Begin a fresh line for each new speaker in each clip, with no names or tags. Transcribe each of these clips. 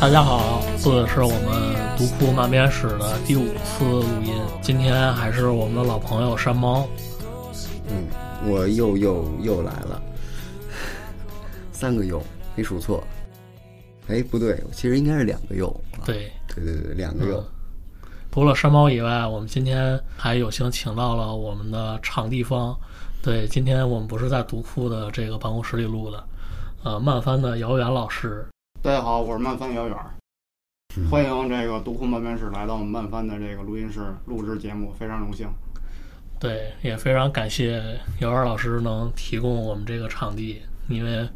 大家好，这是我们独库漫编史的第五次录音，今天还是我们的老朋友山猫。
嗯，我又又又来了， 三个又没数错。哎，不对，其实应该是两个又。啊
对，嗯
对对对，两个又。
除了山猫以外，我们今天还有幸请到了我们的场地方。对，今天我们不是在独库的这个办公室里录的，呃，漫帆的姚远老师。
大家好，我是漫帆姚远儿，
嗯
欢迎这个独库漫编室来到我们漫帆的这个录音室录制节目，非常荣幸。
对，也非常感谢姚远老师能提供我们这个场地，因为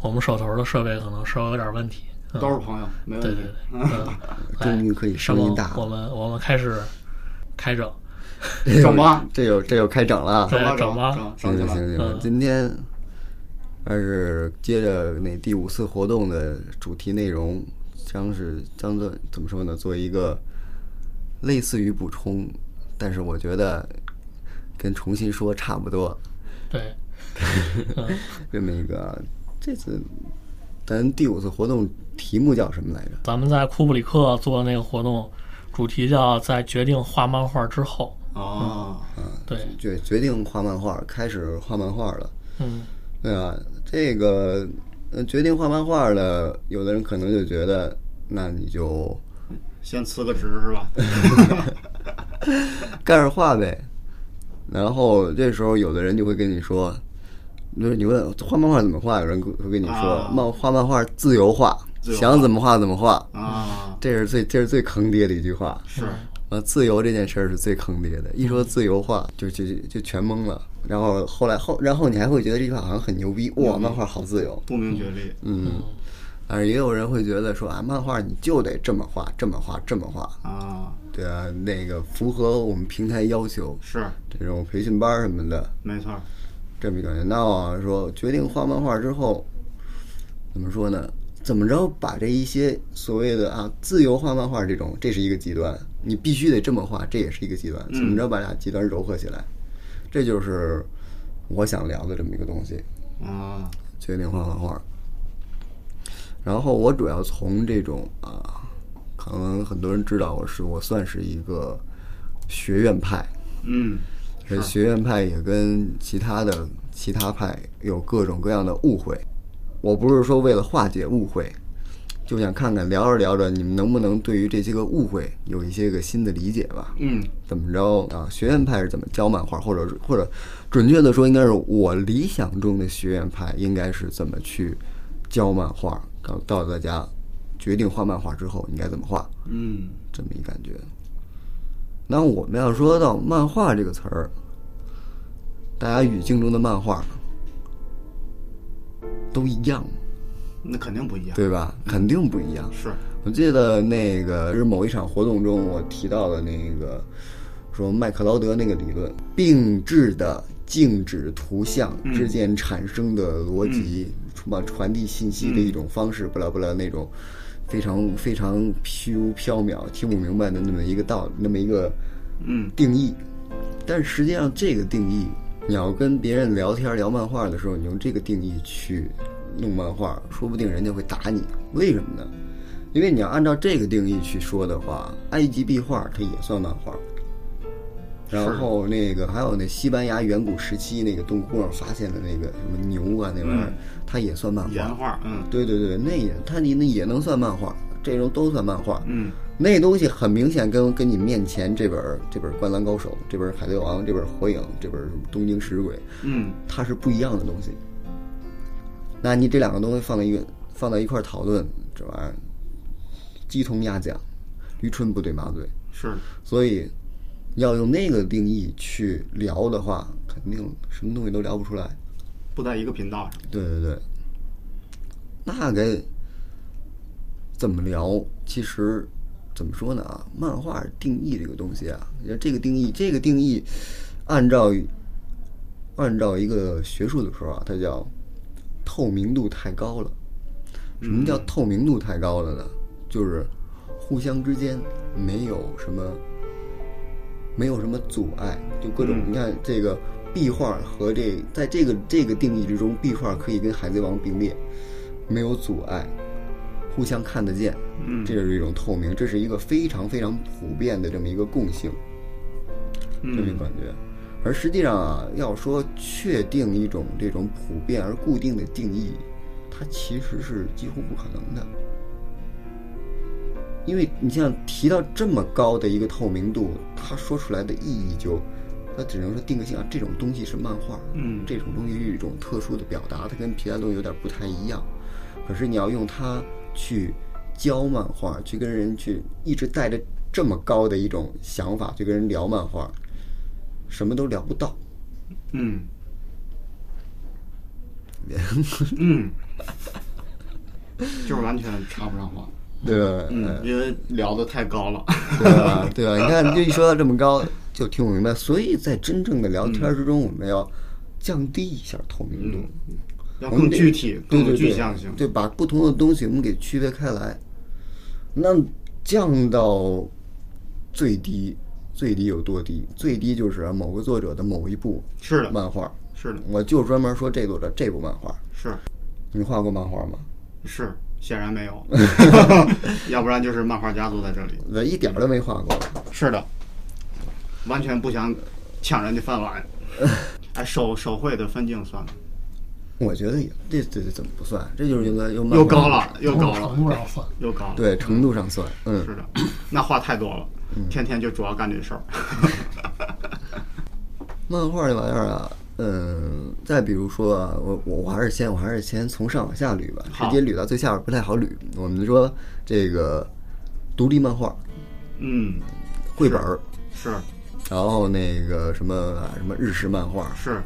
我们手头的设备可能稍微有点问题。嗯
都是朋友，没问
对
题
对。对，嗯，来
终于可以声音大
山猫我们我们开始开整，
这 又
整吧，
这又这又开整了啊。
对
吧，
整
整
吧
行
整上去
行
吧。
行行，
嗯
今天还是接着那第五次活动的主题内容，将是将做怎么说呢？做一个类似于补充，但是我觉得跟重新说差不多。
对，
这么一个，这次咱第五次活动题目叫什么来着？
咱们在库布里克做的那个活动，主题叫在决定画漫画之后。
哦，
对，
决决定画漫画，开始画漫画了。
嗯，
对啊，这个呃决定画漫画了，有的人可能就觉得，那你 就
先辞个职是吧？
干着画呗。然后这时候有的人就会跟你说，就是你问画漫画怎么画，有人会跟你说
啊，
漫画漫画自由画，
自由画
想怎么画怎么画。
啊，
这是最这是最坑爹的一句话。
是
啊，自由这件事儿是最坑爹的，一说自由化就就就就全懵了。然后后来后，然后你还会觉得这句话好像很牛逼，哇，漫画好自由，
不明觉厉。
嗯。但是也有人会觉得说啊，漫画你就得这么画，这么画，这么画，
啊，
对啊，那个符合我们平台要求，
是
这种培训班儿什么的，
没错儿。
这么一个人。那我说决定画漫画之后，怎么说呢？怎么着把这一些所谓的啊自由画漫画这种，这是一个极端，你必须得这么画，这也是一个极端。怎么着把俩极端柔合起来？这就是我想聊的这么一个东西。
啊，
决定画漫画。然后我主要从这种啊，可能很多人知道我是我算是一个学院派，
嗯，
这学院派也跟其他的其他派有各种各样的误会。我不是说为了化解误会，就想看看聊着聊着，你们能不能对于这些个误会有一些个新的理解吧？
嗯，
怎么着啊？学院派是怎么教漫画，或者是或者准确的说，应该是我理想中的学院派应该是怎么去教漫画，告告诉大家决定画漫画之后应该怎么画。
嗯，
这么一感觉。那我们要说到漫画这个词儿，大家语境中的漫画都一样，
那肯定不一样。
对吧？肯定不一样。
是，
我记得那个是某一场活动中，我提到的那个说麦克劳德那个理论，并置的静止图像之间产生的逻辑，什么、传递信息的一种方式，不啦不啦那种非常非常虚无缥缈、听不明白的那么一个道，那么一个
嗯
定义。但实际上，这个定义，你要跟别人聊天聊漫画的时候，你用这个定义去弄漫画，说不定人家会打你。为什么呢？因为你要按照这个定义去说的话，埃及壁画它也算漫画。然后那个还有那西班牙远古时期那个洞窟上发现的那个什么牛啊那玩意儿，它也算漫
岩
画。
画，嗯
对对对，那也它那也能算漫画，这种都算漫画。
嗯，
那东西很明显跟跟你面前这本儿这本《灌篮高手》、这本《海贼王》、这本《火影》、这本《东京食尸鬼》，
嗯，
它是不一样的东西。那你这两个东西放到一个放到一块儿讨论，这玩意儿鸡同鸭讲，驴唇不对马嘴。
是，
所以要用那个定义去聊的话，肯定什么东西都聊不出来。
不在一个频道上。
对对对，那该怎么聊？其实怎么说呢啊，漫画定义这个东西啊，也这个定义，这个定义，按照按照一个学术的说法，它叫透明度太高了。什么叫透明度太高了呢？就是互相之间没有什么没有什么阻碍，就各种、
嗯
你看这个壁画和这在这个这个定义之中，壁画可以跟海贼王并列，没有阻碍。互相看得见，
嗯
这是一种透明，这是一个非常非常普遍的这么一个共性，这么一个
嗯
感觉。而实际上啊，要说确定一种这种普遍而固定的定义，它其实是几乎不可能的。因为你像提到这么高的一个透明度，它说出来的意义就，它只能说定个性啊，这种东西是漫画，
嗯
这种东西是一种特殊的表达，它跟其他东西有点不太一样。可是你要用它去教漫画，去跟人去一直带着这么高的一种想法去跟人聊漫画，什么都聊不到。
嗯嗯， 就是完全插不上话，
对吧？
嗯，因为聊的太高 了，
对吧？对吧？你看，这一说到这么高，就听不明白。所以在真正的聊
嗯
天之中，我们要降低一下透明度，
要
我们
更
得
具体，
对
更有
对
具
对
象性。
对，把不同的东西我们给区别开来，那降到最低，最低有多低？最低就是啊某个作者的某一部
是的，
漫画，
是的，
我就专门说这作者这部漫画。
是
你画过漫画吗？
是，显然没 有，要不然就是漫画家族在这里。
我一点儿都没画过。
是的，完全不想抢人家饭 碗。哎，手手绘的分镜算了，
我觉得也这这这怎么不算？这就是应该用漫
又
画
高了，又高
程度
了，
上算，
又高了。，
对程度上算，嗯，
是的， 那话太多了，天天就主要干这 事儿。
漫画这玩意儿啊，嗯，再比如说啊，我我我还是先我还是先从上往下捋吧，直
好
接捋到最下边不太好捋。我们说这个独立漫画、
嗯，
绘本儿，
是
然后那个什么啊什么日式漫画
是，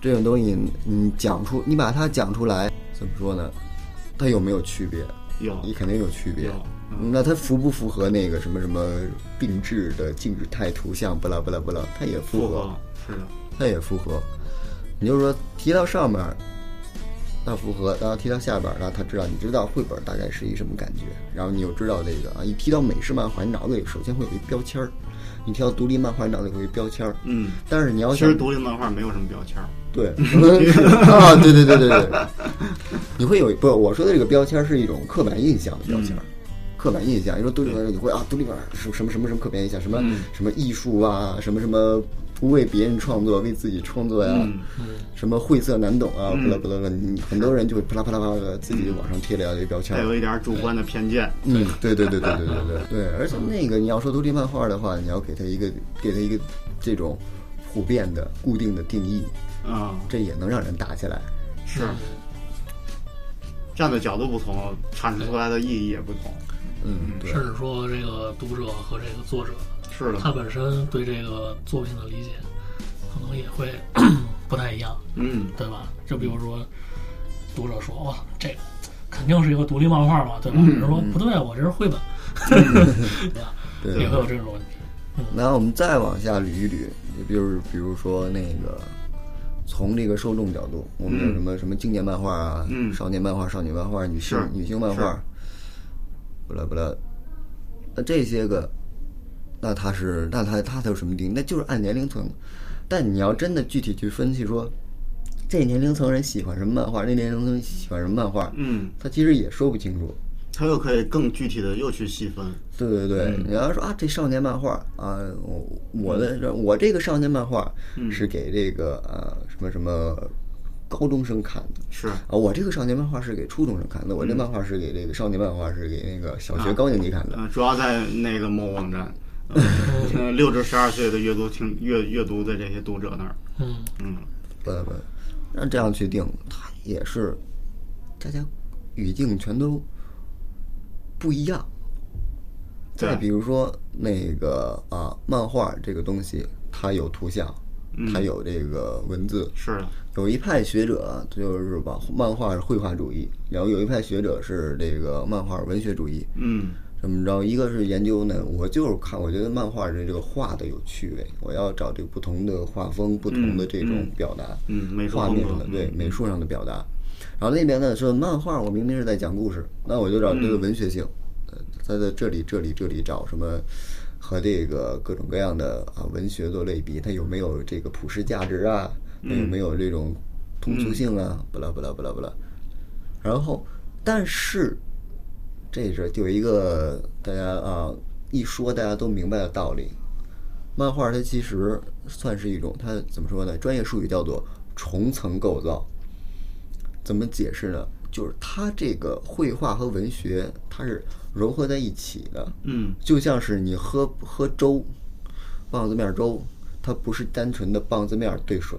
这种东西，你讲出你把它讲出来，怎么说呢？它有没有区别？
有
你肯定有区别
有。嗯
那它符不符合那个什么什么定制的静止态图像？不啦不啦不啦，它也
符合，是的，
它也符合。你就是说提到上面儿，它符合；然后提到下边儿，然后他知道你知道绘本大概是一什么感觉，然后你又知道这个啊。一提到美式漫画，你脑子里首先会有一标签儿；你提到独立漫画，你脑子里会有一标签儿。
嗯。
但是你要
其实
想
独立漫画没有什么标签儿，
对 啊，对对对对对， 你会有不？我说的这个标签儿是一种刻板印象的标签儿。刻板印象，你说独立漫画你会啊，独立漫画是什么什么什么刻板印象，什么、
嗯
什么艺术啊，什么什么不为别人创作，为自己创作呀、
嗯
什么晦涩难懂啊，
嗯
不啦不啦不啦，你很多人就会啪啦啪啦啪啦地自己往上贴了一个标签
带
儿。
有一点主观的偏见。
嗯，哎对对对对对对对对，而且那个你要说独立漫画的话，你要给它一个给它一个这种普遍的固定的定义，
嗯，
这也能让人打起来。
是。
嗯
站的角度不同，阐释出来的意义也不同。
嗯，对
甚至说这个读者和这个作者，
是
他
的，
本身对这个作品的理解，可能也会 不太一样，
嗯，
对吧？就比如说，读者说：“哇，这个肯定是一个独立漫画嘛，对
嗯
吧？”人说：“不对，啊我这是绘本。” 对吧？
对
也会有这种问题。
然后我们再往下捋一捋，也就是比如说那个，从这个受众角度，我们有什么、什么青年漫画啊，
嗯
少年漫画、少女漫画、女性
是
女性漫
是
画，不啦不啦，那这些个，那它是那它它它有什么定义？那就是按年龄层。但你要真的具体去分析说，这年龄层人喜欢什么漫画，那年龄层喜欢什么漫画，
嗯，
它其实也说不清楚。
他又可以更具体的又去细分。
对对对，你要说啊，这少年漫画啊，我我的我这个少年漫画是给这个啊什么什么高中生看的
是，
啊，我这个少年漫画是给初中生看的，我这漫画是给这个少年漫画是给那个小学高年级看的。
呃，主要在那个某网站，呃，六至十二岁的阅读听阅阅读的这些读者那儿，
嗯，
嗯，
不不，那这样去定，它也是大家语境全都不一样。
对
再比如说那个啊，漫画这个东西，它有图像，它有这个文字，
是的，
有一派学者啊就是把漫画是绘画主义，然后有一派学者是这个漫画文学主义，
嗯，
怎么着？一个是研究呢，我就是看，我觉得漫画的这个画的有趣味，我要找这个不同的画风、不同的这种表达，
嗯美术
画
风
面
格
上的对
嗯
美术上的表达。然后那边呢说漫画，我明明是在讲故事，那我就找这个文学性，呃，他在这里、这里、这里找什么和这个各种各样的啊文学做类比，它有没有这个普世价值啊？它有没有这种通俗性啊？不啦不啦不啦不啦。然后，但是这是有一个大家啊一说大家都明白的道理。漫画它其实算是一种，它怎么说呢？专业术语叫做重层构造。怎么解释呢？就是它这个绘画和文学，它是融合在一起的。
嗯，
就像是你喝喝粥，棒子面粥，它不是单纯的棒子面兑水，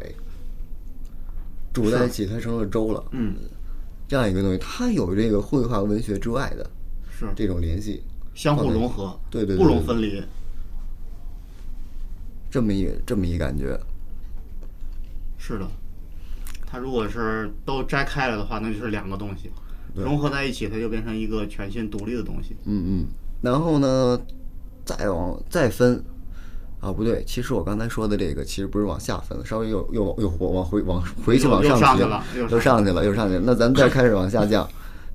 煮在一起它成了粥了。
嗯，
这样一个东西，它有这个绘画文学之外的
是
这种联系，
相互融合，
对对对对
不容分离。
这么一这么一感觉。
是的，它如果是都摘开了的话，那就是两个东西，融合在一起，它就变成一个全新独立的东西。
嗯嗯，然后呢，再往再分，啊不对，其实我刚才说的这个其实不是往下分了，稍微又又又往往回往回去
又
往
又上
去
去了又
又上去了，又上去了。那咱们再开始往下降，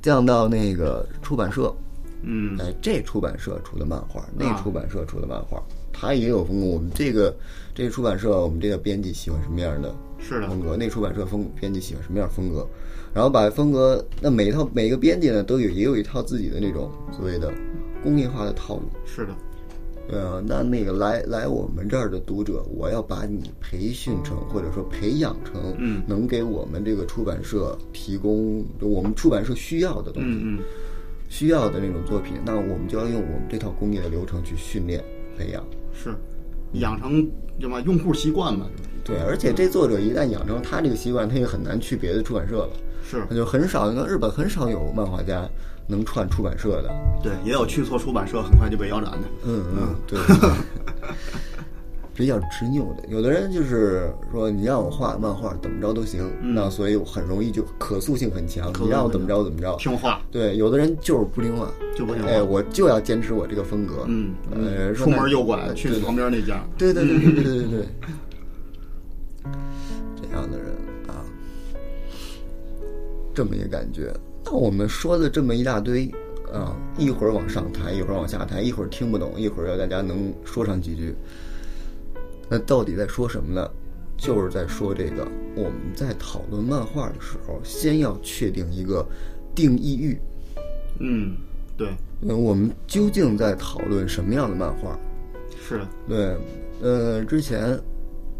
降到那个出版社，
嗯，
哎，这出版社出的漫画，那
啊
出版社出的漫画，它也有风格。我们这个这个出版社，我们这个编辑喜欢什么样的
是的，
风格？那出版社风编辑喜欢什么样的风格？然后把风格，那每一套每一个编辑呢，都有也有一套自己的那种所谓的工业化的套路。
是的，
呃，那那个来来我们这儿的读者，我要把你培训成或者说培养成，
嗯
能给我们这个出版社提供我们出版社需要的东西。
嗯嗯，
需要的那种作品，那我们就要用我们这套工业的流程去训练培养。
是养成什么用户习惯嘛？
对，而且这作者一旦养成他这个习惯，他也很难去别的出版社了。
是
他就很少，那日本很少有漫画家能串出版社的。
对，也有去错出版社，很快就被腰斩的。
嗯嗯，对。 比较执拗的，有的人就是说，你让我画漫画，怎么着都行，那所以我很容易就可塑性很强，
嗯可塑性
你让我怎么着怎么着。
听话，
对，有的人就是不听话，
就不听话
哎，我就要坚持我这个风格。
嗯，
呃，说
出门
那
右拐，去
对
旁边那家。
对对对对对对对对，这样的人啊，这么一个感觉。那我们说的这么一大堆啊，一会儿往上抬，一会儿往下抬，一会儿听不懂，一会儿要大家能说上几句。那到底在说什么呢？就是在说这个，我们在讨论漫画的时候，先要确定一个定义域。
嗯，对，
呃，我们究竟在讨论什么样的漫画？
是的，
对，呃，之前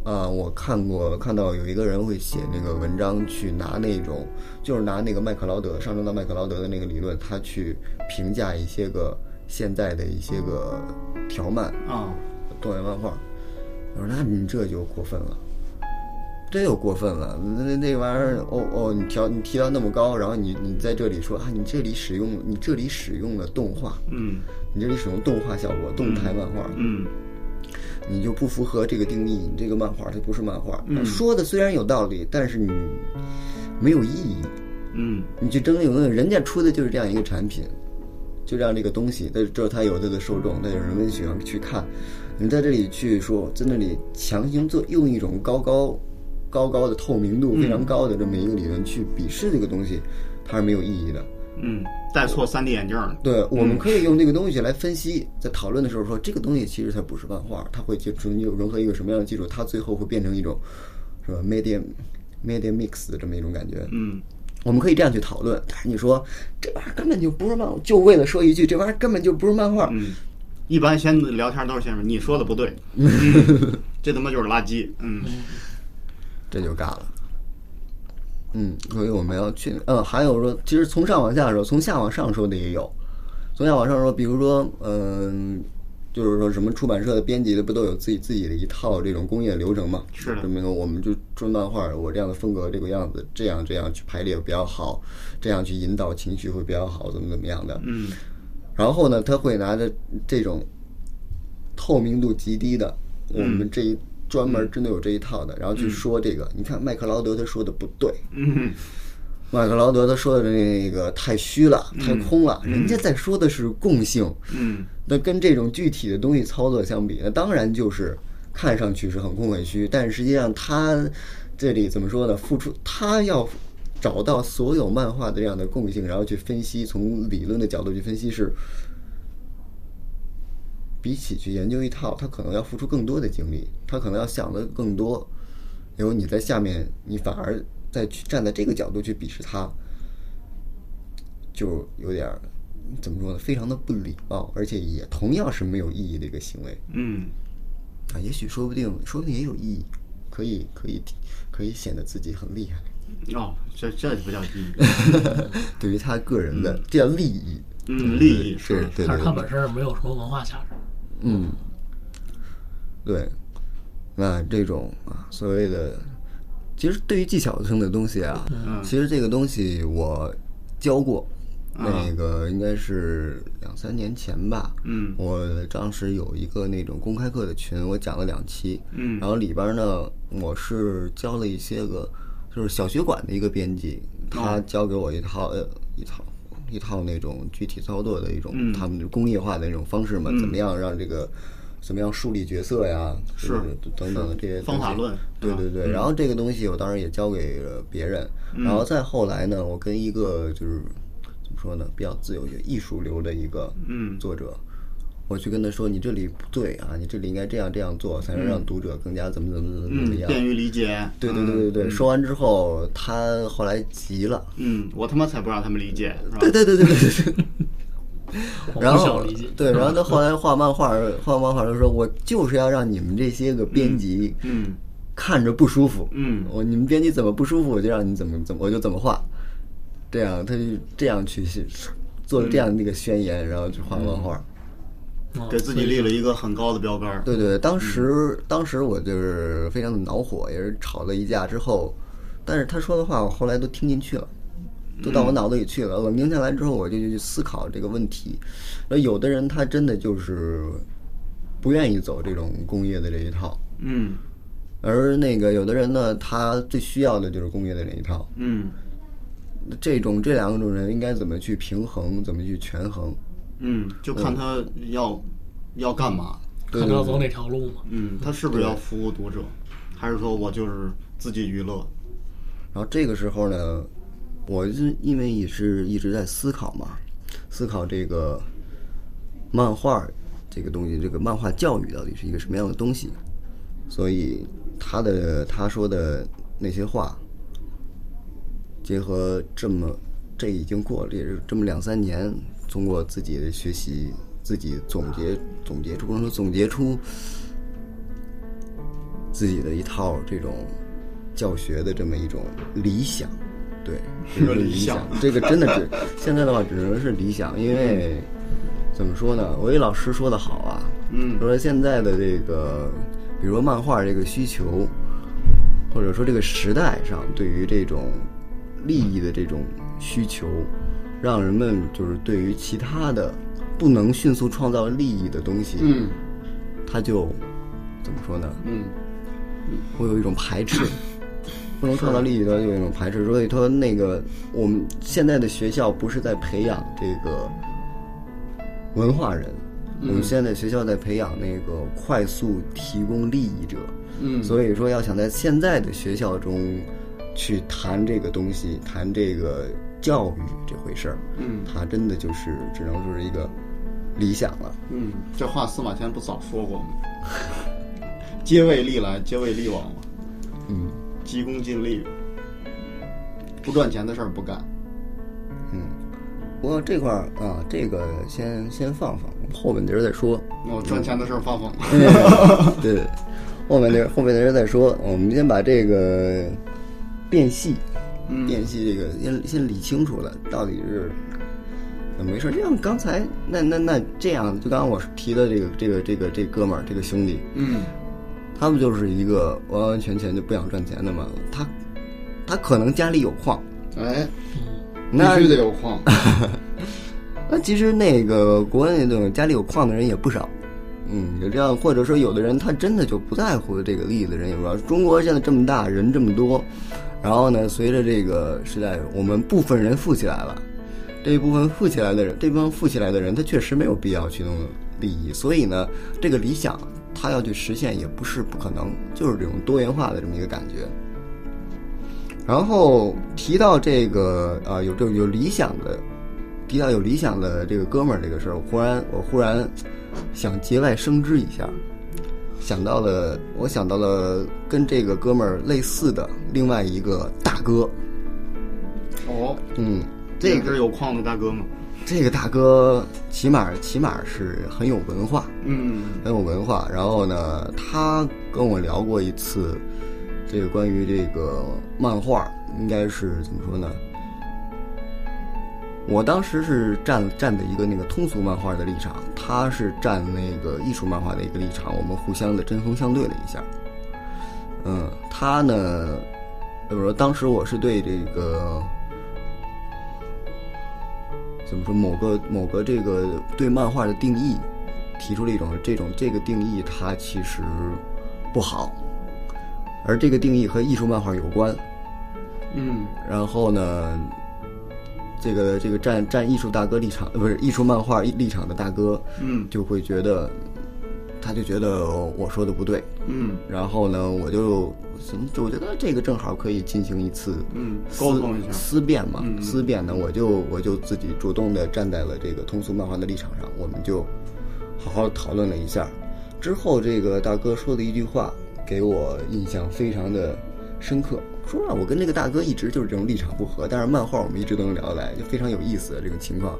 啊，我看过看到有一个人会写那个文章，去拿那种就是拿那个麦克劳德上升到麦克劳德的那个理论，他去评价一些个现在的一些个条漫
啊，
动画漫画。我说那你这就过分了。这就过分了，那那那玩意儿，哦哦，你调你提到那么高，然后你你在这里说啊，你这里使用你这里使用了动画，
嗯
你这里使用动画效果，动态漫画，
嗯，
你就不符合这个定义，你这个漫画它不是漫画。说的虽然有道理，但是你没有意义。
嗯，
你去争这个东西，人家出的就是这样一个产品，就让这个东西，它只有它有它的受众，它有人们喜欢去看。你在这里去说，在那里强行做用一种高高高高的透明度非常高的这么一个理论去鄙视这个东西，它是没有意义的。
嗯，戴错 3D 眼镜了。
对，我们可以用这个东西来分析，在讨论的时候说，这个东西其实它不是漫画，它会去融融合一个什么样的技术，它最后会变成一种什么 media media mix 的这么一种感觉。
嗯，
我们可以这样去讨论，但是你说这玩意儿根本就不是漫，就为了说一句这玩意儿根本就不是漫画，
嗯，一般先聊天都是先说你说的不 对，嗯这他妈就是垃圾。嗯，
这就尬了。嗯，所以我们要去，嗯，还有说，其实从上往下说，从下往上说的也有，从下往上说，比如说，嗯，就是说什么出版社的编辑的不都有自己自己的一套这种工业流程嘛？
是的
这么一个，我们就做漫画，我这样的风格，这个样子，这样这样去排列比较好，这样去引导情绪会比较好，怎么怎么样的。
嗯，
然后呢，他会拿着这种透明度极低的，我们这一专门真的有这一套的，然后去说这个。你看麦克劳德他说的不对，
嗯，
麦克劳德他说的那个太虚了，太空了，人家在说的是共性。
嗯，
那跟这种具体的东西操作相比，那当然就是看上去是很空很虚，但实际上他这里怎么说呢？付出他要找到所有漫画的这样的共性，然后去分析，从理论的角度去分析是。比起去研究一套，他可能要付出更多的精力，他可能要想的更多。然后你在下面，你反而再去站在这个角度去鄙视他，就有点儿怎么说呢，非常的不礼貌，而且也同样是没有意义的一个行为
嗯，
啊。也许说不定，说不定也有意义，可以可以可以显得自己很厉害。
哦，这这不叫利益，
对于他个人的这叫利益，
嗯，利益
是
是
对
但
对
是它
对，
本身没有什么文化价值。
嗯，对，那这种啊，所谓的，其实对于技巧性的东西啊，其实这个东西我教过，那个应该是两三年前吧，
嗯
我当时有一个那种公开课的群，我讲了两期，
嗯
然后里边呢，我是教了一些个就是小学馆的一个编辑，
哦
他教给我一套呃一套。一套那种具体操作的一种，
嗯
他们就工业化的那种方式嘛，怎么样让这个，怎么样树立角色呀，
是
就等等的这些
方法
东西
论嗯
对对对。然后这个东西我当然也交给了别人，然后再后来呢，我跟一个就是怎么说呢，比较自由艺术流的一个
嗯
作者，我去跟他说你这里不对啊，你这里应该这样这样做，才能让读者更加怎么怎么怎么怎么
嗯，
样。
便于理解，嗯
对对对对对，说完之后他后来急了，
嗯，我他妈才不让他们理解，是吧？
对对对对对 对。
我
然
不想
后
理解，
对，然后他后来画漫画，画漫画就说：“我就是要让你们这些个编辑，
嗯
看着不舒服，
嗯
我你们编辑怎么不舒服，我就让你怎么怎么，我就怎么画，这样他就这样去做了
嗯
这样的一个宣言，然后去画漫画。
嗯
给自己立了一个很高的标杆儿。
对对，当时、当时我就是非常的恼火，也是吵了一架之后，但是他说的话我后来都听进去了，都到我脑子里去了。冷静下来之后，我就去思考这个问题。那有的人他真的就是不愿意走这种工业的这一套，
嗯
而那个有的人呢，他最需要的就是工业的这一套。
嗯
这种这两种人应该怎么去平衡，怎么去权衡？
嗯，就看他要要干嘛。
看他要走哪条路嘛。
嗯，他是不是要服务读者，还是说我就是自己娱乐？
然后这个时候呢，我是因为也是一直在思考嘛，思考这个漫画这个东西，这个漫画教育到底是一个什么样的东西，所以他的他说的那些话，结合这么这已经过了也是这么两三年，通过自己的学习，自己总结呃总结出，不能说总结出自己的一套这种教学的这么一种理想，对，
是个
这个
理想
这个真的是现在的话只能是理想，因为怎么说呢？我一老师说的好啊，
嗯
说现在的这个，比如说漫画这个需求，或者说这个时代上对于这种利益的这种需求，让人们就是对于其他的不能迅速创造利益的东西，
嗯
他就怎么说呢？
嗯
会有一种排 斥，不能创造利益的有一种排斥。所以说，那个我们现在的学校不是在培养这个文化人，
嗯
我们现在学校在培养那个快速提供利益者。
嗯
所以说，要想在现在的学校中去谈这个东西，谈这个教育这回事儿，
嗯
它真的就是只能说是一个理想了。
嗯，这话司马迁不早说过吗？ 皆为利来，皆为利往嘛，
嗯
急功近利，不赚钱的事儿不干。
嗯，不过这块儿啊，这个先先放放，后半截儿再说。
那我赚钱的事儿放放。
对，后面的后面的人再说。我们先把这个变戏，
嗯
变戏这个先先理清楚了，到底是怎么回事？就像刚才那那那这样，就刚刚我提的这个这个这个这哥们儿这个兄弟，
嗯
他不就是一个完完全全就不想赚钱的吗？他他可能家里有矿，
哎，
那
必须得有矿。
那其实那个国内那种家里有矿的人也不少，嗯，有这样，或者说有的人他真的就不在乎这个利益的人也不少。中国现在这么大，人这么多，然后呢，随着这个时代，我们部分人富起来了，这一部分富起来的人，这帮富起来的人，他确实没有必要去弄利益，所以呢，这个理想他要去实现也不是不可能，就是这种多元化的这么一个感觉。然后提到这个啊、呃有这种有理想的，提到有理想的这个哥们儿这个事儿，我忽然我忽然想节外生枝一下，想到了我想到了跟这个哥们儿类似的另外一个大哥，
哦，
嗯，这
这
个
是有矿的大哥吗？
这个大哥起码起码是很有文化，
嗯，
很有文化。然后呢，他跟我聊过一次，这个关于这个漫画，应该是怎么说呢？我当时是站站的一个那个通俗漫画的立场，他是站那个艺术漫画的一个立场，我们互相的针锋相对了一下。嗯，他呢，比如说当时我是对这个怎么说某个某个这个对漫画的定义提出了一种这种这个定义它其实不好，而这个定义和艺术漫画有关。
嗯，
然后呢，这个这个站站艺术大哥立场，呃，不是艺术漫画立场的大哥，
嗯，
就会觉得，他就觉得我说的不对，
嗯，
然后呢，我就嗯就我觉得这个正好可以进行一次
嗯
思
沟通一下
思辨嘛，
嗯嗯
思辨呢，我就我就自己主动的站在了这个通俗漫画的立场上，我们就好好讨论了一下。之后这个大哥说的一句话给我印象非常的深刻。说实话，我跟这个大哥一直就是这种立场不合，但是漫画我们一直都能聊得来，就非常有意思这种情况。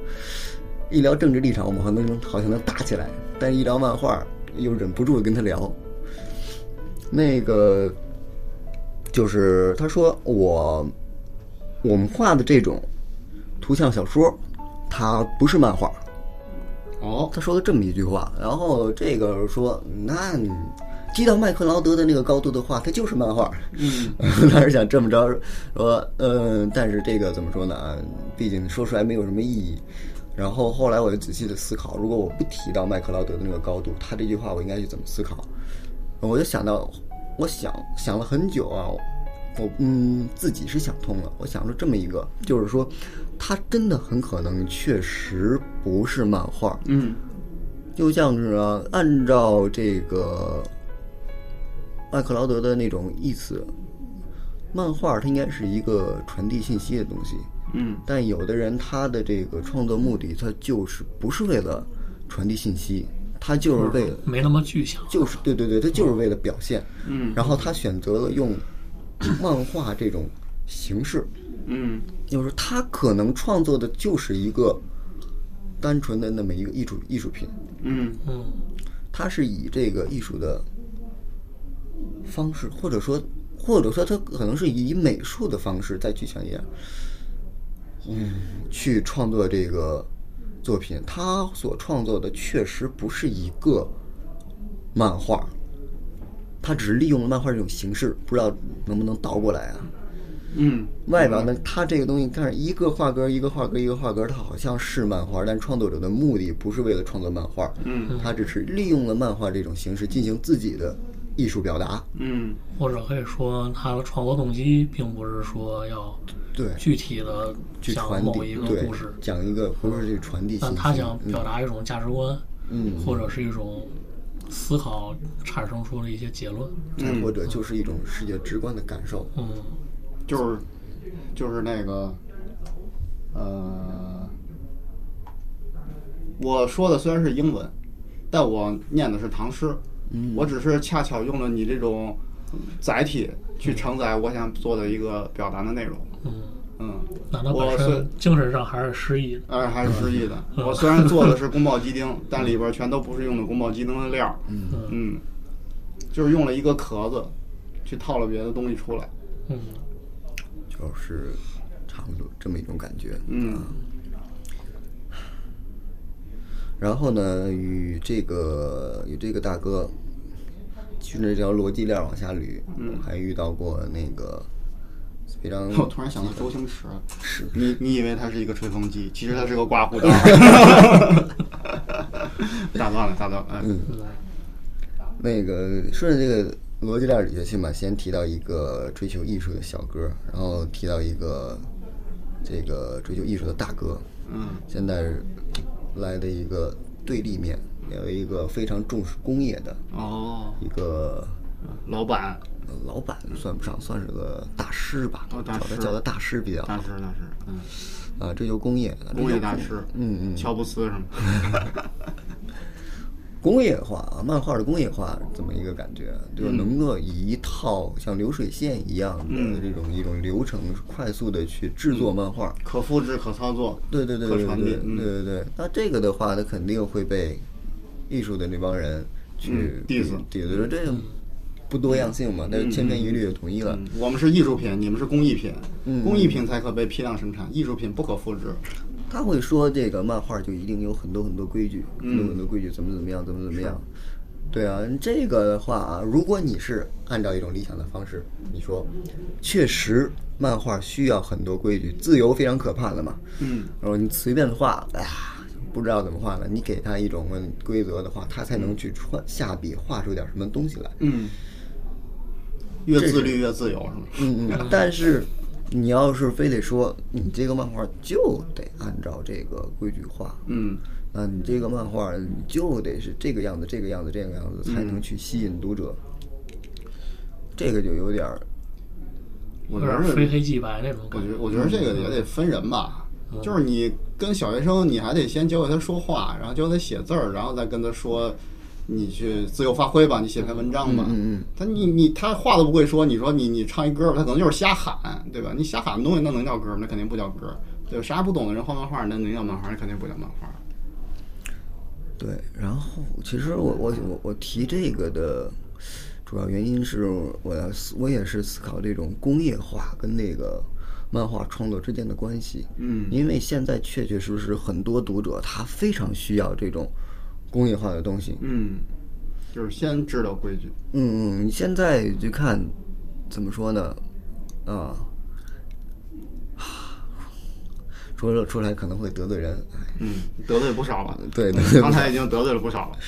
一聊政治立场，我们好像能好像能打起来，但是一聊漫画又忍不住地跟他聊。那个就是他说我我们画的这种图像小说，它不是漫画。
哦，
他说了这么一句话，然后这个说，那你激到麦克劳德的那个高度的话，它就是漫画。
嗯，
当时想这么着说，嗯、但是这个怎么说呢？啊毕竟说出来没有什么意义。然后后来我就仔细的思考，如果我不提到麦克劳德的那个高度，他这句话我应该去怎么思考？我就想到，我想想了很久啊，我嗯自己是想通了，我想出这么一个，就是说，他真的很可能确实不是漫画，
嗯，
就像是啊，按照这个麦克劳德的那种意思，漫画它应该是一个传递信息的东西。
嗯，
但有的人他的这个创作目的，他就是不是为了传递信息，他就是为了
没那么具象。
就是对对对，他就是为了表现。
嗯，
然后他选择了用漫画这种形式，
嗯，
就是他可能创作的就是一个单纯的那么一个艺术艺术品。
嗯，
嗯，
他是以这个艺术的方式，或者说，或者说他可能是以美术的方式再去想一样，嗯，去创作这个作品。他所创作的确实不是一个漫画，他只是利用了漫画这种形式，不知道能不能倒过来啊？
嗯，
外表呢，它这个东西，但是一个画格儿一个画格儿一个画格儿，它好像是漫画，但创作者的目的不是为了创作漫画，
嗯，
他只是利用了漫画这种形式进行自己的艺术表达。
嗯，
或者可以说，他的创作动机并不是说要
对，
具体的
去
讲
传
某一
递，
个
对
故事，，
讲一个不是去传递信
但
息，
他想
嗯
表达一种价值观，
嗯
或者是一种思考产生出的一些结论。
再嗯
哎嗯
或者就是一种世界直观的感受。
嗯，
就是就是那个，呃，我说的虽然是英文，但我念的是唐诗，我只是恰巧用了你这种载体去承载我想做的一个表达的内容。嗯，
那他
我
本
是
身精神上还是失意的。
哎，还是失忆的。我虽然做的是宫保鸡丁，但里边儿全都不是用的宫保鸡丁的料儿，嗯，就是用了一个壳子去套了别的东西出来。
嗯，
就是差不多这么一种感觉。
嗯
然后呢，与这个与这个大哥顺着这条逻辑链往下捋，还遇到过那个非常
嗯 我突然想到周星驰，
是
你你以为他是一个吹风机，其实他是个刮胡刀。 打断了，打断了。哎
嗯
那个顺着这个逻辑链儿捋下去嘛，先提到一个追求艺术的小哥，然后提到一个这个追求艺术的大哥，
嗯
现在来的一个对立面，有一个非常重视工业的
哦，
一个
老板，
呃老板算不上，算是个大师吧，
哦大
叫他
师
叫他大师比较
大
好
师，大师，嗯，
啊，追求工业，
工业大师，
嗯嗯
乔布斯什么？
工业化啊，漫画的工业化这么一个感觉，啊就是能够
嗯
以一套像流水线一样的这种一种流程，快速的去制
嗯
作漫画。
可复制、可操作、
对对对
可
对对
传递
对。
嗯
对对。那这个的话，它肯定会被艺术的那帮人去
嗯 diss
抵制，这个不多样性嘛，那是千篇一律就统一了。
嗯我们 是嗯艺术品，你们是工艺品，工艺品才可被批量生产，艺术品不可复制。
他会说这个漫画就一定有很多很多规矩，很多很多规矩，怎么怎么样，怎么怎么样。对啊，这个的话啊，如果你是按照一种理想的方式，你说，确实漫画需要很多规矩，自由非常可怕的嘛。
嗯，
然后你随便画，哎呀，不知道怎么画了，你给他一种规则的话，他才能去穿下笔画出点什么东西来。
嗯，越自律越自由，是吗？
嗯，嗯，但是你要是非得说你这个漫画就得按照这个规矩画，
嗯，
那你这个漫画你就得是这个样子、这个样子、这个样子，才能去吸引读者。这个就有点儿，
我
有
觉
点
得
非黑即白那种
我
感
觉
觉
得，。我觉得这个也得分人
嗯
吧。就是你跟小学生，你还得先教给他说话，然后教他写字儿，然后再跟他说，你去自由发挥吧，你写篇文章吧。
嗯嗯
他你你他话都不会说，你说你你唱一歌吧，他可能就是瞎喊，对吧？你瞎喊的东西那能叫歌吗？那肯定不叫歌，对吧？啥也不懂的人画漫画，那能叫漫画？那肯定不叫漫画。
对。然后，其实我我我我提这个的主要原因是，我要思我也是思考这种工业化跟那个漫画创作之间的关系。
嗯
因为现在确确实实很多读者他非常需要这种工业化的东西。
嗯，就是先知道规矩。
嗯，嗯，你现在就看怎么说呢？啊，说了出来可能会得罪人。 哎
嗯，得罪不 少了。
对得罪不少
刚才已经得罪了不少了。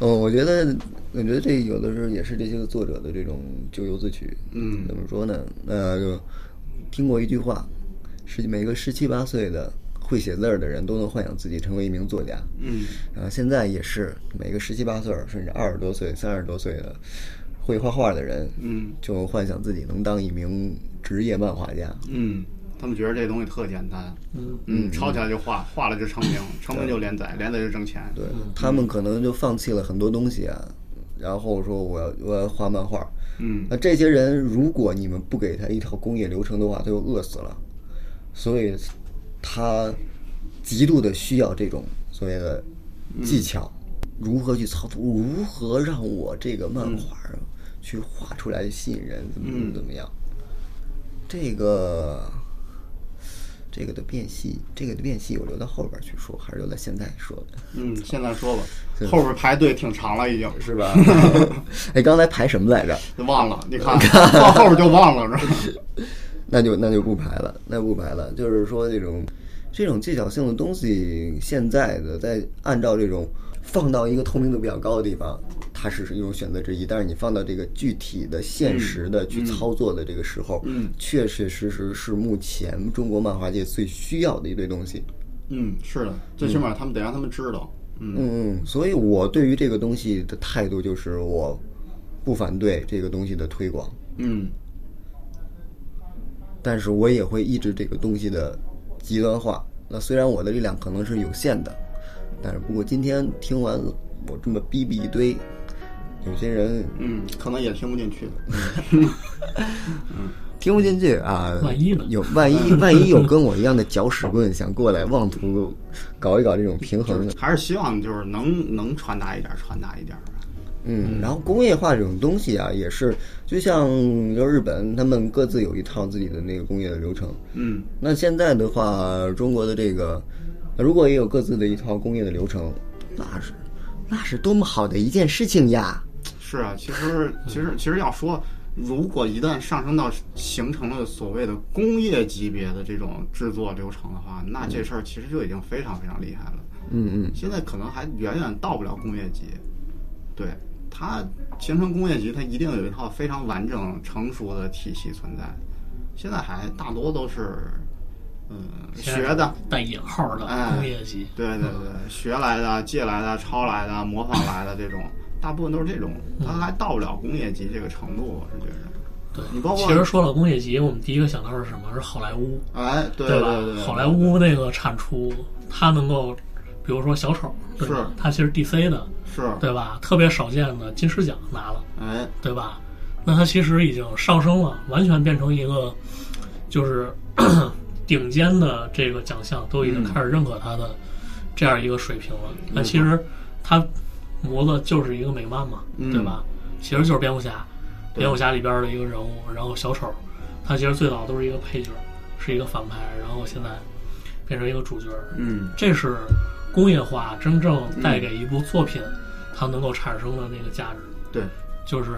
嗯，我觉得，我觉得这有的时候也是这些作者的这种咎由自取。
嗯
怎么说呢？呃，就听过一句话，十每个十七八岁的会写字儿的人都能幻想自己成为一名作家。
嗯
然后现在也是每个十七八岁儿，甚至二十多岁、三十多岁的会画画的人，
嗯
就幻想自己能当一名职业漫画家。
嗯，他们觉得这东西特简单。
嗯
嗯，抄起来就画，画了就成名，成名就连载，连载就挣钱。
对他们可能就放弃了很多东西啊，然后说我要我要画漫画。
嗯
那这些人，如果你们不给他一套工业流程的话，他就饿死了。所以，他极度的需要这种所谓的技巧，如何去操作，如何让我这个漫画儿去画出来吸引人，怎么怎么怎么样？这个这个的变细，这个的变细，我留到后边儿去说，还是留在现在说的。
嗯，现在说吧，后边排队挺长了，已经
是吧？ 哎，刚才排什么来着？
忘了，你看到后边就忘了是吧？
那就那就不排了，那不排了。就是说这种这种技巧性的东西，现在的在按照这种放到一个透明度比较高的地方，它是一种选择之一。但是你放到这个具体的现实的去操作的这个时候，
嗯
确确实实是目前中国漫画界最需要的一堆东西。
嗯，是的，最起码他们得让他们知道。嗯
嗯，嗯，所以我对于这个东西的态度就是，我不反对这个东西的推广，
嗯
但是我也会抑制这个东西的极端化。那虽然我的力量可能是有限的，但是不过今天听完我这么逼逼一堆，有些人
嗯，可能也听不进去。
听不进去啊。
万一呢
有万一万一有跟我一样的搅屎棍想过来妄图搞一搞这种平衡的，
还是希望就是能能传达一点，传达一点。
嗯，然后工业化这种东西啊，也是就像就日本他们各自有一套自己的那个工业的流程，
嗯
那现在的话，中国的这个，如果也有各自的一套工业的流程，那是那是多么好的一件事情呀！
是啊，其实其实其实要说，如果一旦上升到形成了所谓的工业级别的这种制作流程的话，那这事儿其实就已经非常非常厉害了。
嗯嗯，
现在可能还远远到不了工业级，对它形成工业级，它一定有一套非常完整成熟的体系存在。现在还大多都是，嗯，学的，
带引号的
哎
工业级，
对对对，学来的、借来的、抄来的、模仿来的这种，大部分都是这种，它还到不了工业级这个程度，我是觉得。
嗯对
你包括
其实说到工业级，我们第一个想到是什么？是好莱坞，
哎，对
吧？
对，
好莱坞那个产出，它能够比如说小丑，对吧
是
他其实 DC 的，
是，
对吧？特别少见的金狮奖拿了，
哎，
对吧？那他其实已经上升了，完全变成一个就是 顶尖的这个奖项都已
嗯
经开始认可他的这样一个水平了。那其实他模子就是一个美漫嘛，
嗯
对吧？其实就是蝙蝠侠，
对
蝙蝠侠里边的一个人物，然后小丑，他其实最早都是一个配角，是一个反派，然后现在变成一个主角，
嗯，
这是工业化真正带给一部作品它能够产生的那个价值。
对，
就是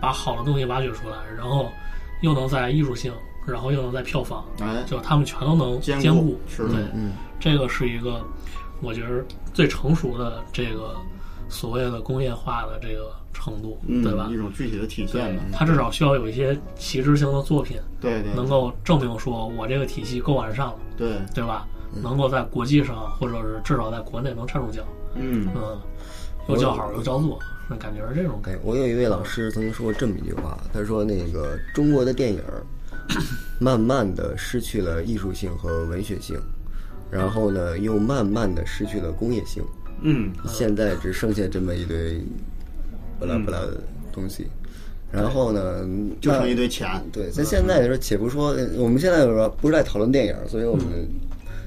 把好的东西挖掘出来，然后又能在艺术性，然后又能在票房，
哎，
就他们全都能
兼
兼
顾是
对
嗯，
嗯，
这个是一个我觉得最成熟的这个所谓的工业化的这个程度，
嗯
对吧
一？种具体的体现吧，
它至少需要有一些旗帜性的作品，
对对
能够证明说我这个体系够完善了，
对，
对吧？能够在国际上，或者是至少在国内能站住脚，
嗯，
嗯，又叫好又叫座，那感觉是这种感觉。
哎，我有一位老师曾经说过这么一句话，他说那个中国的电影 儿慢慢的失去了艺术性和文学性，然后呢又慢慢的失去了工业性，
嗯，
现在只剩下这么一堆不拉不拉的东西，然后呢
嗯就
那
剩一堆钱，
对，在现在来说，且不说呃我们现在说不是在讨论电影，所以我们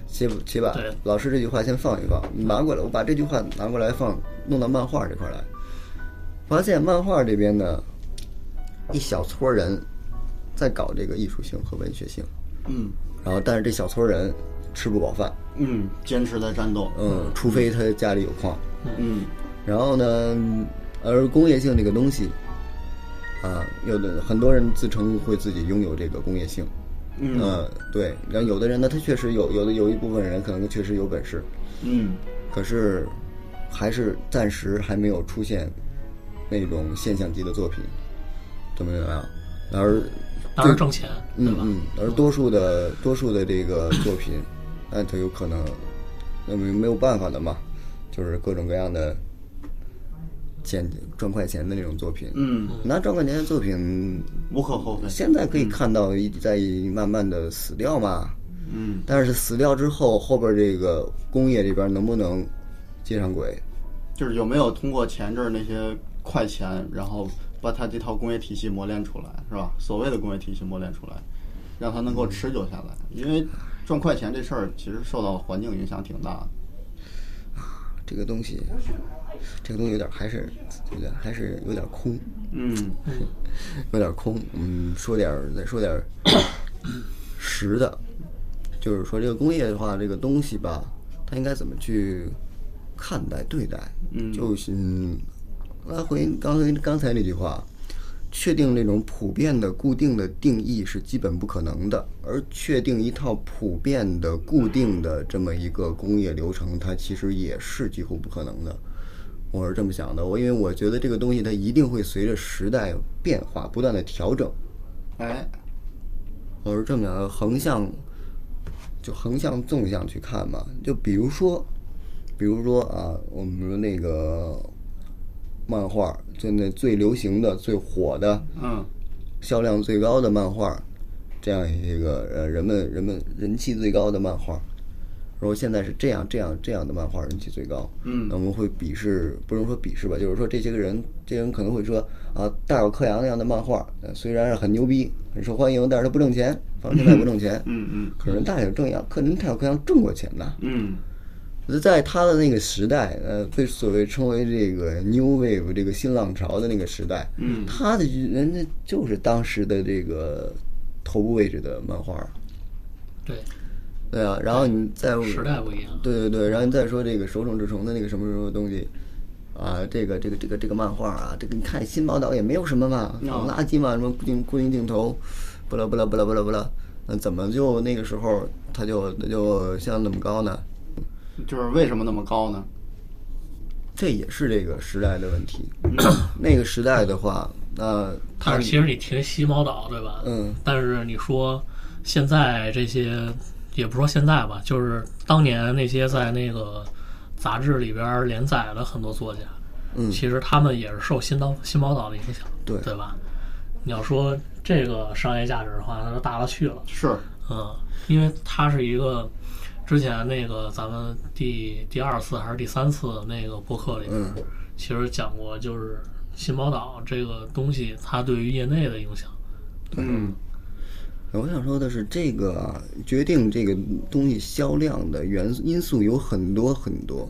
且不且把
对
老师这句话先放一放，拿过来，我把这句话拿过来放，弄到漫画这块来，发现漫画这边呢，一小撮人在搞这个艺术性和文学性，
嗯
然后但是这小撮人吃不饱饭，
嗯，坚持在战斗，
嗯，除非他家里有矿，
嗯
然后呢，而工业性这个东西，啊，有的很多人自称会自己拥有这个工业性，
嗯
呃对。然后有的人呢，他确实有，有的有一部分人可能确实有本事，
嗯，
可是还是暂时还没有出现那种现象级的作品，懂没明白啊？而
当然挣钱，对
嗯
吧？
嗯，而多数的多数的这个作品，那它有可能，那没没有办法的嘛，就是各种各样的钱赚快钱的那种作品。
嗯，
拿赚快钱的作品，
无可厚非，
现在可以看到一在慢慢的死掉嘛，
嗯
但是死掉之后，后边这个工业这边能不能接上轨？
就是有没有通过前阵儿那些快钱，然后把它这套工业体系磨练出来，是吧？所谓的工业体系磨练出来，让它能够持久下来。因为赚快钱这事儿，其实受到环境影响挺大的。
这个东西，这个东西有点还是有点还是有点空。
嗯
有点空，嗯，说点儿再说点儿 实的，就是说这个工业化这个东西吧，它应该怎么去看待对待？
嗯
就是嗯，来回刚才刚才那句话，确定那种普遍的固定的定义是基本不可能的，而确定一套普遍的固定的这么一个工业流程，它其实也是几乎不可能的。我是这么想的，我因为我觉得这个东西它一定会随着时代变化不断的调整。
哎，
我是这么想的，横向就横向、纵向去看嘛。就比如说，比如说啊，我们说那个漫画，就那最流行的、最火的、
嗯
销量最高的漫画，这样一个呃人们人们人气最高的漫画。然后现在是这样这样这样的漫画人气最高，
嗯
那我们会鄙视，不能说鄙视吧，就是说这些个人，这些人可能会说啊，大有克洋那样的漫画，呃虽然是很牛逼，很受欢迎，但是他不挣钱，反正现在也不挣钱，
嗯嗯
可是大有正洋，可人大有克洋挣过钱呐，
嗯
在他的那个时代，呃，被所谓称为这个 New Wave 这个新浪潮的那个时代，嗯，他的人家就是当时的这个头部位置的漫画儿，
对，
对啊，然后你再
时代不一样。
对对对，然后你再说这个手冢治虫的那个什么什么东西，啊，这个这个这个这个漫画啊，这个你看新报道也没有什么嘛，
嗯
垃圾嘛，什么固定固定镜头，不啦不啦不啦不啦不啦，那怎么就那个时候他就他就像那么高呢？
嗯，就是为什么那么高呢？
这也是这个时代的问题。那个时代的话，那
但
他
是其实你提西猫岛，对吧？
嗯。
但是你说现在这些，也不说现在吧，就是当年那些在那个杂志里边连载的很多作家，
嗯
其实他们也是受新岛新猫岛的影响，
对
对吧？你要说这个商业价值的话，那就大了去了。
是，
嗯，因为它是一个之前那个咱们第第二次还是第三次那个播客里边，
嗯
其实讲过，就是新宝岛这个东西它对于业内的影响。
嗯，
我想说的是，这个啊决定这个东西销量的元素因素有很多很多，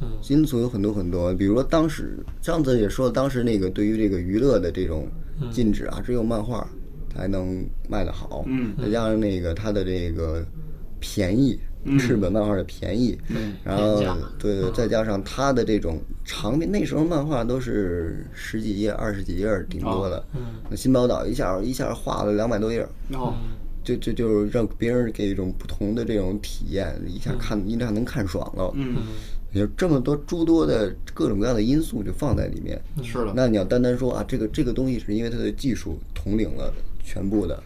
嗯
因素有很多很多。比如说当时上次也说了，当时那个对于这个娱乐的这种禁止啊，只有漫画才能卖得好，
嗯，
再加上那个它的这个便宜，日本漫画的便宜，
嗯
然后
廉价
对对，再加上它的这种长篇，那时候漫画都是十几页、二十几页儿顶多的，那新宝岛一下一下画了两百多页儿。
然后
就就就是让别人给一种不同的这种体验，一下看一下能看爽了，
嗯，
有这么多诸多的各种各样的因素就放在里面。
嗯是的，
那你要单单说啊，这个这个东西是因为它的技术统领了全部的，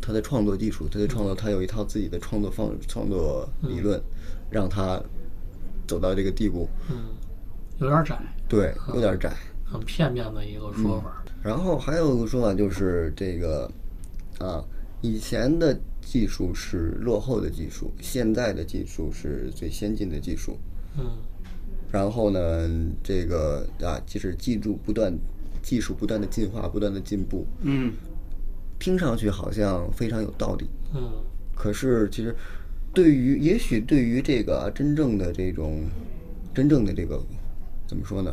它的创作技术，它的创作，它有一套自己的创作方创作理论，让它走到这个地步，
嗯，有点窄，
对，有点窄。
很片面的一个说法。
然后还有一个说法就是这个，啊，以前的技术是落后的技术，现在的技术是最先进的技术。
嗯
然后呢，这个啊，就是技术不断，技术不断的进化，不断的进步，
嗯，
听上去好像非常有道理。
嗯
可是其实，对于也许对于这个啊真正的这种，真正的这个怎么说呢？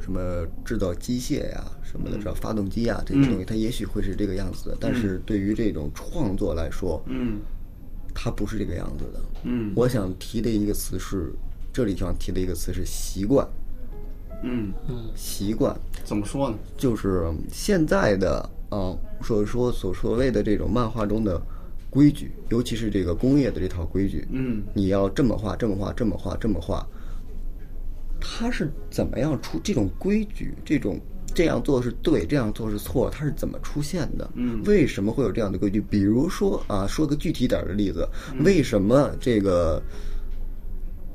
什么制造机械呀、什么的，这发动机呀、这些东西，它也许会是这个样子的。但是对于这种创作来说，
嗯，
它不是这个样子的。
嗯，
我想提的一个词是，这里想提的一个词是习惯，
嗯，
嗯
习惯。
怎么说呢？
就是现在的啊，所说所所谓的这种漫画中的规矩，尤其是这个工业的这套规矩，
嗯，
你要这么画，这么画，这么画，这么画，它是怎么样出这种规矩？这种这样做是对，这样做是错，它是怎么出现的？嗯，为什么会有这样的规矩？比如说啊，说个具体点儿的例子，为什么这个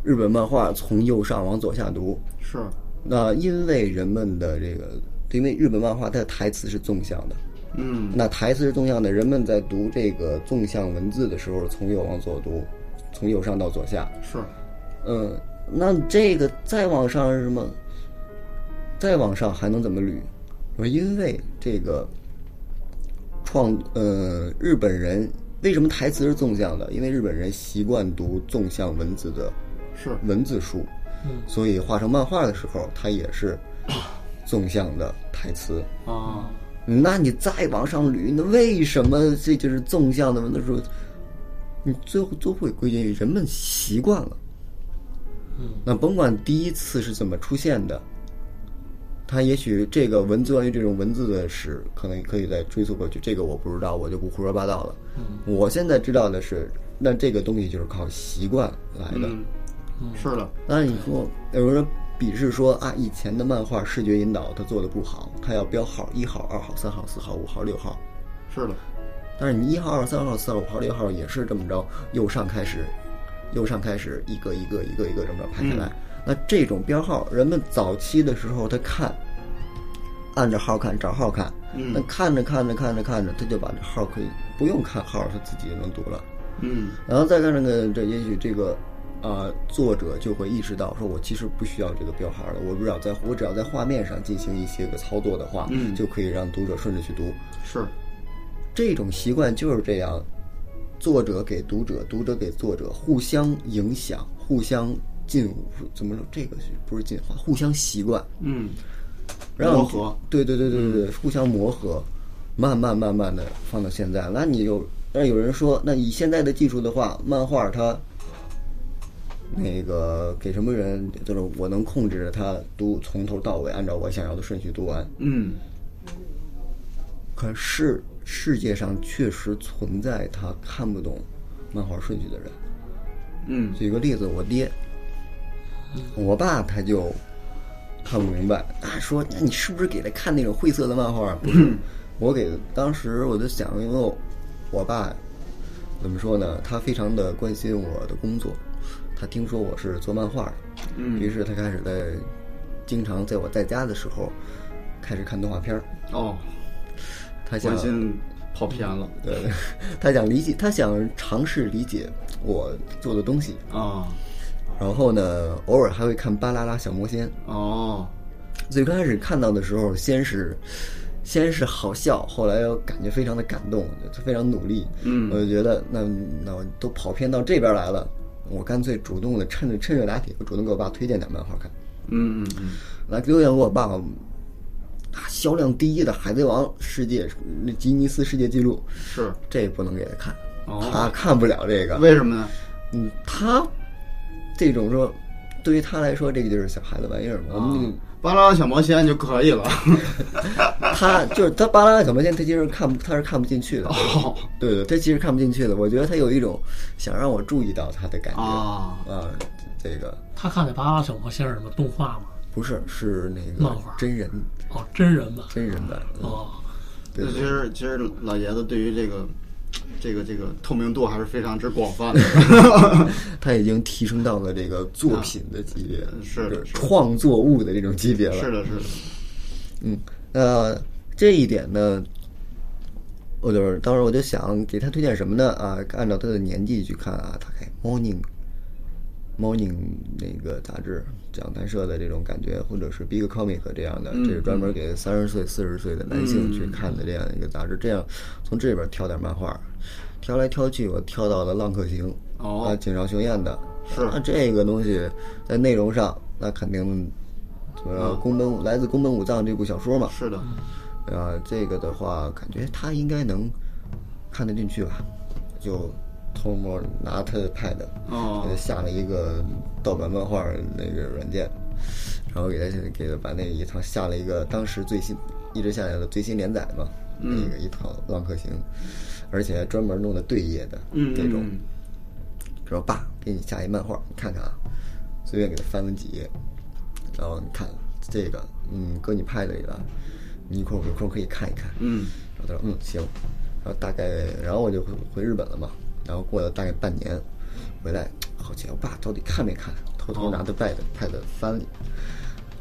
日本漫画从右上往左下读？
是，
那因为人们的这个，因为日本漫画它的台词是纵向的，
嗯，
那台词是纵向的，人们在读这个纵向文字的时候，从右往左读，从右上到左下，
是，
嗯，那这个再往上是什么？再往上还能怎么捋？我因为这个创呃日本人为什么台词是纵向的？因为日本人习惯读纵向文字的
是，
文字书，
嗯
所以画成漫画的时候，它也是纵向的台词。
啊，
那你再往上捋，那为什么这就是纵向的文字书？你最后都会归结于人们习惯了。
嗯
那甭管第一次是怎么出现的，它也许这个文字关于这种文字的史，可能可以再追溯过去。这个我不知道，我就不胡说八道了。
嗯
我现在知道的是，那这个东西就是靠习惯来的。
嗯，是的，
当然，你说有人鄙视说啊，以前的漫画视觉引导他做的不好，他要标号一号、二号、三号、四号、五号、六号。
是的，
但是你一号、二号、三号、四号、五号、六号也是这么着，右上开始，右上开始，一个一个一个一个这么着排下来。那这种标号，人们早期的时候他看，按着号看，找号看，
嗯
那看着看着看着看着，他就把这号可以不用看号，他自己就能读了。
嗯，
然后再看这个，这也许这个，呃，作者就会意识到，说我其实不需要这个标号了，我只要在我只要在画面上进行一些个操作的话，
嗯
就可以让读者顺着去读。
是，
这种习惯就是这样，作者给读者，读者给作者，互相影响，互相进，怎么说？这个是不是进化？互相习惯，
嗯，
让
磨合，嗯
对对对对对对，互相磨合，慢慢慢慢的放到现在。那你有，那有人说，那以现在的技术的话，漫画它那个给什么人，就是我能控制着它读从头到尾，按照我想要的顺序读完。
嗯，
可是世界上确实存在他看不懂漫画顺序的人。
嗯，
举个例子，我爹，我爸他就看不明白，他说：“那你是不是给他看那种晦涩的漫画？”啊不
嗯
是，我给当时我就想，因为我我爸怎么说呢？他非常的关心我的工作，他听说我是做漫画的，
嗯
于是他开始在经常在我在家的时候开始看动画片儿。
哦，
他想
关心跑偏了
嗯对， 他想理解，他想尝试理解我做的东西。
啊，
然后呢，偶尔还会看《巴啦啦小魔仙》。
哦，
最开始看到的时候，先是先是好笑，后来又感觉非常的感动，就非常努力。
嗯
我就觉得那那我都跑偏到这边来了，我干脆主动的趁着趁热打铁，我主动给我爸推荐点漫画看。
嗯嗯嗯，
来留言给我爸爸，啊，销量第一的《海贼王》世界那吉尼斯世界纪录，
是，
这不能给他看，
哦
他看不了这个。
为什么呢？
嗯，他这种说，对于他来说，这个就是小孩子玩意儿嘛。
啊
我们那个
巴啦啦小魔仙就可 以了。
他就是他巴拉拉小魔仙，他其实看不他是看不进去的，
哦
对对，他其实看不进去的。我觉得他有一种想让我注意到他的感觉
啊，
啊，这个
他看那《巴啦啦小魔仙》是什么动画吗？
不是是那
漫
个
画
真人
哦，真人版。
真人版，
啊
嗯
哦，
对
那其
对
实其实老爷子对于这个这个这个透明度还是非常之广泛的。
他已经提升到了这个作品的级别，
是
就
的
是
的
创作物的这种级别了。
是的，是的，
嗯，呃，这一点呢，我就是当时我就想给他推荐什么呢？啊，按照他的年纪去看啊，大概 Morning Morning 那个杂志，讲谈社的这种感觉，或者是 Big Comic 这样的，这是专门给三十岁、四十岁的男性去看的这样一个杂志。这样从这里边挑点漫画，挑来挑去，我挑到了《浪客行》
哦
啊，井上雄彦的。
是
那这个东西在内容上，那肯定怎么
嗯
着？宫本武来自宫本武藏这部小说嘛，
是的，
啊，这个的话，感觉他应该能看得进去吧？就偷摸拿他的 pad，
哦
呃下了一个盗版漫画那个软件，然后给他给他把那一套下了一个当时最新一直下来的最新连载嘛，
嗯
那个一套《浪客行》，而且还专门弄的对页的
嗯，
那种，
嗯
说爸，给你下一漫画，你看看啊，随便给他翻了几页，然后你看这个，嗯，搁你 pad 里了，你一会儿有空可以看一看。
嗯，
然后他说嗯行，然后大概，然后我就回回日本了嘛，然后过了大概半年，回来好奇我爸到底看没看，偷偷拿他 pad pad 翻了。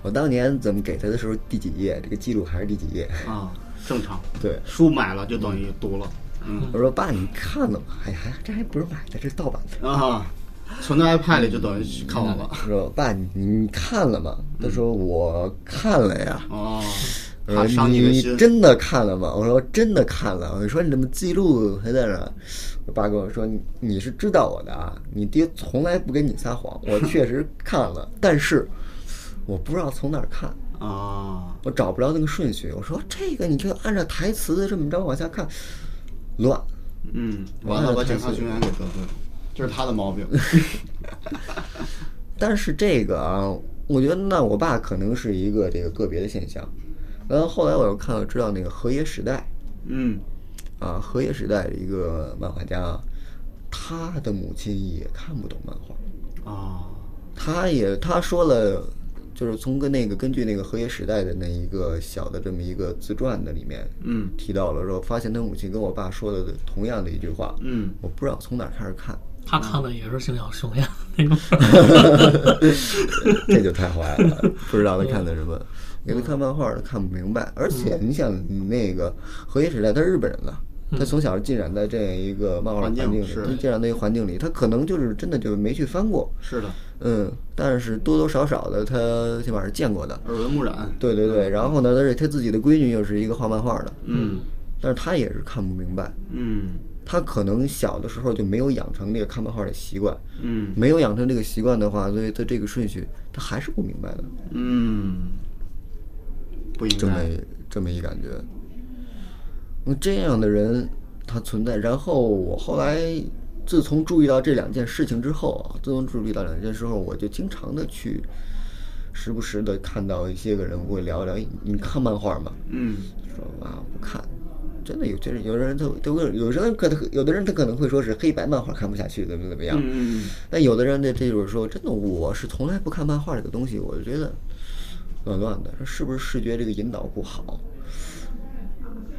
我当年怎么给他的时候第几页，这个记录还是第几页。
啊，正常。
对，
书买了就等于读了，嗯
我说爸，你看了吗？哎呀，这还不是买的，这是盗版的。
啊，存在 iPad 里就等于看完了。
我说爸，你你看了吗？他说我看了呀。
哦，
我
嗯怕
说
伤你的
你
心。
真的看了吗？我说真的看了。我说你怎么记录还在那儿？我爸跟我说你你是知道我的啊，你爹从来不跟你撒 谎，我确实看了，但是我不知道从哪儿看，
啊，
我找不着那个顺序。我说这个你就按照台词这么着往下看，乱。
嗯，完了把警察学员给得罪了，这是他的 毛病。
但是这个啊，我觉得那我爸可能是一个这个个别的现象。然后后来我又看到知道那个河野时代，
嗯，
啊，河野时代的一个漫画家，他的母亲也看不懂漫画，
啊，
他也他说了，就是从跟那个根据那个河野时代的那一个小的这么一个自传的里面，
嗯
提到了说，发现他母亲跟我爸说的同样的一句话，
嗯，
我不知道从哪儿开始看，
他看的也是《星鸟雄彦》那 个。
这就太坏了，不知道他看的什么。给他看漫画，他看不明白。而且你想，那个和谐时代，他是日本人呢，他从小浸染在这样一个漫画的嗯环
环境
境里，
是
他浸染在一个环境里，他可能就是真的就没去翻过，
是的，
嗯，但是多多少少的他起码是见过的。
耳闻目染。
对对对，然后呢，而且他自己的闺女又是一个画漫画的，
嗯
但是他也是看不明白，
嗯
他可能小的时候就没有养成那个看漫画的习惯，
嗯
没有养成这个习惯的话，所以他这个顺序他还是不明白的，
嗯，不应
这么
该。
这么一感觉。那这样的人他存在，然后我后来自从注意到这两件事情之后啊，自从注意到两件事后，我就经常的去，时不时的看到一些个人会聊一聊，哎你看漫画吗？
嗯
说啊不看，真的有些人有的人他他会有人可能有的人他可能会说是黑白漫画看不下去，怎么怎么样。
嗯嗯
但有的人呢，这就是说，真的，我是从来不看漫画这个东西，我就觉得乱乱的，说是不是视觉这个引导不好？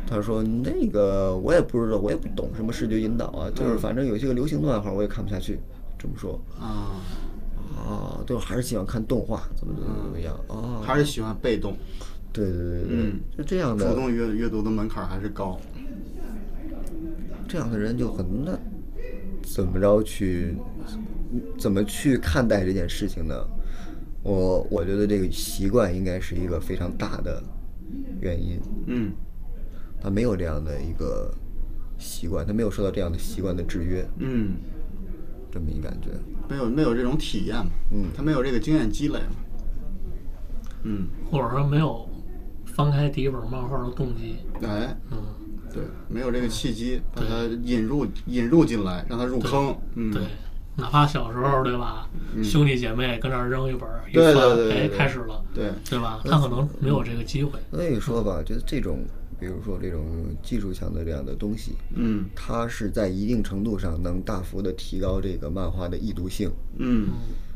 他说那个我也不知道，我也不懂什么视觉引导啊，就是反正有些个流行漫画我也看不下去。这么说
嗯啊，
啊，对，我还是喜欢看动画，怎么怎么怎么样啊？
还是喜欢被动，
对对对对，
嗯
就这样的。
主动阅阅读的门槛还是高。
这样的人就很那怎么着去怎么去看待这件事情呢？我我觉得这个习惯应该是一个非常大的原因。
嗯
他没有这样的一个习惯，他没有受到这样的习惯的制约，
嗯，
这么一感觉。
没有没有这种体验嘛，
嗯
他没有这个经验积累嘛，嗯，
或者说没有翻开第一本漫画的动机。
哎，
嗯，
对，没有这个契机把
对
他引入引入进来，让他入坑，嗯，
对，哪怕小时候对吧，兄弟姐妹跟那儿扔一本儿，一
对对
翻
对对
哎，
对
开始了，
对嗯
对吧？他可能没有这个机会。
所以说吧，就是这种，比如说这种技术强的这样的东西，
嗯
它是在一定程度上能大幅的提高这个漫画的易读性，
嗯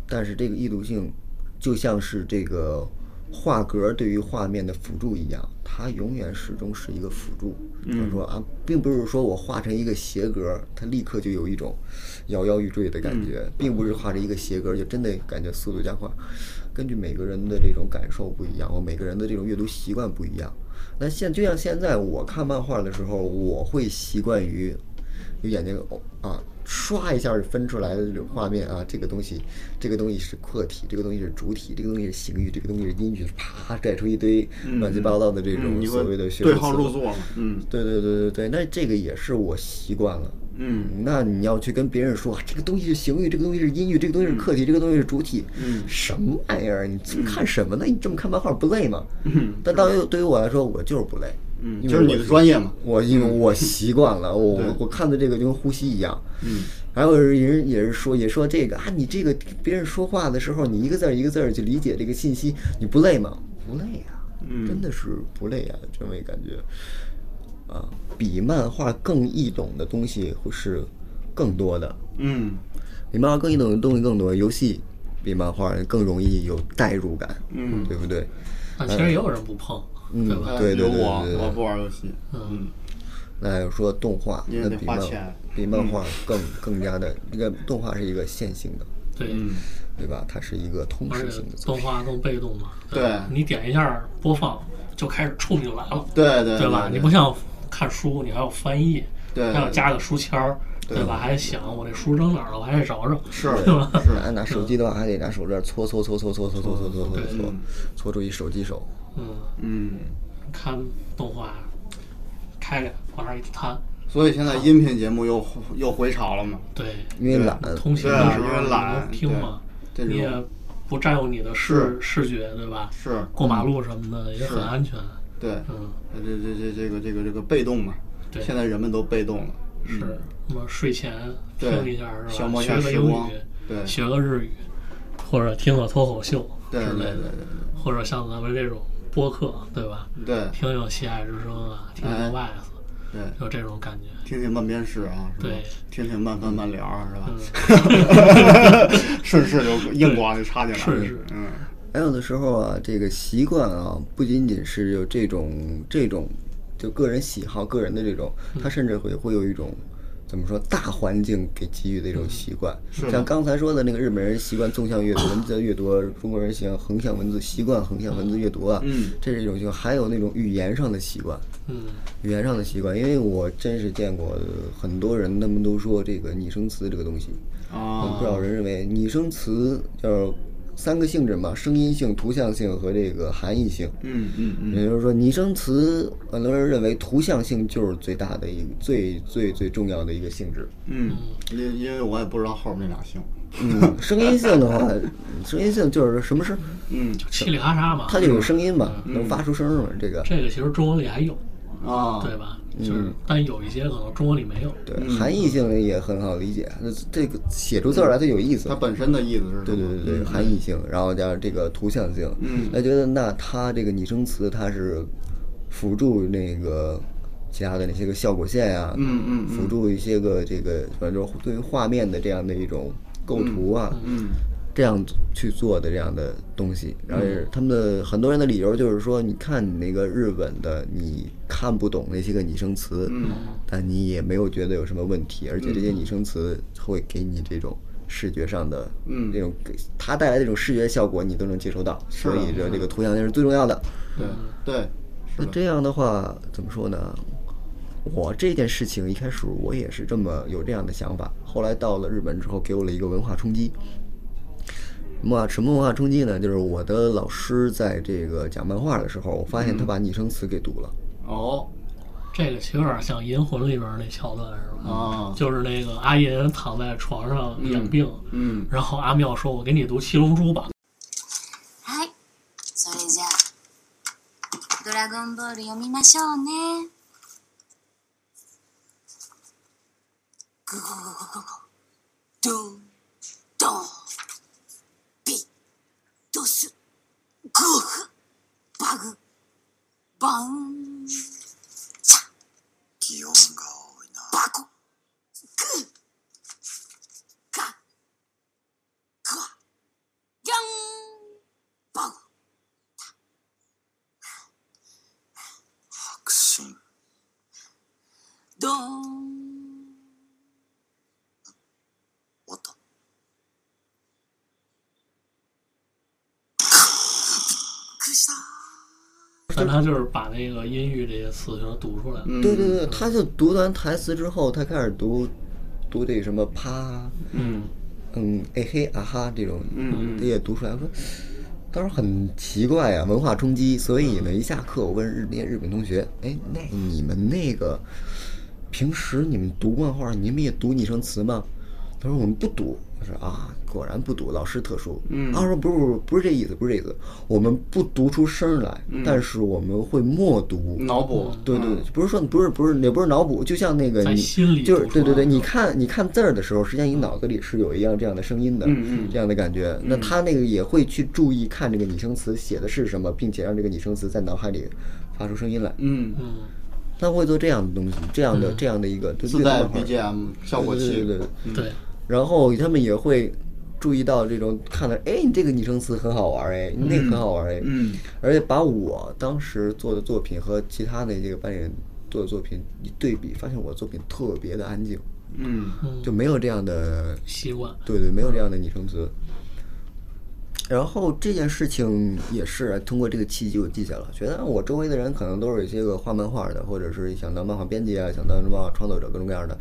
但是这个易读性就像是这个画格对于画面的辅助一样，它永远始终是一个辅助。就是说啊，并不是说我画成一个斜格，它立刻就有一种摇摇欲坠的感觉，并不是画着一个斜格就真的感觉速度加快。根据每个人的这种感受不一样，我每个人的这种阅读习惯不一样。那现就像现在我看漫画的时候，我会习惯于有眼睛哦啊，唰一下儿分出来的这种画面啊，这个东西，这个东西是客体，这个东西是主体，这个东西是形语，这个东西是音语，啪拽出一堆乱七八糟的这
嗯，
种
你
所谓
会
的学术
对
词
号入
汇
座嘛，嗯
对对对对对，那这个也是我习惯了。
嗯，
那你要去跟别人说这个东西是形语，这个东西是音语，这个东西是客体，这个东西是主体，
嗯
什么玩意儿？你这看什么呢？你这么看漫画不累吗？
嗯
但到于对于我来说，我就是不累，
嗯，
因为
就是你
我
的专业嘛，
我因为我习惯了，我
对
我看的这个就跟呼吸一样。
嗯，
还有人也是说也说这个啊，你这个别人说话的时候，你一个字儿一个字儿去理解这个信息，你不累吗？不累啊，
嗯
真的是不累啊，这么一感觉。啊，比漫画更易懂的东西会是更多的，
嗯
比漫画更易懂的东西更多，游戏比漫画更容易有代入感，
嗯，
对不对？
但其实也有人不碰，
嗯
对吧？
哎
对对
有
对
我
对对
我不玩游戏，嗯
那还有说动画，
因为
那
得
比
花
漫
钱嗯
比漫画更更加的，这个动画是一个线性的，
对，
嗯，
对吧？它是一个通
而
识
且
性的作
动
品。
画更被动嘛。
对
你点一下播放就开始冲进来了，
对对
对吧？
对
你不像看书，你还有翻译，
对
还有加个书签儿，对吧？还想我这书扔哪儿了，我还得找找，
是
对吧？
拿拿手机的话，还得拿手这儿搓搓搓搓搓搓搓搓搓搓搓，搓出一手机手。
嗯，
嗯，
看动画，开开往那儿一摊，
所以现在音频节目又又回潮了嘛，
对，
因为懒，
通勤
对啊
的时候
因为懒
你能听嘛，
对这
你也不占用你的视视觉，对吧？
是
过马路什么的也很安全，
对，
嗯，
这这这这个这个这个被动嘛，
对
现在人们都被动了，
是。那么睡前
对
听一下是
消
吧？
磨一
学
下
个
时
英
光
语，，
对
学个日语，或者听个脱口秀之
对对
类
对
的，或者像咱们这种播客，对吧？
对对
听听喜爱之声啊，听
哎
听 VS，
对，
就这种感觉。
听听慢编室啊，是吧
对？
听听慢翻慢聊啊是
嗯
吧？ 顺势就硬瓜就插进来了，
顺势
嗯
还有的时候啊，这个习惯啊，不仅仅是有这种这种，就个人喜好、个人的这种，它甚至会会有一种怎么说大环境给给予的一种习惯。像刚才说的那个日本人习惯纵向阅读、文字阅读，中国人喜欢横向文字，习惯横向文字阅读啊，
嗯
这是一种习惯。还有那种语言上的习惯，
嗯，
语言上的习惯，因为我真是见过很多人，他们都说这个拟声词这个东西，有不
啊，
少人认为拟声词叫三个性质嘛，声音性、图像性和这个含义性。
嗯嗯嗯，
也就是说，拟声词很多人认为图像性就是最大的一个最最最重要的一个性质。
嗯，因因为我也不知道后面那俩姓，
嗯，声音性的话， 声音性就是什么声，
嗯
就嘁哩喀喳嘛。
它就有声音嘛，能发出声儿嘛。这个
这个其实中文里还有，
啊，
对吧？就是，但有一些可能中文里没有。
对含义性也很好理解，那这个写出字儿来它有意思
它。本身的意思是什么？
对对对对，含义性，然后加上这个图像性，
嗯
那觉得那它这个拟声词它是辅助那个其他的那些个效果线啊，
嗯嗯嗯
辅助一些个这个反正就是对于画面的这样的一种构图啊，
嗯
这样去做的这样的东西，然后也
嗯
是他们的很多人的理由就是说，你看你那个日本的，你看不懂那些个拟声词，
嗯
但你也没有觉得有什么问题，而且这些拟声词会给你这种视觉上的，
嗯
这种给它带来这种视觉效果，你都能接收到，
是的
所以
是
这
的
这个
嗯
图像是最重要的。
对对，
那这样的话，怎么说呢？我这件事情一开始我也是这么有这样的想法，后来到了日本之后，给我了一个文化冲击。文化什么文化冲击呢？就是我的老师在这个讲漫画的时候，我发现他把拟声词给读了。
哦，
这个其实有点像《银魂》里边那桥段，是吧？
哦
就是那个阿银躺在床上养病，
嗯，
然后阿妙说：“我给你读《七龙珠》吧。
はい。それじゃあ、ドラゴンボール読みましょうね。グゴゴゴゴゴ。ドン、ドン。ビ、ドス、ゴフ、バグ、バン、チャ、
気温が多いな。
バコ、グ、ガ、グワ、ギャン、バグ。
白心。
ドーン
おっと。
くりした
但他就是把那个音域这些词全都读出来
嗯
了。
对对对，他就读完台词之后，他开始读读这个什么啪，
嗯，
嗯，哎嘿啊哈这种，
嗯嗯
他也读出来。我说当时很奇怪啊，文化冲击。所以呢，一下课我问日那日本同学，哎，那你们那个平时你们读漫画，你们也读拟声词吗？他说我们不读。我说啊，果然不读，老师特殊。
嗯
他说不是不是不是这意思，不是这意思，我们不读出声来，但是我们会默读。
嗯脑补，
嗯
对对，对，不是说不是不是也不是脑补，就像那个
在
你
心里
就是
读出
对对
来
对，你看你看字儿的时候，实际上你脑子里是有一样这样的声音的，
嗯嗯
这样的感觉。那他那个也会去注意看这个拟声词写的是什么，并且让这个拟声词在脑海里发出声音来。
嗯，
嗯，
他会做这样的东西，这样的、这样的一个对
自带
对对
BGM 效果
对对对对
器，
对。
对，
然后他们也会注意到这种看到，哎，你这个拟声词很好玩哎，你那个很好玩哎，
嗯嗯，
而且把我当时做的作品和其他的这个扮演做的作品一对比，发现我的作品特别的安静，
嗯，
就没有这样的，
习惯。
对对，没有这样的拟声词。然后这件事情也是通过这个契机我记下了，觉得啊我周围的人可能都是一些个画漫画的，或者是想当漫画编辑啊，想当漫画创作者各种各样的，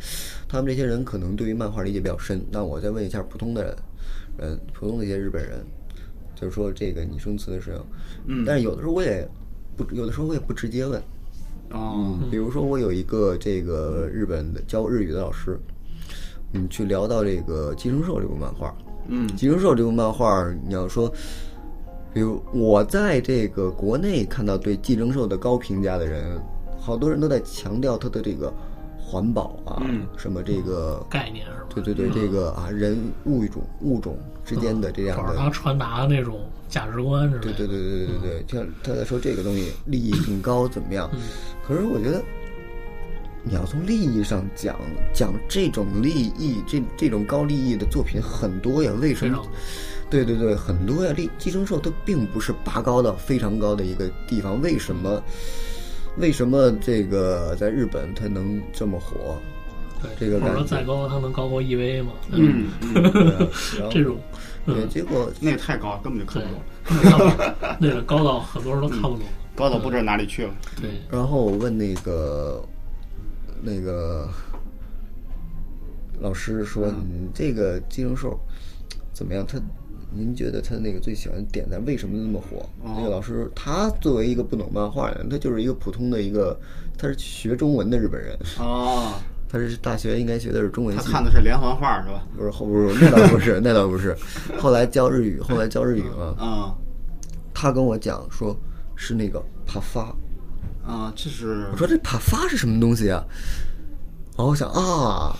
他们这些人可能对于漫画理解比较深。那我再问一下普通的人，嗯，普通的一些日本人，就是说这个拟声词的事情，嗯，但是有的时候我也不，有的时候我也不直接问，
哦，
比如说，我有一个这个日本的教日语的老师，嗯，去聊到这个《寄生兽》这部漫画，
嗯
《寄生兽》这部漫画，你要说，比如我在这个国内看到对《寄生兽》的高评价的人，好多人都在强调它的这个环保啊，
嗯
什么这个，
概念是吧？
对对对，这个啊人物种物种之间的这样
主要
的
是他传达的那种价值观之类的。
对对对对对对，像他在说这个东西利益更高怎么样？可是我觉得，你要从利益上讲，讲这种利益，这这种高利益的作品很多呀。为什
非
么
常？
对对对，很多呀。利寄生兽它并不是拔高到非常高的一个地方，为什么？为什么这个在日本它能这么火？
对，
这个
或者说
感觉
再高，它能高过 E EVA 吗？
嗯， 嗯
对啊然后
这种
对，结果
那个太高，根
嗯
本就看不懂，
对，那个高到很多人都看不懂。
嗯
高到不知道哪里去了，
对，
然后我问那个那个老师说：“你这个寄生兽怎么样？他您觉得他那个最喜欢的点在为什么那么火？”那个老师他作为一个不懂漫画的人，他就是一个普通的一个，他是学中文的日本人，
哦，
他是大学应该学的是中文
他
系。
看的是连环画是吧？
不是后不是那倒不是 那倒不是，后来教日语，后来教日语嘛，
啊
他跟我讲说是那个帕发。
啊，这是
我说这帕发是什么东西啊？然后我想啊，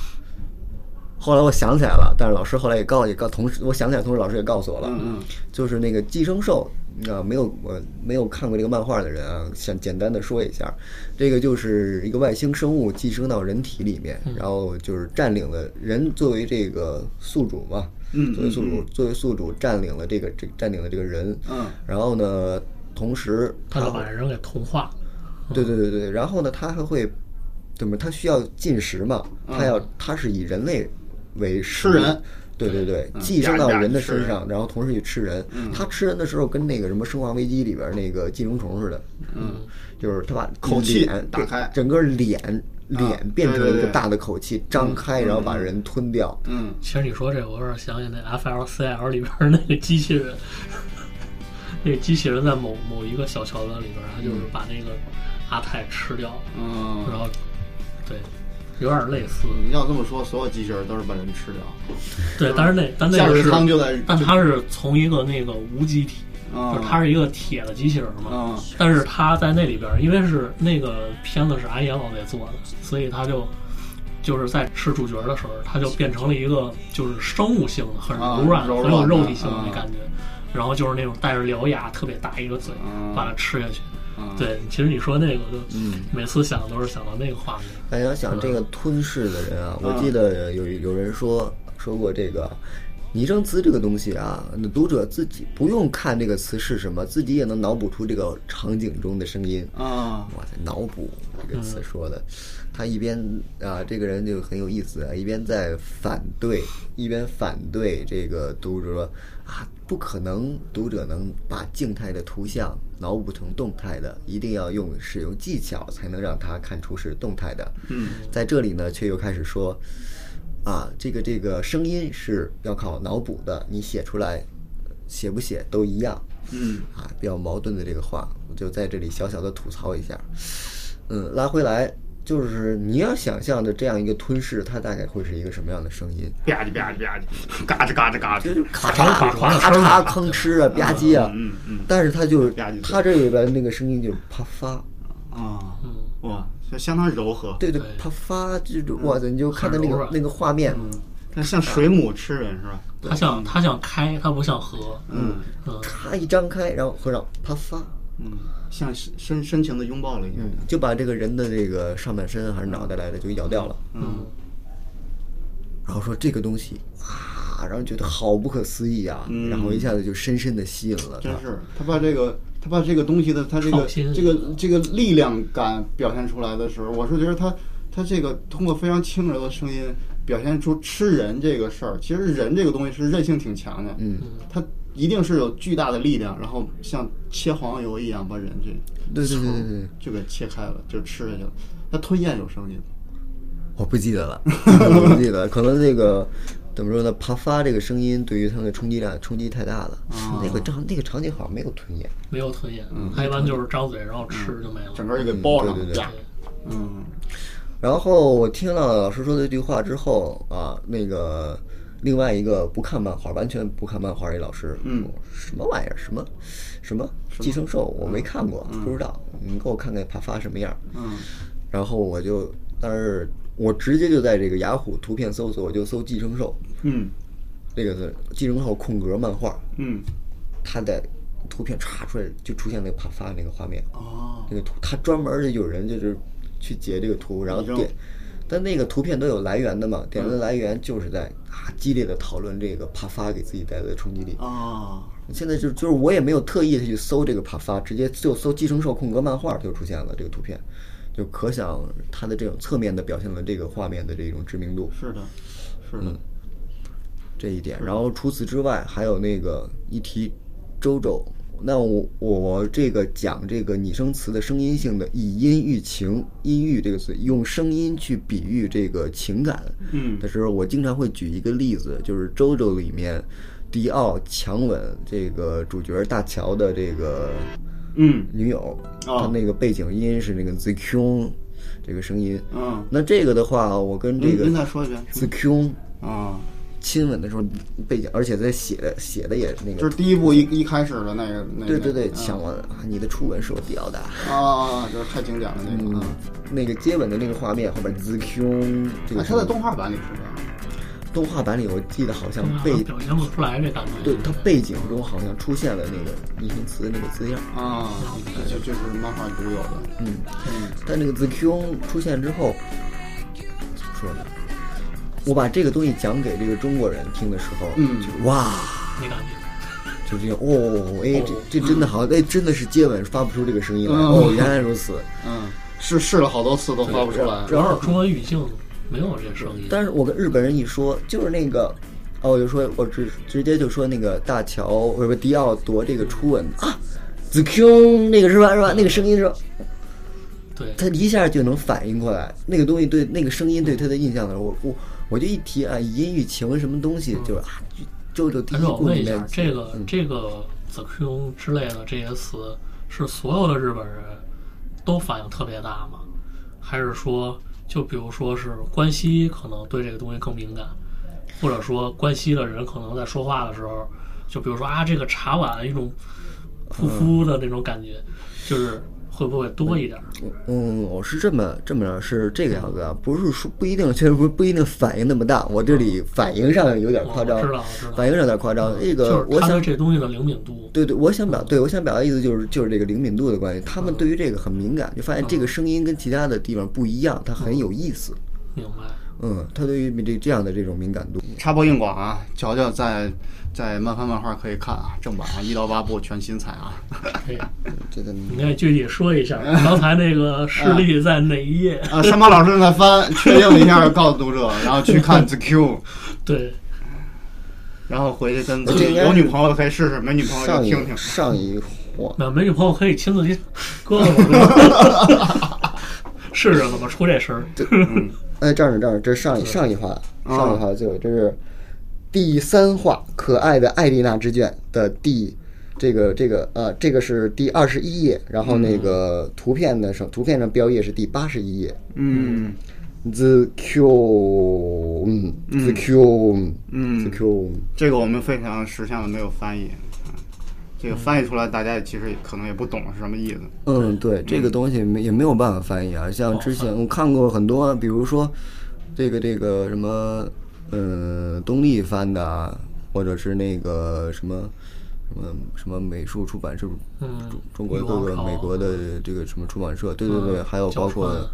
后来我想起来了，但是老师后来也告也告，同时我想起来，同时老师也告诉我了，
嗯嗯
就是那个寄生兽啊，没有我没有看过这个漫画的人啊，想简单的说一下，这个就是一个外星生物寄生到人体里面，
嗯
然后就是占领了人作为这个宿主嘛，
嗯
作为宿主，作为宿主占领了这个这占领了这个人，
嗯，
然后呢，同时
他
会
就把人给同化。
对对对对，然后呢，它还会怎么？它需要进食嘛？它要它是以人类为食
嗯吃人，嗯
对对对，寄生到
压压
人的
吃人嗯
身上，然后同时去吃人。它吃人的时候跟那个什么《生化危机》里边那个寄生虫似的，嗯，就是它把
口气
脸
打开啊
整个脸脸变成一
对
个
对对
大的口气，张开，然后把人吞掉。
嗯，
其实你说这，我有点想起那 F L C L 里边儿那个机器人，那个机器人在某某一个小桥段里边儿，他就是把那个阿泰吃掉，
嗯，
然后对，有点类似，
你要这么说，所有机器人都是把人吃掉，
对，但是那但那
夏
个
日
是，
汤就在，
但它是从一个那个无机体，
嗯
就是它是一个铁的机器人嘛，
嗯
但是他在那里边儿，因为是那个片子是阿岩老在做的，所以他就就是在吃主角的时候，他就变成了一个就是生物性的、很
啊
柔软、
柔
很有
软的
肉体性的那
啊
感觉，然后就是那种带着獠牙、特别大一个嘴，
嗯
把它吃下去。
嗯，
对，其实你说那个，我就每次想都是想到那个画面。
大家想这个吞噬的人啊，我记得有有人说说过这个。拟声词这个东西啊，那读者自己不用看这个词是什么，自己也能脑补出这个场景中的声音。
啊，
我在脑补这个词说的，他一边啊，这个人就很有意思啊，一边在反对，一边反对这个读者说啊，不可能，读者能把静态的图像脑补成动态的，一定要用使用技巧才能让他看出是动态的。嗯，在这里呢，却又开始说啊，这个这个声音是要靠脑补的，你写出来写不写都一样。
嗯
啊，比较矛盾的这个话，我就在这里小小的吐槽一下。嗯，拉回来就是你要想象的这样一个吞噬，它大概会是一个什么样的声音？
吧唧吧唧吧唧，嘎吱嘎吱嘎吱，
咔
嚓
嚓
咔嚓
咔嚓吭哧啊，吧唧啊。
嗯嗯
但是它就
吧唧嘴
它这里边那个声音就是啪发，
啊，哇，就相当柔和，
对对，啪发，这种哇塞，你就看到那
很柔
个
软
那个画面，
它像水母吃人是吧？
他想他想开，他不想合。
嗯
嗯，
咔一张开，然后合上啪发，
嗯，像深深情的拥抱了一样
嗯，，就把这个人的这个上半身还是脑袋来的就咬掉了。
嗯
然后说这个东西啊，然后觉得好不可思议啊，
嗯
然后一下子就深深的吸引了他
真。是，他把这个，他把这个东西的，他这个
创新
这个这个力量感表现出来的时候，我是觉得他他这个通过非常轻柔的声音表现出吃人这个事儿，其实人这个东西是韧性挺强的，嗯，他一定是有巨大的力量，然后像切黄油一样把人这
对对对对对，
就给切开了，就吃下去了。他吞咽有声音，
我不记得了，我不记得了， 可能这个怎么说呢？啪发这个声音对于他的冲击量冲击太大了。那个场那个场景好像没有吞咽，
没有吞咽，他一般就是张嘴然后吃就没了。
嗯整个就给包
嗯对
上了，
对对
啪嗯
然后我听了老师说的这句话之后啊，那个另外一个不看漫画，完全不看漫画一老师，
嗯
我说，什么玩意儿，什么什么嗯寄生兽，我没看过，不知道，你给我看看它发什么样儿。
嗯
然后我就，但是我直接就在这个雅虎图片搜索，我就搜寄生兽，
嗯
这个是寄生兽空格漫画，
嗯，
它在图片歘出来就出现那个啪发那个画面，
哦，
那个图，它专门就有人就是去截这个图，然后
你知道嗯
点，但那个图片都有来源的嘛，点的来源就是在啊激烈的讨论这个啪发给自己带来的冲击力。
哦，
现在就就是我也没有特意的去搜这个啪发，直接就搜寄生兽空格漫画就出现了这个图片，就可想它的这种侧面的表现了这个画面的这种知名度
是的，是的，
这一点。然后除此之外，还有那个一提周周，那我我这个讲这个拟声词的声音性的以音喻情，音喻这个词用声音去比喻这个情感，
嗯
的时候，我经常会举一个例子，就是《周周》里面迪奥强吻这个主角大乔的这个
嗯
女友，
哦
他那个背景音是那个 z q 这个声音。
嗯，
那这个的话，我跟这
您
个
您再说一遍
z q
啊。
亲吻的时候背景，而且他写的写的也是那个，
就是第一部一一开始的那个那个，
对对对，
嗯
想我啊，你的初吻是我迪奥的。
啊啊，啊就是太经典了那个。
嗯
啊，
那个接吻的那个画面后边 z q 这个
哎，
声
它
音、
在动画版里是这样的。
动画版里，我记得好像
好
背
啊
像表现不出来这感觉。
对，它背景中好像出现了那个拟声词的那个字样。
啊，就就是漫画独有的。
嗯，
嗯
但那个 The Q 出现之后，怎么说呢？我把这个东西讲给这个中国人听的时候，
嗯
就哇，
你感觉？
就这样，哦，哎，这这真的
哦
好，哎，真的是接吻发不出这个声音来，
嗯
哦，原来如此。
嗯，试试了好多次都发不出
啊
来。
主要是中文语境没有这声音。
但是我跟日本人一说，就是那个，哦，我就说，我直直接就说那个大乔，不是不是迪奥夺这个初吻啊，子 Q 那个是吧是吧？那个声音是吧，
对
他一下就能反应过来那个东西对那个声音对他的印象的时候，我我我就一提啊，一音玉情什么东西，就是啊，就就第
但
一
是我
部
问
里
一下
面，，
这个、
嗯
这个 the q 之类的这些词，是所有的日本人都反应特别大吗？还是说，就比如说是关西可能对这个东西更敏感，或者说关西的人可能在说话的时候，就比如说啊，这个茶碗一种
嗯
噗噗的那种感觉，就是会不会多一点？
嗯，我是这么这么着，是这个样子
嗯
啊，不是说不一定，确实不不一定反应那么大，我这里反应上有点
哦我
夸张，
知道我知道
反应上有点夸张。这个
就是
呃我
他对
想
这东西的灵敏度，
对对，我想表对我想表达的意思就是就是这个灵敏度的关系，他们
嗯
对于这个很敏感，就发现这个声音跟其他的地方不一样，它
嗯
很有意思。
明白？
嗯，他对于这这样的这种敏感度，
插播硬广啊，乔乔在在漫番漫画可以看啊，正版啊，一到八部全新彩啊。
可以，
这个
你可以具体说一下刚才那个事例在哪一页？
啊，山猫老师正在翻，确定一下，告诉读者，然后去看 The Q，
对。
然后回去跟
这应该是
有女朋友的可以试试，没女朋友就
上一
听 听。
上一晃，
那没女朋友可以亲自去割了，试试怎么出这声儿。
哎，这儿呢这儿呢，这是上一上一话，
啊
上一话最后这是第三话《可爱的艾丽娜之卷》的第这个这个呃，这个是第二十一页，然后
嗯
那个图片的上图片上标页是第八十一页。
嗯
The Q，嗯，The Q，
嗯
，The Q，
这个我们非常识相的没有翻译，嗯这个翻译出来大家也其实也可能也不懂是什么意思。
嗯，对，这个东西没也没有办法翻译啊。像之前我看过很多，比如说这个这个什么，嗯，东立翻的啊，或者是那个什么什么什么美术出版社，
嗯
中中国啊
女
各
王
个
朝
美国的这个什么出版社，对对对，还有
角
包括
川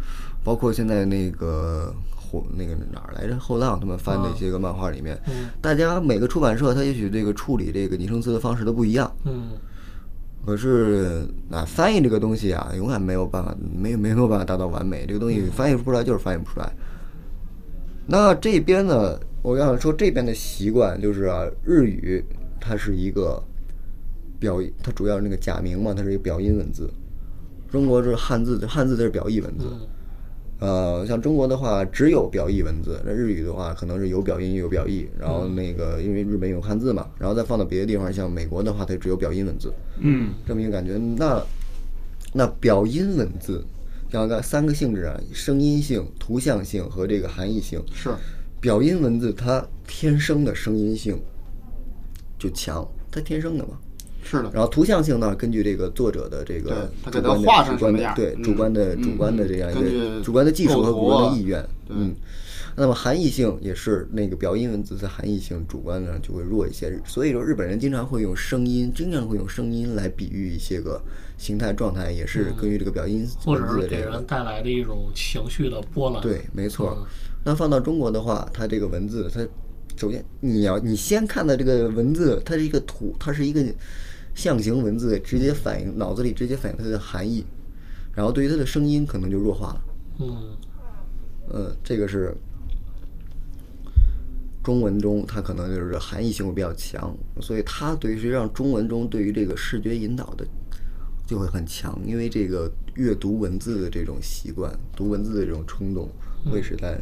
包括现在那个后那个哪儿来着后浪他们翻的一些个漫画里面，大家每个出版社它也许这个处理这个拟声词的方式都不一样。
嗯，
可是啊，翻译这个东西啊，永远没有办法，没没有办法达到完美。这个东西翻译不出来就是翻译不出来。那这边呢，我想说这边的习惯就是啊，日语它是一个表，它主要是那个假名嘛，它是一个表音文字。中国是汉字，汉字它是表意文
嗯
字。呃，像中国的话，只有表意文字；那日语的话，可能是有表音有表意。然后那个，因为日本有汉字嘛，然后再放到别的地方，像美国的话，它只有表音文字。
嗯，
这么一个感觉。那那表音文字，像刚才三个性质啊，声音性、图像性和这个含义性。
是，
表音文字它天生的声音性就强，它天生的嘛。
是的，
然后图像性呢，根据这个作者的这个
对他
主观
给它
的
画
主
成什
观
么
的
样
对
嗯
主观的主
嗯
观的这样一
根
个
据
主观的技术和主
构图
观
啊
的意愿，
对
嗯。那么含义性也是那个表音文字的含义性，主观呢就会弱一些。所以说日本人经常会用声音，经常会用声音来比喻一些个形态状态，也是根据这个表音
或
文
者
字嗯的
是
这
给
个
人带来的一种情绪的波澜。
对，没错
嗯。
那放到中国的话，它这个文字，它首先你要你先看到这个文字，它是一个图，它是一个象形文字，直接反映脑子里直接反映它的含义，然后对于它的声音可能就弱化了。
嗯，
嗯，这个是中文中它可能就是含义性会比较强，所以它对于实际上中文中对于这个视觉引导的就会很强，因为这个阅读文字的这种习惯、读文字的这种冲动，会使咱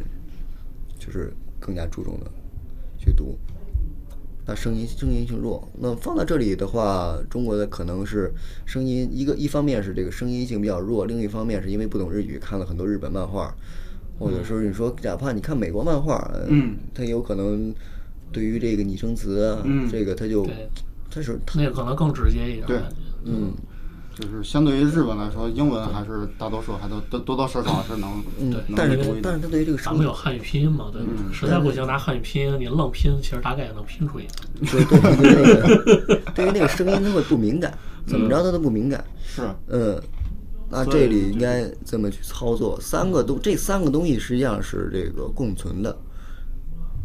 就是更加注重的去读。那声音声音性弱，那放到这里的话，中国的可能是声音一个一方面是这个声音性比较弱，另一方面是因为不懂日语，看了很多日本漫画，或者说你说哪怕你看美国漫画，
嗯，
它有可能对于这个拟声词啊，
嗯
这个它就
对
它是它
那个可能更直接一点。
对
嗯
就是相对于日本来说，英文还是大多数还都都多多少少是能
嗯
能，
但是
多
但
一点。
是它对于这个
咱
声
们
音
有汉语拼音嘛？对吧？实在不行拿汉语拼音，你愣拼，其实大概也能拼出一个。
对对对于那 个对于那个声音它会不敏感，怎么着它都不敏感。
是
嗯，那
所以
这里应该这么去操作。三个东，这三个东西实际上是这个共存的，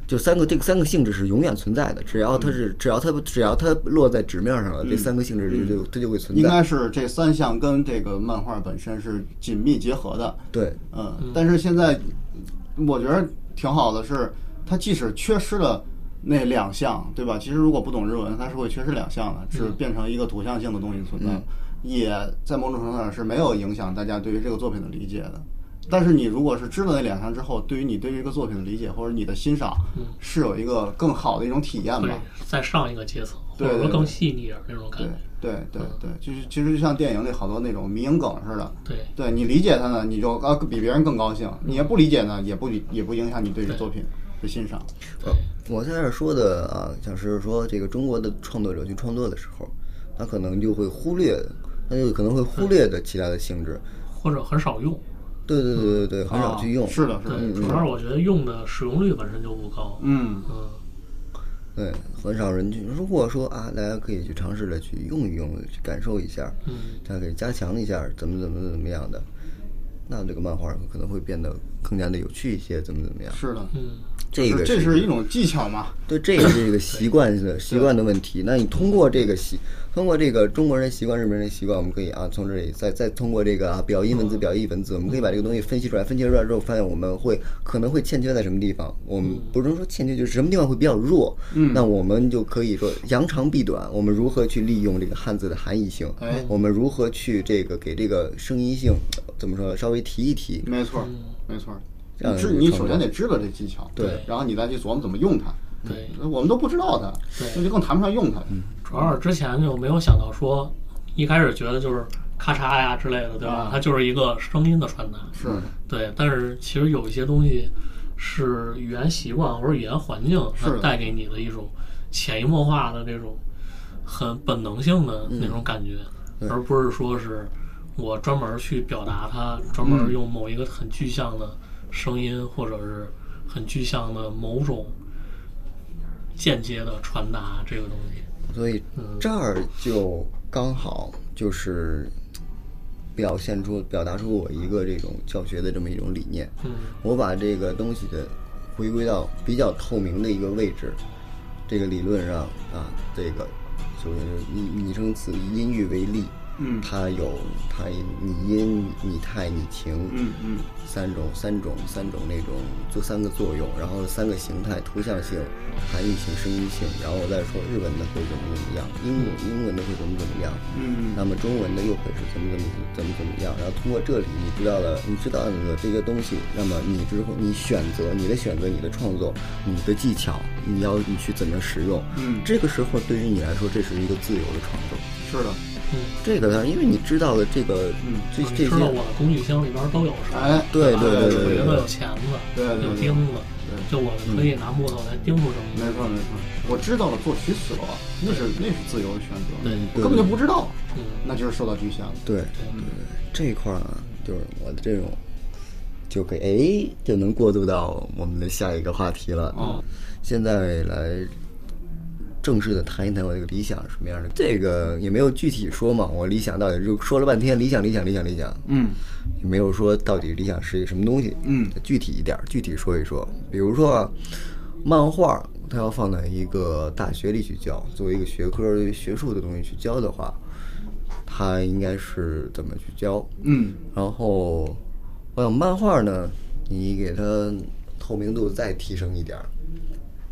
就三个这个三个性质是永远存在的。只要它是，只要它只要它落在纸面上了，这三个性质就就它就会存
嗯应该
在。
是这三项跟这个漫画本身是紧密结合的。
对，
嗯，但是现在我觉得挺好的是，它即使缺失了那两嗯项，对吧？其实如果不懂日文，它是会缺失两项的，只变成一个图像性的东西存在。也在某种程度上是没有影响大家对于这个作品的理解的。但是你如果是知道那两项之后，对于你对于这个作品的理解或者你的欣赏，是有一个更好的一种体验吧
对？，再上一个阶层，或
对
者
对
说
对
更细腻一点那种感
对嗯
觉。
对对对，就是其实就像电影里好多那种迷影梗似的，
对，
对你理解它呢，你就啊比别人更高兴；
嗯
你要不理解呢，也不理也不影响你对这作品的欣赏。
我在这儿说的啊，像是说这个中国的创作者去创作的时候，他可能就会忽略，他就可能会忽略的其他的性质。
或者很少用。
对对对对对，很少去用。嗯
啊是的，是
对，
的，
主要是我觉得用的使用率本身就不高。
嗯，
嗯，
对，很少人去。如果说啊，大家可以去尝试着去用一用，去感受一下，
嗯，
大家可以加强一下，怎么怎么怎么样的，那这个漫画可能会变得更加的有趣一些，怎么怎么样。
是的，
嗯
这个
这
是
是一种技巧嘛？
对，这也是一个习惯的习惯的问题。那你通过这个习，通过这个中国人习惯、日本人的习惯，我们可以啊，从这里再再通过这个啊表意文字、表意文字，我们可以把这个东西分析出来。分析出来之后，发现我们会可能会欠缺在什么地方。我们不是说欠缺，就是什么地方会比较弱。嗯，那我们就可以说扬长避短。我们如何去利用这个汉字的含义性？
哎
我们如何去这个给这个声音性呃怎么说稍微提一提？
没错儿，
嗯
没错儿。
这样
你知
就
你
成
首先
功
得知道这技巧，
对
然后你再去琢磨怎么用它。
对，
我们都不知道它，那就更谈不上用它了。
主要是之前就没有想到说，一开始觉得就是咔嚓呀之类的，对吧
啊？
它就是一个声音的传达。
是
对，但是其实有一些东西是语言习惯或者语言环境它
是的
带给你的一种潜移默化的这种很本能性的
嗯
那种感觉，而不是说是我专门去表达它，专
嗯
门用某一个很具象的声音、或者是很具象的某种间接的传达这个东西。
所以
嗯
这儿就刚好就是表现出、表达出我一个这种教学的这么一种理念。
嗯，
我把这个东西的回归到比较透明的一个位置，这个理论上啊，这个首先是拟拟声词以音域为例，
嗯
它有它拟音、拟态、拟情，
嗯嗯，
三种、三种、三种那种做三个作用，然后三个形态：图像性、含义性、声音性。然后我再说日文的会怎么怎么样，英文英文的会怎么怎么样，
嗯
那么中文的又会是怎么怎么怎么怎么样。然后通过这里，你知道了，你知道了这个东西，那么你之后你选择你的选择、你的创作、你的技巧，你要你去怎么使用，
嗯
这个时候对于你来说，这是一个自由的创作。
是的，
嗯
这个呢，因为你知道了这个，
嗯
这
哦你
这
知
些，
道我啊的工具箱里边都有什么？
哎，
对
吧
对对对
有锤子，
对对
有钳子，
对对对
有钉子，就我们可以拿木头来钉出什么东西。
嗯
没错没错，我知道了做取死了，那是那是自由的选择，
对
我根本就不知道，
嗯
那就是受到局限了。
对，这一块儿啊，就是我的这种，就可以哎，就能过渡到我们的下一个话题了。
哦，
现在来正式的谈一谈我这个理想是什么样的。这个也没有具体说嘛，我理想到底就说了半天，理想理想理想理想，
嗯
也没有说到底理想是一个什么东西。
嗯，
具体一点儿，具体说一说，比如说啊，漫画它要放在一个大学里去教，作为一个学科学术的东西去教的话，它应该是怎么去教？
嗯，
然后，我想漫画呢，你给它透明度再提升一点儿，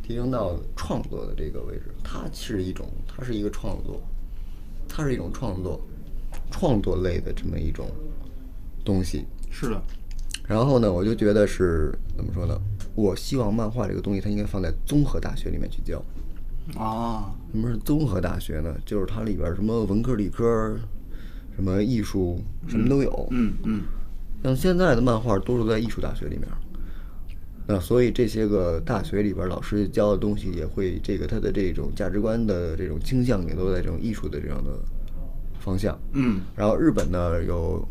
提升到创作的这个位置，它是一种，它是一个创作，它是一种创作，创作类的这么一种东西。
是的，
然后呢，我就觉得是怎么说呢？我希望漫画这个东西，它应该放在综合大学里面去教。
啊，
什么是综合大学呢？就是它里边儿什么文科、理科，什么艺术，什么都有。
嗯嗯，
像现在的漫画多数在艺术大学里面，那所以这些个大学里边老师教的东西也会这个他的这种价值观的这种倾向也都在这种艺术的这样的方向。
嗯，
然后日本呢有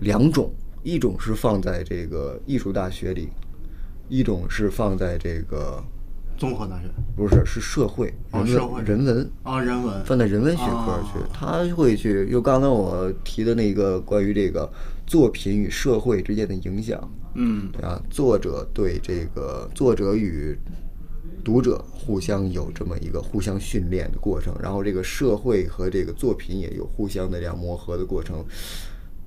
两种，一种是放在这个艺术大学里，一种是放在这个
综合大学
不是是社会
哦
人文、
社会
人文
啊，人文
放在人文学科去，他会去就刚刚我提的那个关于这个作品与社会之间的影响，
嗯
对啊，作者对这个作者与读者互相有这么一个互相训练的过程，然后这个社会和这个作品也有互相的这样磨合的过程，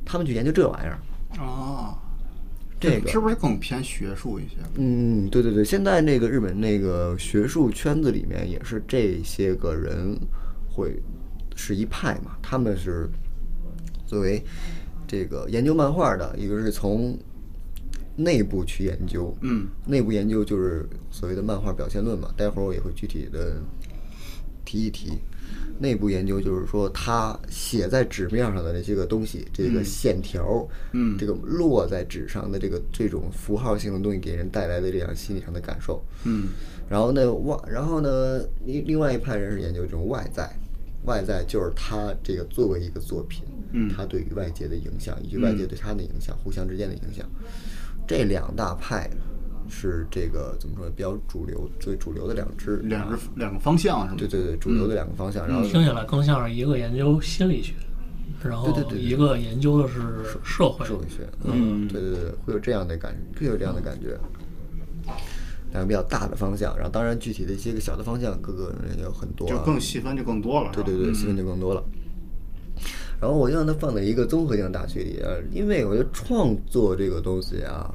他们去研究这玩意儿，
啊，
这个
是不是更偏学术一些？
嗯，对对对，现在那个日本那个学术圈子里面也是这些个人会是一派嘛，他们是作为这个研究漫画的，一个是从内部去研究，
嗯，
内部研究就是所谓的漫画表现论嘛。待会儿我也会具体的提一提。内部研究就是说，他写在纸面上的那些个东西，这个线条，
嗯
这个落在纸上的这个这种符号性的东西给人带来的这样心理上的感受，
嗯
然后呢外，然后呢，另另外一派人是研究这种外在，外在就是他这个作为一个作品，
嗯
他对于外界的影响，以及外界对他的影响，互相之间的影响，这两大派是这个怎么说比较主流、最主流的两支，
两个两个方向是吗？
对对对，主流的两个方向，然后
听起来更像是一个研究心理学，然后
对对对对
一个研究的是社会。
社会学，嗯，对对对，会有这样的感，会有这样的感觉。
嗯
两个比较大的方向，然后当然具体的一些个小的方向，各个人也有很多、啊，
就更细分就更多了。
对
是吧嗯
对对，戏份就更多了。然后我就让它放在一个综合性的大学里，呃，因为我觉得创作这个东西啊，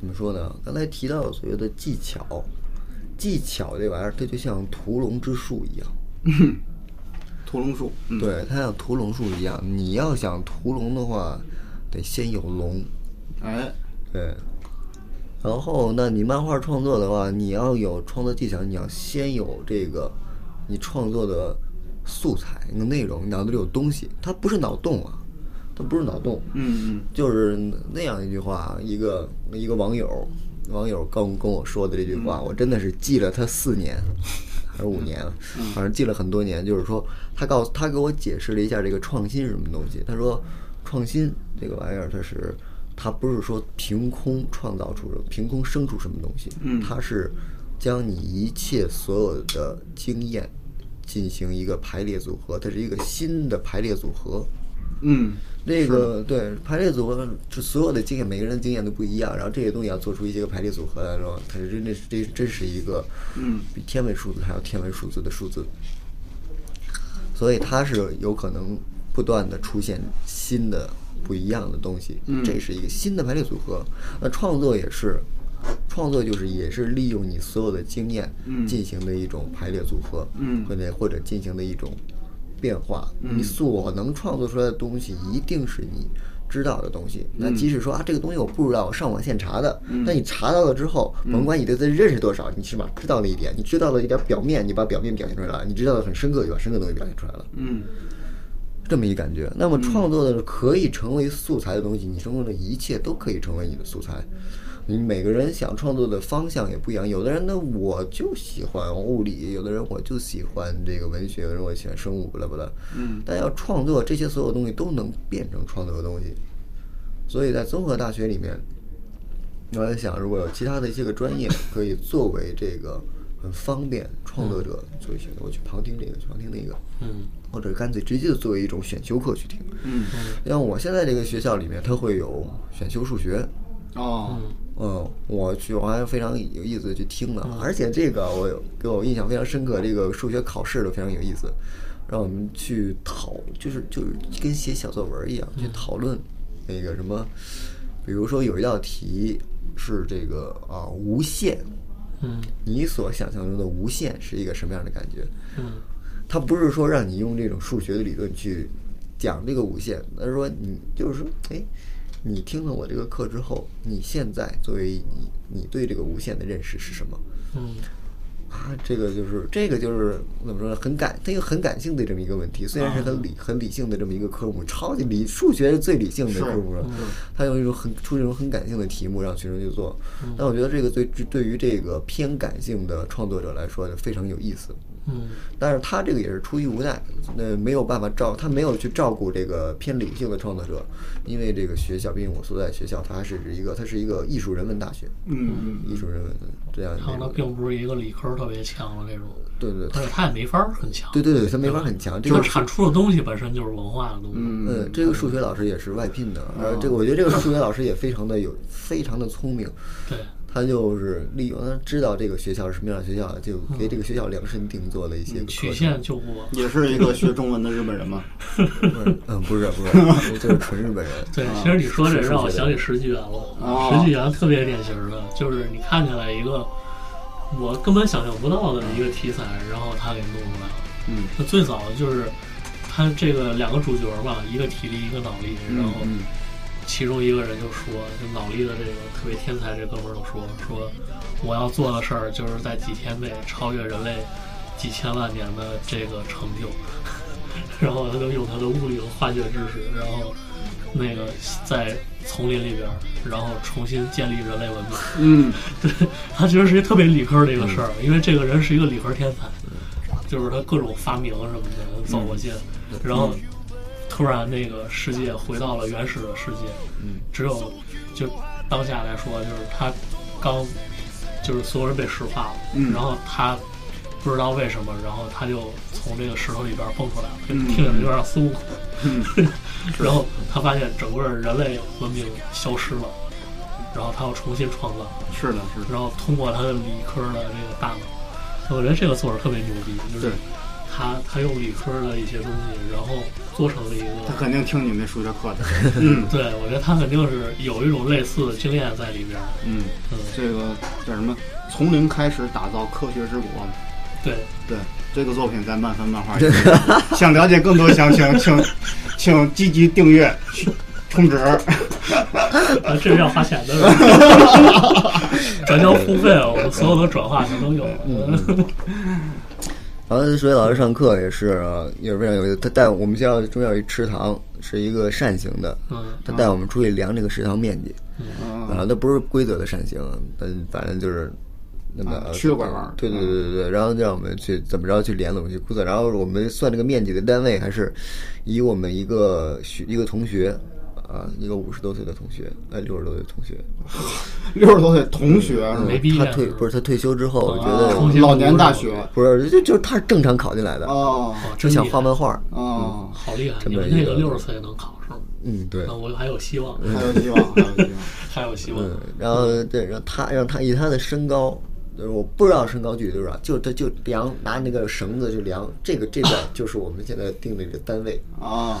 怎么说呢？刚才提到所谓的技巧，技巧这玩意儿，它就像屠龙之术一样，
屠龙术，嗯，
对，它像屠龙术一样，你要想屠龙的话，得先有龙，
哎，
对。然后，那你漫画创作的话，你要有创作技巧，你要先有这个你创作的素材、那个内容，你脑子里有东西，它不是脑洞啊，它不是脑洞，
嗯
就是那样一句话，一个一个网友网友跟跟我说的这句话，我真的是记了他四年还是五年了，反正记了很多年。就是说，他告诉他给我解释了一下这个创新是什么东西。他说，创新这个玩意儿，它是它不是说凭空创造出凭空生出什么东西，它是将你一切所有的经验进行一个排列组合，它是一个新的排列组合。
嗯
那个对排列组合，就所有的经验，每个人的经验都不一样，然后这些东西要做出一些个排列组合来说，它是真的是这真是一个，嗯，比天文数字还要天文数字的数字，所以它是有可能不断的出现新的不一样的东西，这是一个新的排列组合。那创作也是，创作就是也是利用你所有的经验进行的一种排列组合，
嗯
或者或者进行的一种变化。你所能创作出来的东西，一定是你知道的东西。那即使说啊，这个东西我不知道，我上网现查的，那你查到了之后，甭管你对它认识多少，你起码知道了一点，你知道了一点表面，你把表面表现出来了，你知道的很深刻，就把深刻的东西表现出来了。
嗯
这么一感觉。那么创作的可以成为素材的东西，你生活中的一切都可以成为你的素材。你每个人想创作的方向也不一样，有的人呢我就喜欢物理，有的人我就喜欢这个文学，有的人我喜欢生物，不啦不啦。嗯。但要创作这些所有东西都能变成创作的东西，所以在综合大学里面，我在想，如果有其他的一些个专业可以作为这个很方便创作者作为选择，我去旁听这个，去旁听那个，
嗯，
或者干脆直接就作为一种选修课去听。
嗯，
像我现在这个学校里面，它会有选修数学。
哦，
嗯，我去，我还非常有意思的去听了，而且这个我有给我印象非常深刻，这个数学考试都非常有意思，让我们去讨，就是就是跟写小作文一样去讨论那个什么，比如说有一道题是这个啊无限，
嗯
你所想象中的无限是一个什么样的感觉？
嗯
它不是说让你用这种数学的理论去讲这个无限，而是说你就是说，哎，你听了我这个课之后，你现在作为你你对这个无限的认识是什么？
嗯
啊，这个就是这个就是怎么说呢？很感，它又很感性的这么一个问题，虽然是很理、很理性的这么一个科目，超级理数学是最理性的科目了，它用一种很出这种很感性的题目让学生去做。但我觉得这个对对于这个偏感性的创作者来说就非常有意思。
嗯
但是他这个也是出于无奈，那没有办法照，他没有去照顾这个偏理性的创作者，因为这个学校，毕竟我所在学校，它是一个它是一个艺术人文大学，
嗯，
艺术人文这样
然后
那
它
个，
并不是一个理科特别强的这种，
对对
但是它也没法儿很强，
对对对，他没法很强，这
就
个
是产出的东西本身就是文化的东西。
嗯，这个数学老师也是外聘的，而这个我觉得这个数学老师也非常的有非常的聪明，
对，
他就是利用他知道这个学校是什么样的学校，就给这个学校量身定做了一些
嗯曲
课程。
线救国。
也是一个学中文的日本人嘛。
不是嗯，不是不是，就是纯日本人。
对，其实你说这
啊是啊
让我
是
想起十纪元了。
哦
十纪元特别典型的，就是你看起来一个我根本想象不到的一个题材，然后他给弄出来了。
嗯，
那最早就是他这个两个主角吧，一个体力，一个脑力，然后
嗯
其中一个人就说，就脑力的这个特别天才这哥们儿就说说，我要做的事儿就是在几天内超越人类几千万年的这个成就，然后他就用他的物理和化学知识，然后那个在丛林里边儿，然后重新建立人类文明。
嗯，
对他其实是一特别理科的一个事儿，因为这个人是一个理科天才，就是他各种发明什么的造火箭，然后突然那个世界回到了原始的世界，只有就当下来说，就是他刚就是所有人被石化了，然后他不知道为什么，然后他就从这个石头里边蹦出来了，就
嗯
听起来有点孙悟空， 然后他发现整个人类文明消失了，然后他要重新创造。
是的，是的，
然后通过他的理科的这个大脑，我觉得这个作者特别牛逼，就是
对
他他用理科的一些东西，然后做成了一
他
个，
肯定听你们那数学课的。嗯
对我觉得他肯定是有一种类似的经验在里边儿，
嗯，
嗯，
这个叫什么？从零开始打造科学之国。
对，
对，这个作品在漫番漫画也有。想了解更多详情，请请积极订阅、充值。
啊，这是要花钱的，是吧 转交付费，啊我们所有的转化全都有了，
嗯然后水老师上课也是啊，也是非常有意思。他带我们学校中间有一池塘，是一个扇形的，
嗯，
他带我们出去量这个池塘面积
嗯，
啊，那不是规则的扇形，嗯，反正就是那么呃
啊去了拐弯儿嗯
对对对对对，然后让我们去怎么着去量怎么去估测，然后我们算这个面积的单位还是以我们一个学一个同学啊，一个五十多岁的同学，呃，六十多岁的同学，
六十多岁同学是
没
吧？
毕业
他退不是他退休之后，我觉得
重新
老年大学
读了
不是就就是他是正常考进来的，
哦
哦
就
真
想
厉害
画漫画，
哦，
好厉害！
真
你
的
们
一
那
个
个六十岁能考是吗？
嗯，对
那我还有希望，
还有希望，还有希望。
还有希望。
嗯，然后对，让他让他以他的身高，就是我不知道身高距离多少，就他就量拿那个绳子就量，这个这个就是我们现在定的这个单位，
啊，
呃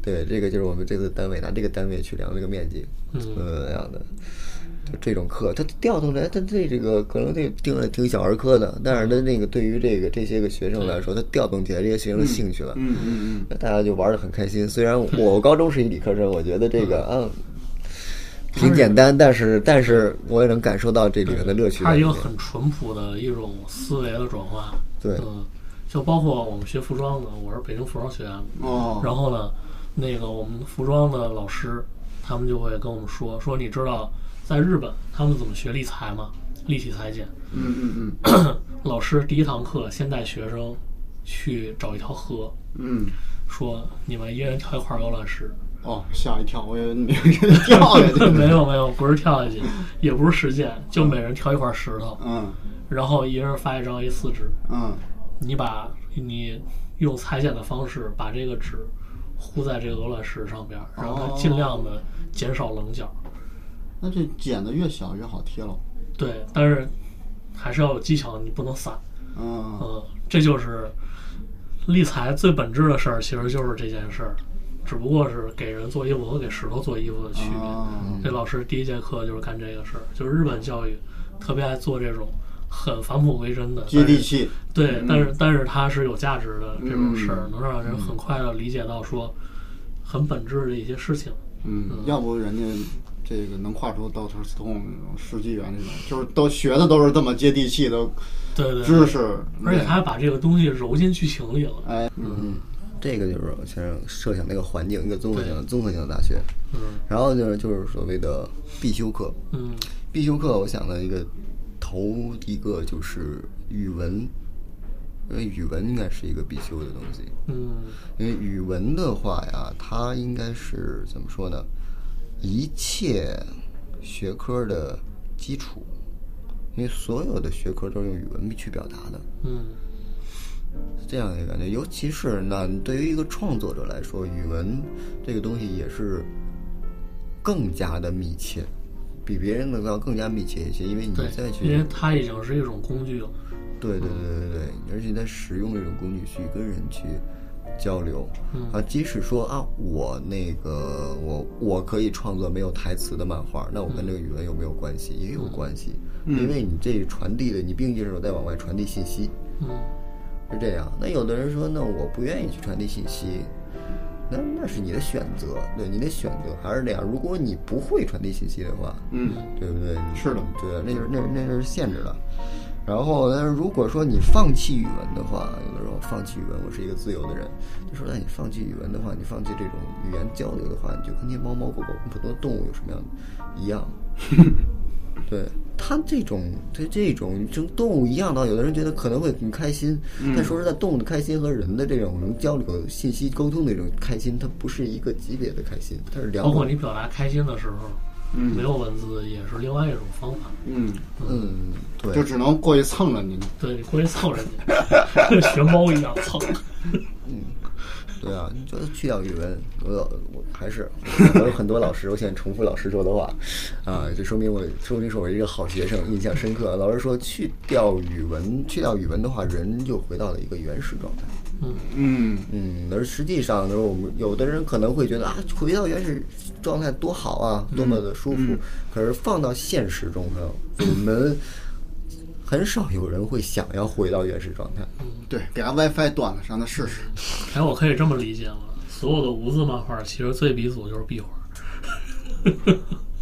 对，这个就是我们这次单位拿这个单位去量这个面积，
嗯
呃，那样的。就这种课，他调动来，他对这个可能对定了挺小儿科的，但是他那个对于这个这些个学生来说，他调动起来这些学生的兴趣了，
嗯嗯嗯，
大家就玩的很开心。虽然我高中是一理科生，我觉得这个嗯挺简单，但是但是我也能感受到这里面的乐趣
它
在
是一
里
个
面。
很淳朴的一种思维的转化。
对
嗯，就包括我们学服装的，我是北京服装学院的，
哦，
然后呢，那个我们服装的老师，他们就会跟我们说，说你知道在日本他们怎么学立裁吗？立体裁剪。
嗯嗯
老师第一堂课先带学生去找一条河，
嗯嗯，
说你们一人挑一块鹅卵石。
哦，吓一跳，我以为你给跳下去。
没有没有，不是跳下去，也不是实践，就每人挑一块石头，
嗯
然后一人发一张 A 4纸，
嗯，
你把你用裁剪的方式把这个纸糊在这个鹅卵石上边儿，让它尽量的减少棱角。
那这剪的越小越好贴了。
对，但是还是要有技巧，你不能散。
嗯，
嗯，这就是立裁最本质的事儿，其实就是这件事儿，只不过是给人做衣服和给石头做衣服的区别。
哦
这老师第一节课就是干这个事儿，就是日本教育特别爱做这种很返璞归真的
接
但是
地气。
对，但是但是它是有价值的这种事儿，能让人很快的理解到说很本质的一些事情。
嗯，要不人家这个能跨出 Doctor Stone 那种世纪元那种，就是都学的都是这么接地气的
对对对，
知识，
而且他还把这个东西揉进剧情里了。
哎，
这个就是我先设想那个环境，一个综合性的综合性的大学。嗯，然后就是就是所谓的必修课，
嗯
必修课我想的一个头一个就是语文，因为语文应该是一个必修的东西。
嗯
因为语文的话呀，它应该是怎么说呢？一切学科的基础，因为所有的学科都是用语文去表达的，
嗯，
是这样一个感觉。尤其是那对于一个创作者来说，语文这个东西也是更加的密切，比别人的要更加密切一些，因为你
对
再，去
因为它已经是一种工具了。
对对对对对，而且在使用这种工具去跟人去交流，啊，即使说啊，我那个我我可以创作没有台词的漫画，那我跟这个语文有没有关系？也有关系，因为你这传递的，你毕竟是在往外传递信息，
嗯
是这样。那有的人说，那我不愿意去传递信息，那那是你的选择，对你的选择还是那样。如果你不会传递信息的话，
嗯，
对不对？你
是的
对，那就是那那就是限制的。然后，但是如果说你放弃语文的话，有的时候放弃语文，我是一个自由的人，就说那你放弃语文的话，你放弃这种语言交流的话，你就跟那些猫猫狗狗普通动物有什么样一样？对，它这种对这种就动物一样的话，有的人觉得可能会很开心，但说实在，动物的开心和人的这种能交流、信息沟通的这种开心，它不是一个级别的开心，它是两
包括
种
你表达开心的时候，没有文字也是另外一种方法。
嗯，
嗯，对，
就只能过去蹭了你。
对你过去凑 人家，跟学猫一样凑。
对啊，你就去掉语文，我老我还是我有很多老师，我喜欢重复老师说的话，啊，这说明我说明是我一个好学生，印象深刻。老师说去掉语文，去掉语文的话，人就回到了一个原始状态。
嗯，
嗯，而实际上呢，我们有的人可能会觉得啊，回到原始状态多好啊，多么的舒服。可是放到现实中呢，我们很少有人会想要回到原始状态。
对，给他 WiFi 断了，让他试试。
哎，我可以这么理解了，所有的无字漫画其实最鼻祖就是壁画。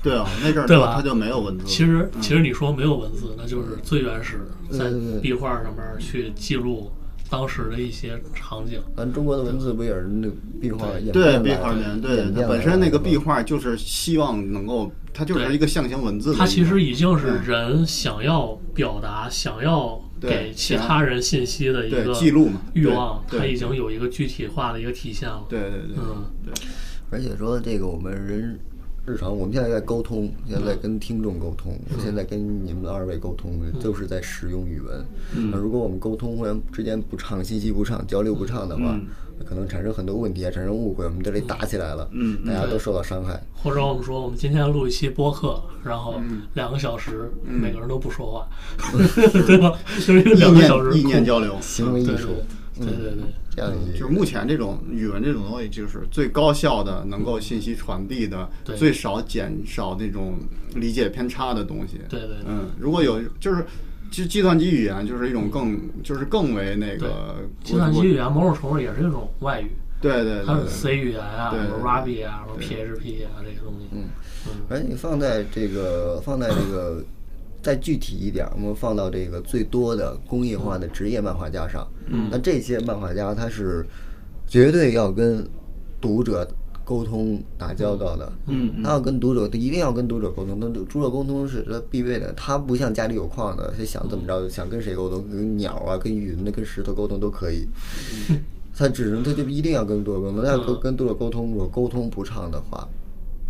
对啊，那阵儿
对吧
他就没有文字。
其实，其实你说没有文字，那就是最原始的，在
嗯
壁画上面去记录当时的一些场景。
咱中国的文字不也是那个壁画演变
对
来
壁
的
画人，对
演变
它本
来
身
的
那个
嘛
壁画就是希望能够，它就是
对
一个象形文字的一个。
它其实已经是人想要表达、想要给
对
其他人信息的一个
对记录嘛
欲望，
对
它
对
已经有一个具体化的一个体现了。
对对对
嗯
对，
而且说这个我们人日常，我们现在在沟通，现在在跟听众沟通，
嗯
我现在跟你们二位沟通，就是在使用语文。
嗯
那如果我们沟通互相之间不畅，信息不畅，交流不畅的
嗯
话，可能产生很多问题啊，产生误会，我们这里打起来了，
嗯
大家都受到伤害。
或者我们说，我们今天录一期播客，然后
嗯
两个小时，每个人都不说话， 对吧？就是一个
意
两个小
念
时
意念
空
交嗯流，
行为艺
对
术，
对对对对。
这样一
就是目前这种语文这种东西，就是最高效的，能够信息传递的，
对
最少减少那种理解偏差的东西。
对对对
嗯，如果有就是。计计算机语言就是一种更，就是更为那个
计算机语
言，
言某种程度也是一种外语，
对对
它
对
是 C 语言啊，
对
什
对
么 Ruby 啊，什么 PHP 啊这些东西。嗯，
而你放在这个，放在这个， 再具体一点儿，我们放到这个最多的工业化的职业漫画家上。嗯，那这些漫画家他是绝对要跟读者沟通打交道的。嗯，他要跟读者，他一定要跟读者沟通。那读者沟通是他必备的，他不像家里有矿的，他想怎么着，想跟谁沟通，跟鸟啊，跟云的，跟石头沟通都可以。嗯 他只能他就一定要跟读者沟通，那跟跟读者沟通，如果沟通不畅的话，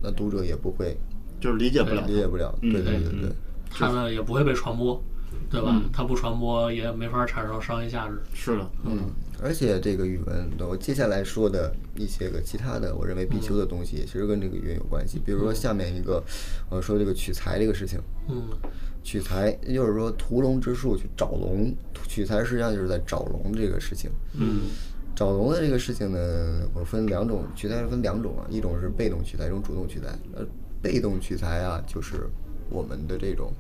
那读者也不会
就是理解不了
理解不了。对对对对，
它呢也不会被传播，对吧？
嗯
它不传播也没法产生商业价值。
是的，
嗯，而且这个语文，我接下来说的一些个其他的，我认为必修的东西，也其实跟这个语文有关系。比如说下面一个，我说这个取材这个事情，
嗯，
取材也就是说屠龙之术去找龙，取材实际上就是在找龙这个事情。嗯。找龙的这个事情呢，我分两种取材，分两种啊，一种是被动取材，一种主动取材。呃，被动取材啊，就是我们的这种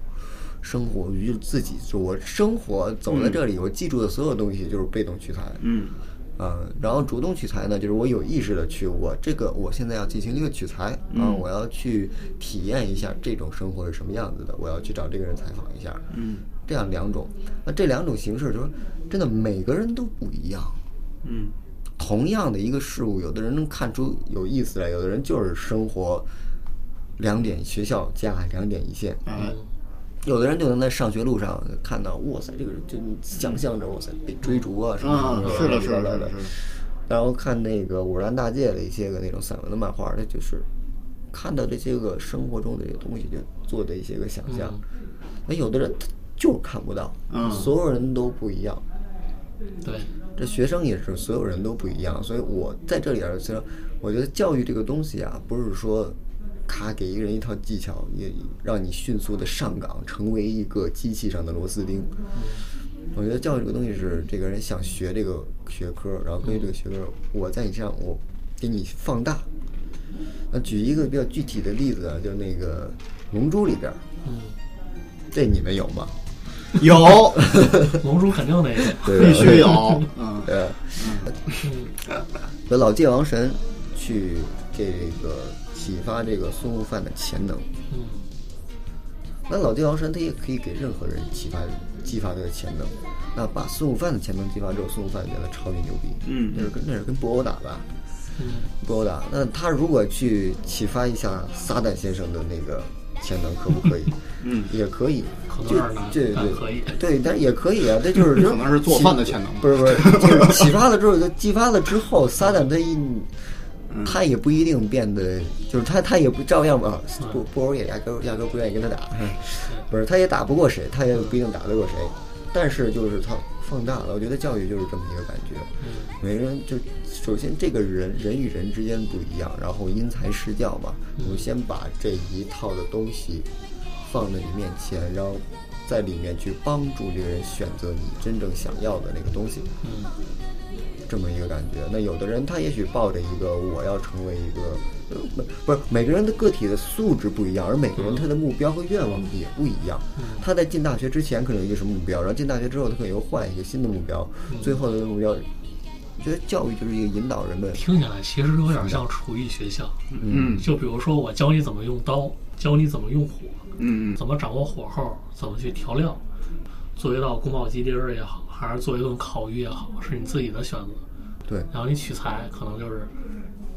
生活，就自己就我生活走在这里，我记住的所有东西就是被动取材。
嗯，
嗯，然后主动取材呢，就是我有意识的去，我这个我现在要进行一个取材啊、我要去体验一下这种生活是什么样子的，我要去找这个人采访一下，嗯，这样两种，那这两种形式就是真的每个人都不一样，
嗯，
同样的一个事物，有的人能看出有意思来，有的人就是生活两点学校加两点一线，
哎，
有的人就能在上学路上看到，哇塞，这个人就你想象着，哇塞，被追逐啊什么
啊
什，么
是的，是的，
来
是的
的
是。的，
然后看那个五兰大街的一些个那种散文的漫画，它就是看到这些个生活中的这些东西，就做的一些个想象。那、有的人他就是看不到，
嗯
所有人都不一样。
对，
这学生也是，所有人都不一样，所以我在这里边儿其实，我觉得教育这个东西啊，不是说咔给一个人一套技巧，也让你迅速的上岗，成为一个机器上的螺丝钉。我觉得教育这个东西是这个人想学这个学科儿，然后根据这个学科儿，我在你身上我给你放大。那举一个比较具体的例子啊，就是那个《龙珠》里边儿，
嗯，
这你们有吗？
有，
龙珠肯定得有。
对吧
必须有，嗯，
对，和呃嗯老界王神去这个启发这个孙悟饭的潜能。
嗯，
那老界王神他也可以给任何人启发激发他的潜能。那把孙悟饭的潜能激发之后，孙悟饭觉得超级牛逼。
嗯
那是跟那是跟布欧打吧？
嗯，
布欧打。那他如果去启发一下撒旦先生的那个潜能，可不可以？
嗯，
也可以。
可能
就
有点难
对
但
对
可以
对，但是也可以啊，这 就是
可能是做饭的潜能
不是不是，就是启发了之后，就激发了之后，撒旦他一，他也不一定变得，就是他他也不照样啊，不不欧也压根儿压根儿不愿意跟他打，不是他也打不过谁，他也不一定打得过谁，但是就是他放大了，我觉得教育就是这么一个感觉，每个人就首先这个人人与人之间不一样，然后因材施教嘛，我们先把这一套的东西放在你面前，然后在里面去帮助这个人选择你真正想要的那个东西。
嗯
这么一个感觉。那有的人他也许抱着一个我要成为一个，呃不不是每个人的个体的素质不一样，而每个人他的目标和愿望也不一样。他在进大学之前可能有一个什么目标，然后进大学之后他可能又换一个新的目标，最后的目标，觉得教育就是一个引导人们
听起来其实有点像厨艺学校。
嗯
就比如说，我教你怎么用刀，教你怎么用火，
嗯
怎么掌握火候，怎么去调料。做一道宫保鸡丁儿也好，还是做一顿烤鱼也好，是你自己的选择。
对
然后你取材可能就是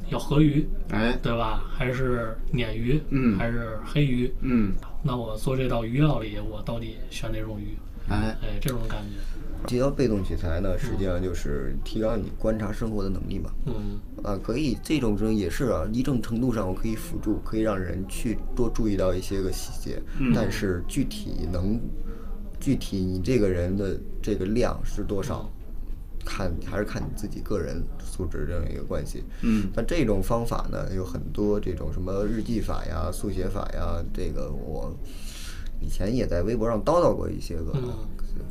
要河鱼，
哎，
对吧？还是鲶鱼，
嗯
还是黑鱼。
嗯，
那我做这道鱼料理，我到底选哪种鱼？
哎，
哎，这种感觉，
提到被动取材呢，实际上就是提高你观察生活的能力嘛。
嗯
啊，可以，这种中也是啊，一定程度上我可以辅助，可以让人去多注意到一些个细节，但是具体能，具体你这个人的这个量是多少，看还是看你自己个人素质这样一个关系。
嗯，
但这种方法呢，有很多这种什么日记法呀、速写法呀，这个我以前也在微博上叨叨过一些个啊，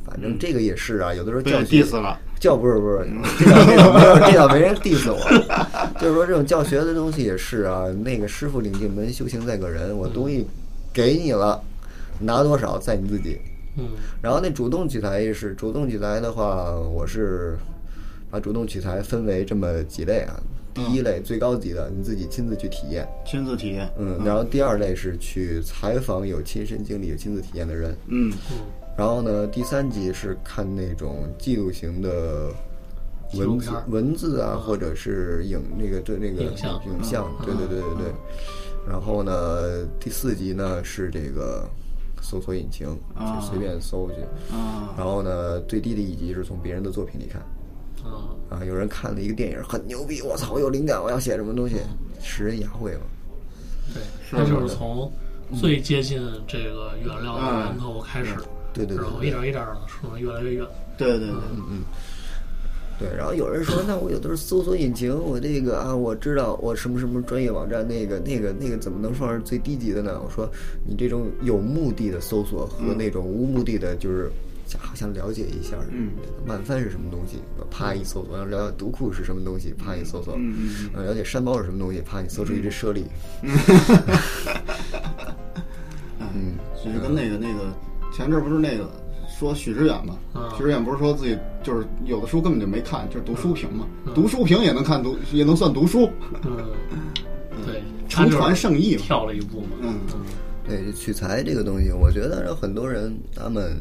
反正这个也是啊，有的时候
被
教学
diss 了，
教不是不是，这倒没有没有，这倒没人 diss 我。 就是说这种教学的东西也是啊，那个师傅领进门，修行在个人。我东西给你了，拿多少在你自己。
嗯
然后那主动取材也是，主动取材的话，我是把主动取材分为这么几类啊。第一类最高级的，你自己亲自去体验，
亲自体验，
嗯，然后第二类是去采访有亲身经历、有亲自体验的人，
嗯
然后呢，第三集是看那种记录型的文
纪
字
录片儿、
文字啊，或者是影那个对那个
影像嗯
影像，对对对对对。然后呢，第四集呢是这个搜索引擎，
啊
就随便搜去。
啊，
然后呢，最低的一集是从别人的作品里看
啊，
啊，有人看了一个电影很牛逼，我操，我有灵感，我要写什么东西，
嗯
食人牙慧嘛。
对，它就是从最接近这个原料的源头开始，
对对对
然后
对
一点一点的说越来越远，
对对对，
对，然后有人说，那我有的是搜索引擎，我这个啊，我知道我什么什么专业网站，那个那个那个怎么能算是最低级的呢？我说，你这种有目的的搜索和那种无目的的，就是想好想了解一下，
嗯，
漫帆是什么东西，啪一搜索，然后了解独库是什么东西，啪一搜索，
嗯嗯嗯
呃了解山猫是什么东西，啪你搜出一只猞猁，
嗯，哎就是跟那个那个前阵儿不是那个说许知远嘛
嗯，
许知远不是说自己就是有的书根本就没看，就是读书评嘛，读书评也能看读也能算读书，
嗯，对，它
乘
就是
船圣意嘛，
跳了一步嘛，
嗯
对，取材这个东西，我觉得让很多人他们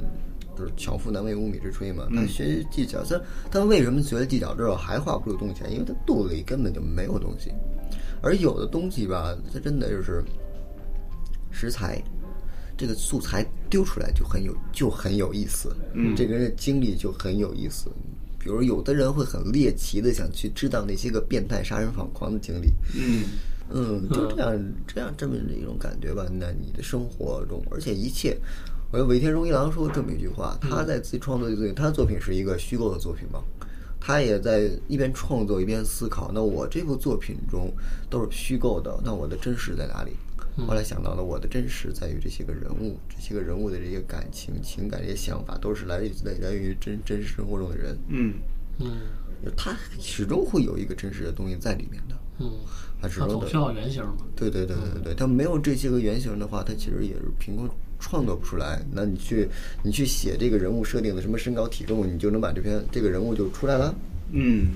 就是巧妇难为无米之炊嘛。他学习技巧，但但为什么学了技巧之后还画不出东西来？因为他肚子里根本就没有东西。而有的东西吧，它真的就是食材，这个素材丢出来就很有就很有意思。嗯，这个人的经历就很有意思。比如有的人会很猎奇的想去知道那些个变态杀人放狂的经历，
嗯
嗯，就这样，这样这么一种感觉吧。那你的生活中，而且一切，我觉得尾田荣一郎说过这么一句话，他在自己创作的作品，他的作品是一个虚构的作品嘛，他也在一边创作一边思考。那我这部作品中都是虚构的，那我的真实在哪里？后来想到了，我的真实在于这些个人物，这些个人物的这些感情、情感、这些想法，都是来自于来源于真真实生活中的人，
嗯
嗯
他始终会有一个真实的东西在里面的，
嗯，
他始
它
终
总
的
需要原型嘛，
对对对对对，他没有这些个原型的话，他其实也是凭空创作不出来，那你去你去写这个人物设定的什么身高体重，你就能把这篇这个人物就出来了。
嗯，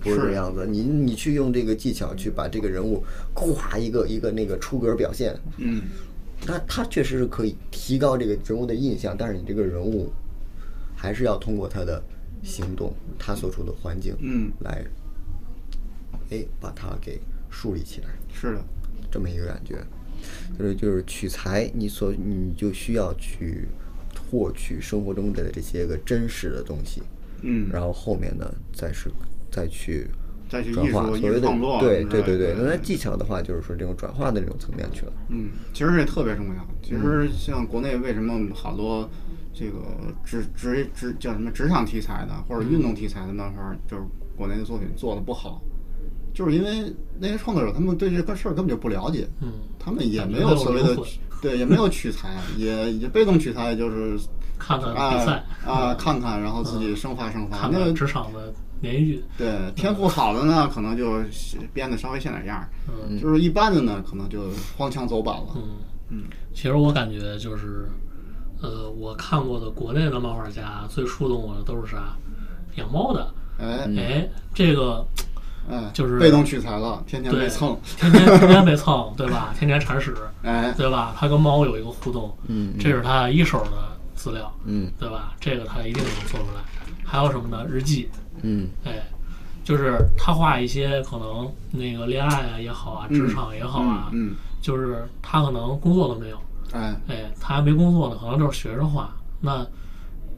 不是这样子，你你去用这个技巧去把这个人物咵一个一个那个出格表现，
嗯，
那他确实是可以提高这个人物的印象，但是你这个人物还是要通过他的行动，他所处的环境，
嗯
来，哎，把它给树立起来，
是的，
这么一个感觉，就是就是取材，你所你就需要去获取生活中的这些个真实的东西，
嗯，
然后后面呢，再是再去
再去
转
艺
化
术
所
艺
谓
术
的
创作，啊哎
对对对
对
对。那它
对
技巧的话，就是说这种转化的这种层面去了。
嗯，其实这特别重要。
嗯
其实像国内为什么好多这个职职职叫什么职场题材的或者运动题材的漫画，就是国内的作品做的不好，就是因为那些创作者他们对这个事儿根本就不了解，
嗯，
他们也没
没有
有所谓
灵
的
魂
对，也没有取材，也也被动取材，就是
看看呃比
啊
赛，嗯
啊看看，然后自己生发生发，
看
那
看职场的联运，
对，天赋好的呢，可能就编的稍微像点样儿；就是一般的呢，可能就荒腔走板了。
嗯，其实我感觉就是，呃，我看过的国内的漫画家最触动我的都是啥？养猫的，
哎
哎，这个
哎，
嗯就是
被动取材了，天天被
对，
蹭。
天天天天被蹭，对吧？ 天天铲屎，
哎，
对吧？他跟猫有一个互动，
嗯
这是他一手的资料，
嗯
对吧？这个他一定能做出来。还有什么呢？日记，
嗯
哎，就是他画一些可能那个恋爱啊也好啊，职场也好啊，
嗯，
就是他可能工作都没有，
哎，
哎，他还没工作呢，可能就是学生画。那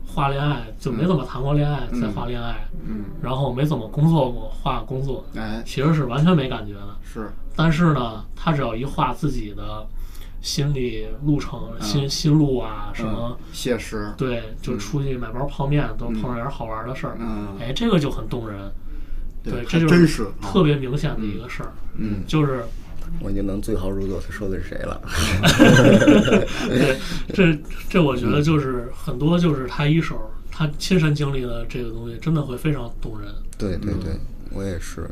画恋爱就没怎么谈过恋爱，再画恋爱，
嗯，
然后没怎么工作过，画工作，
哎，
其实是完全没感觉的。
是，
但是呢，他只要一画自己的心理路程、心心路啊，什么
嗯，，写实，
对，就出去买包泡面，都碰上点好玩的事儿，
嗯
哎，这个就很动人，
对，
这
还
就
真
是
是啊
特别明显的一个事儿，嗯， 就是
我已经能对号入座，他说的是谁了？
对，这这我觉得
嗯
就是很多就是他一手他亲身经历的这个东西，真的会非常动人。
对对对，
嗯
我也是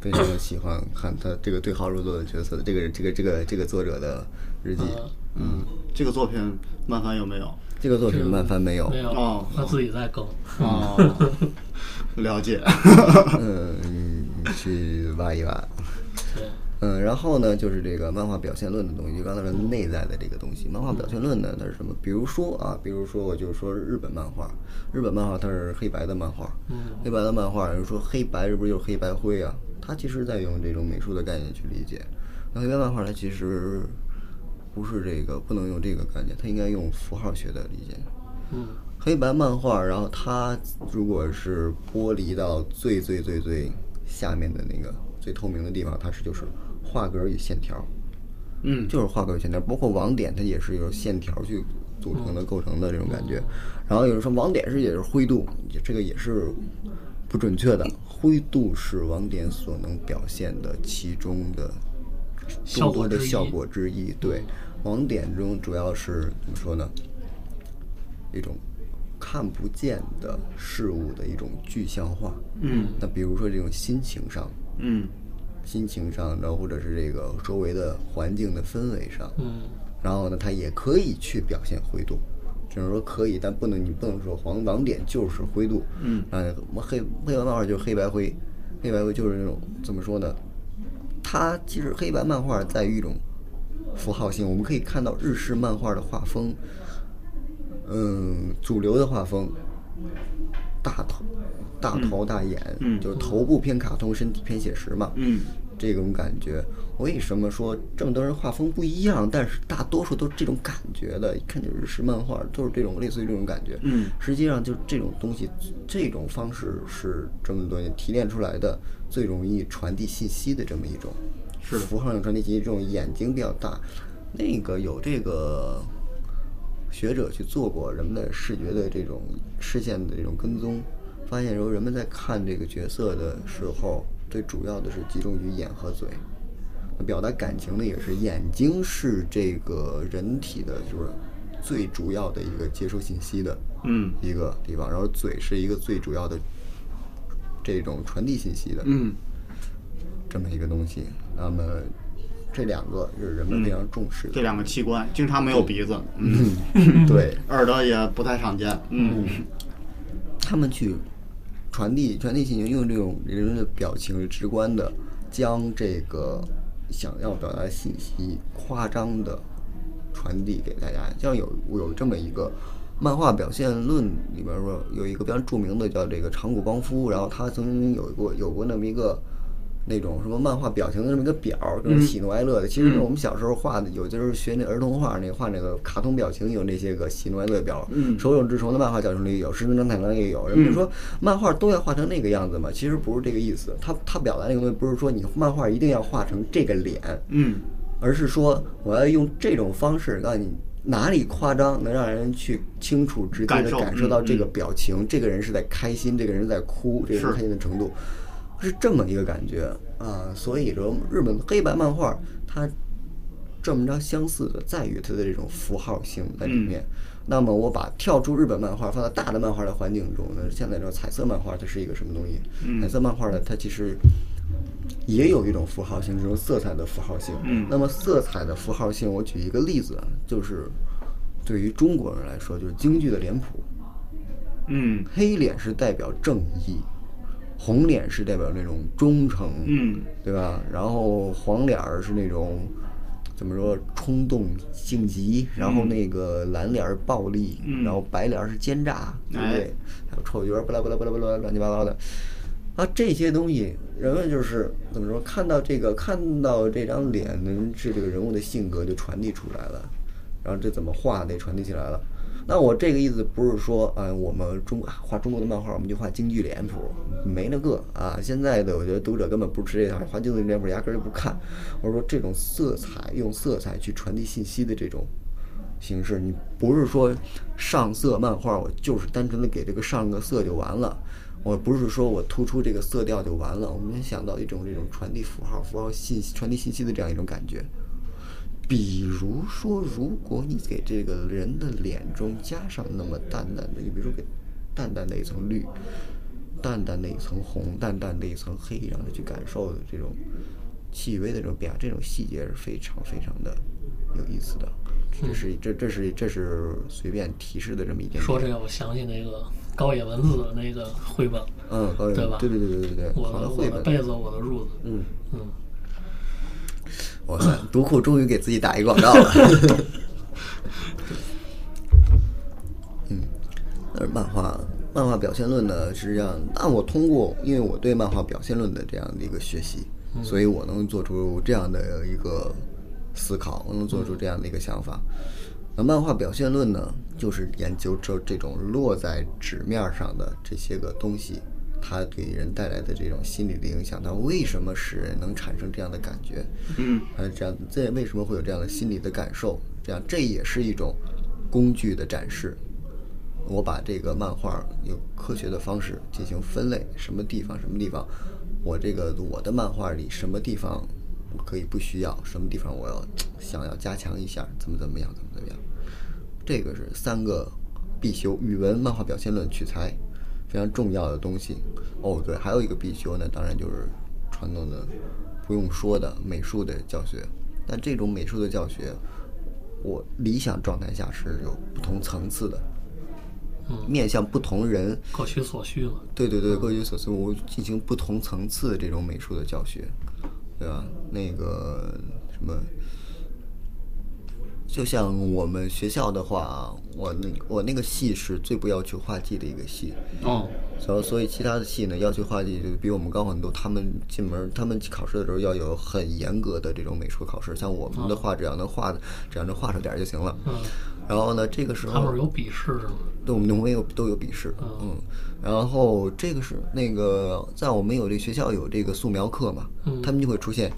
非常的喜欢看他这个对号入座的角色，这个这个这个这个作者的日记。
嗯，
嗯，这个作品漫帆有没有？
这个作品漫番没有，
没有
哦
他自己在更，
哦， 了解。
嗯，你去挖一挖。
对，
嗯，然后呢，就是这个漫画表现论的东西，就刚才说内在的这个东西。漫画表现论呢，它是什么？比如说啊，比如说我就说日本漫画，日本漫画它是黑白的漫画，
嗯
黑白的漫画，有人说黑白是不是就是黑白灰啊？它其实在用这种美术的概念去理解。那黑白漫画它其实不是这个，不能用这个概念，它应该用符号学的理解。
嗯
黑白漫画，然后它如果是剥离到最最最最下面的那个最透明的地方，它是就是画格与线条，
嗯，
就是画格与线条，包括网点它也是由线条去组成的、构成的这种感觉。然后有人说网点是也是灰度，这个也是不准确的，灰度是网点所能表现的其中的
效
众
果
多的
之一嗯
效果之一。对，网点中主要是怎么说呢？一种看不见的事物的一种具象化。嗯，那比如说这种心情上，
嗯，
心情上，然后或者是这个周围的环境的氛围上，
嗯，
然后呢，它也可以去表现灰度，只能说可以，但不能你不能说黄网点就是灰度，嗯，啊，我黑黑白漫画就是黑白灰，黑白灰就是那种怎么说呢？它其实黑白漫画在于一种符号性，我们可以看到日式漫画的画风，嗯，主流的画风，大头、大头大眼，就是头部偏卡通，身体偏写实嘛。
嗯，
这种感觉，为什么说这么多人画风不一样，但是大多数都是这种感觉的？一看就日式漫画，都是这种类似于这种感觉。嗯，实际上就是这种东西，这种方式是这么多年提炼出来的最容易传递信息的这么一种。是符号性传递信息，这种眼睛比较大，那个有这个学者去做过人们的视觉的这种视线的这种跟踪，发现说人们在看这个角色的时候，最主要的是集中于眼和嘴。那表达感情的也是眼睛是这个人体的，就是最主要的一个接收信息的，
嗯，
一个地方。然后嘴是一个最主要的这种传递信息的，
嗯，
这么一个东西。那么这两个是人们非常重视
这
的。
两个器官经常没有鼻子，嗯，
对
耳朵也不太常见，嗯，
他们去传递传递信息，用这种人的表情直观的将这个想要表达的信息夸张的传递给大家。像有有这么一个漫画表现论里边说，有一个非常著名的叫这个长谷光夫，然后他曾经有过有过那么一个。那种什么漫画表情的那么一个表儿，跟喜怒哀乐的。其实我们小时候画的，有就是学那儿童画那画那个卡通表情，有那些个喜怒哀乐表儿。手冢治虫的漫画表情里有，石村正太郎也有。人们说漫画都要画成那个样子嘛，其实不是这个意思。他他表达那个东西，不是说你漫画一定要画成这个脸，
嗯，
而是说我要用这种方式让你哪里夸张，能让人去清楚直接
感
的
受
感受
嗯
到这个
嗯
表情，这个人是在开心，这个人是在哭，这个
是
人开心的程度是这么一个感觉啊。所以说，日本的黑白漫画它这么着相似的在于它的这种符号性在里面。
嗯
那么我把跳出日本漫画放到大的漫画的环境中呢，现在这种彩色漫画它是一个什么东西？
嗯
彩色漫画呢，它其实也有一种符号性，这种色彩的符号性。嗯，那么色彩的符号性，我举一个例子啊，就是对于中国人来说，就是京剧的脸谱，
嗯，
黑脸是代表正义，红脸是代表那种忠诚，
嗯，
对吧？然后黄脸儿是那种怎么说冲动性急，然后那个蓝脸儿暴力，然后白脸儿是奸诈，对不对？
哎
还有丑角儿，巴拉巴拉巴拉巴拉乱七八糟的。啊，这些东西，人们就是怎么说？看到这个，看到这张脸，能是这个人物的性格就传递出来了。然后这怎么画的也传递起来了。那我这个意思不是说，啊，我们中啊画中国的漫画，我们就画京剧脸谱，没那个啊。现在的我觉得读者根本不吃这套，画京剧脸谱压根儿就不看。我说这种色彩，用色彩去传递信息的这种形式，你不是说上色漫画，我就是单纯的给这个上个色就完了。我不是说我突出这个色调就完了，我们想到一种这种传递符号、符号信息、传递信息的这样一种感觉。比如说，如果你给这个人的脸中加上那么淡淡的，你比如说给淡淡的一层绿，淡淡的一层红，淡淡的一层黑，让他去感受的这种细微的这种变化，这种细节是非常非常的有意思的。这是这这是这是随便提示的这么一点点。
说这个，我想起那个高野文子的那个绘本，
嗯，高远
对吧
对对对对对对，
我
好
的我
绘
的
本。
被子，我的褥子，
嗯
嗯，
哇塞，读库终于给自己打一广告了。 嗯，而漫画漫画表现论呢，实际上，但我通过因为我对漫画表现论的这样的一个学习，所以我能做出这样的一个思考，我能做出这样的一个想法。那漫画表现论呢，就是研究这这种落在纸面上的这些个东西，它给人带来的这种心理的影响，它为什么使人能产生这样的感觉？嗯，还有这样，这为什么会有这样的心理的感受？这样，这也是一种工具的展示。我把这个漫画用科学的方式进行分类，什么地方什么地方，我这个我的漫画里什么地方我可以不需要，什么地方我要想要加强一下，怎么怎么样，怎么怎么样。这个是三个必修：语文、漫画表现论、取材，非常重要的东西。哦，对，还有一个必修呢，当然就是传统的不用说的美术的教学。但这种美术的教学，我理想状态下是有不同层次的，面向不同人，
各取所需嘛。
对对对，各有所思，我进行不同层次的这种美术的教学，对吧？那个什么，就像我们学校的话，我那我那个系是最不要求画技的一个系，
哦，
然后所以其他的系呢要求画技就比我们高很多，他们进门他们考试的时候要有很严格的这种美术考试，像我们的话只要能画只要能画出点儿就行了。
啊嗯，
然后呢，这个时候
他们是有笔试是吗？
对，我们农民有都有笔试，嗯，然后这个是那个在我们有这个学校有这个素描课嘛，
嗯
他们就会出现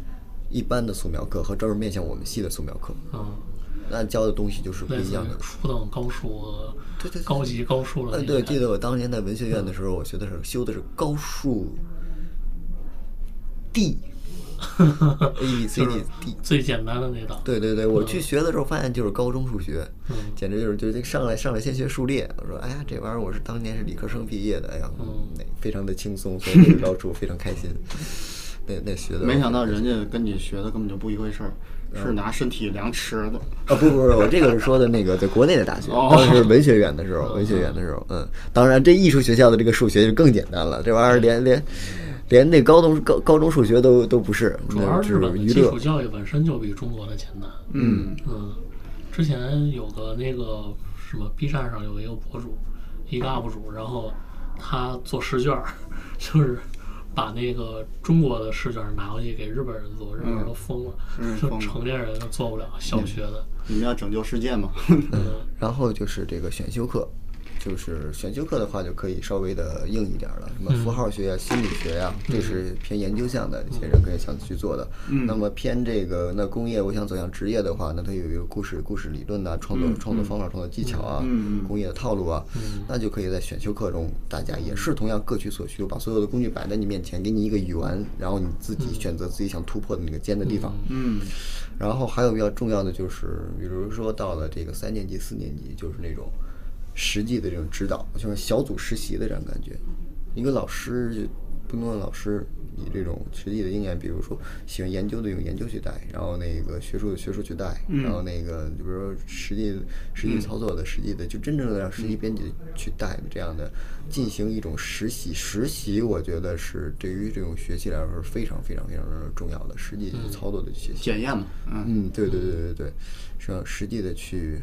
一般的素描课和专门面向我们系的素描课，
嗯，
那教的东西就是不
类
一
似
样
于
的。
初等高数和
对对对
高级高数的
哎，
那
对，
种
记得我当年在文学院的时候，我学的是修的是高 数
感觉就
D A B C D 嗯
是
D，
最简单的那道。
对对对，我去学的时候发现就是高中数学，
嗯
简直就是就是上来上来先学数列，我说哎呀这玩意儿我是嗯当年是理科生毕业的，哎呀，那非常的轻松，所以这个高数非常开心。 那那学的，
没想到人家跟你学的根本就不一回事儿，是拿身体量尺的。
啊，不不不，我这个是说的那个在国内的大学，
哦
当时文学院的时候，文学院的时候，嗯，当然这艺术学校的这个数学就更简单了，这玩意儿连连连那高中高高中数学都都不是，
主要
那
是
只
日本的
娱
基
乐
础，教育本身就比中国的简单。
嗯，
嗯，之前有个那个什么 B 站上有一个博主，一个 UP 主，然后他做试卷儿， 就是把那个中国的试卷儿拿回去给日本人做，日本人都疯了，
嗯
说
疯了
成年人都做不了，小学的。
你们要拯救世界嘛？嗯
然后就是这个选修课，就是选修课的话就可以稍微的硬一点了，什
嗯
么符号学呀、心理学呀，这是偏研究向的，这些人可以想去做的。
嗯
那么偏这个那工业，我想走向职业的话，那它有一个故事、故事理论呐、创作、创作方法、创作技巧啊、
嗯嗯嗯嗯
工业的套路啊，那就可以在选修课中，大家也是同样各取所需，把所有的工具摆在你面前，给你一个圆，然后你自己选择自己想突破的那个尖的地方。
嗯
然后还有比较重要的就是，比如说到了这个三年级、四年级，就是那种实际的这种指导，就是小组实习的这种感觉。一个老师就不能让老师以这种实际的经验，比如说喜欢研究的用研究去带，然后那个学术的学术去带，然后那个就比如说实际实际操作的、实际的，就真正的让实际编辑去带的这样的，进行一种实习。实习我觉得是对于这种学习来说是非常非常非常重要的，实际操作的学习。
检验嘛，嗯，
嗯，对对对对对，是要实际的去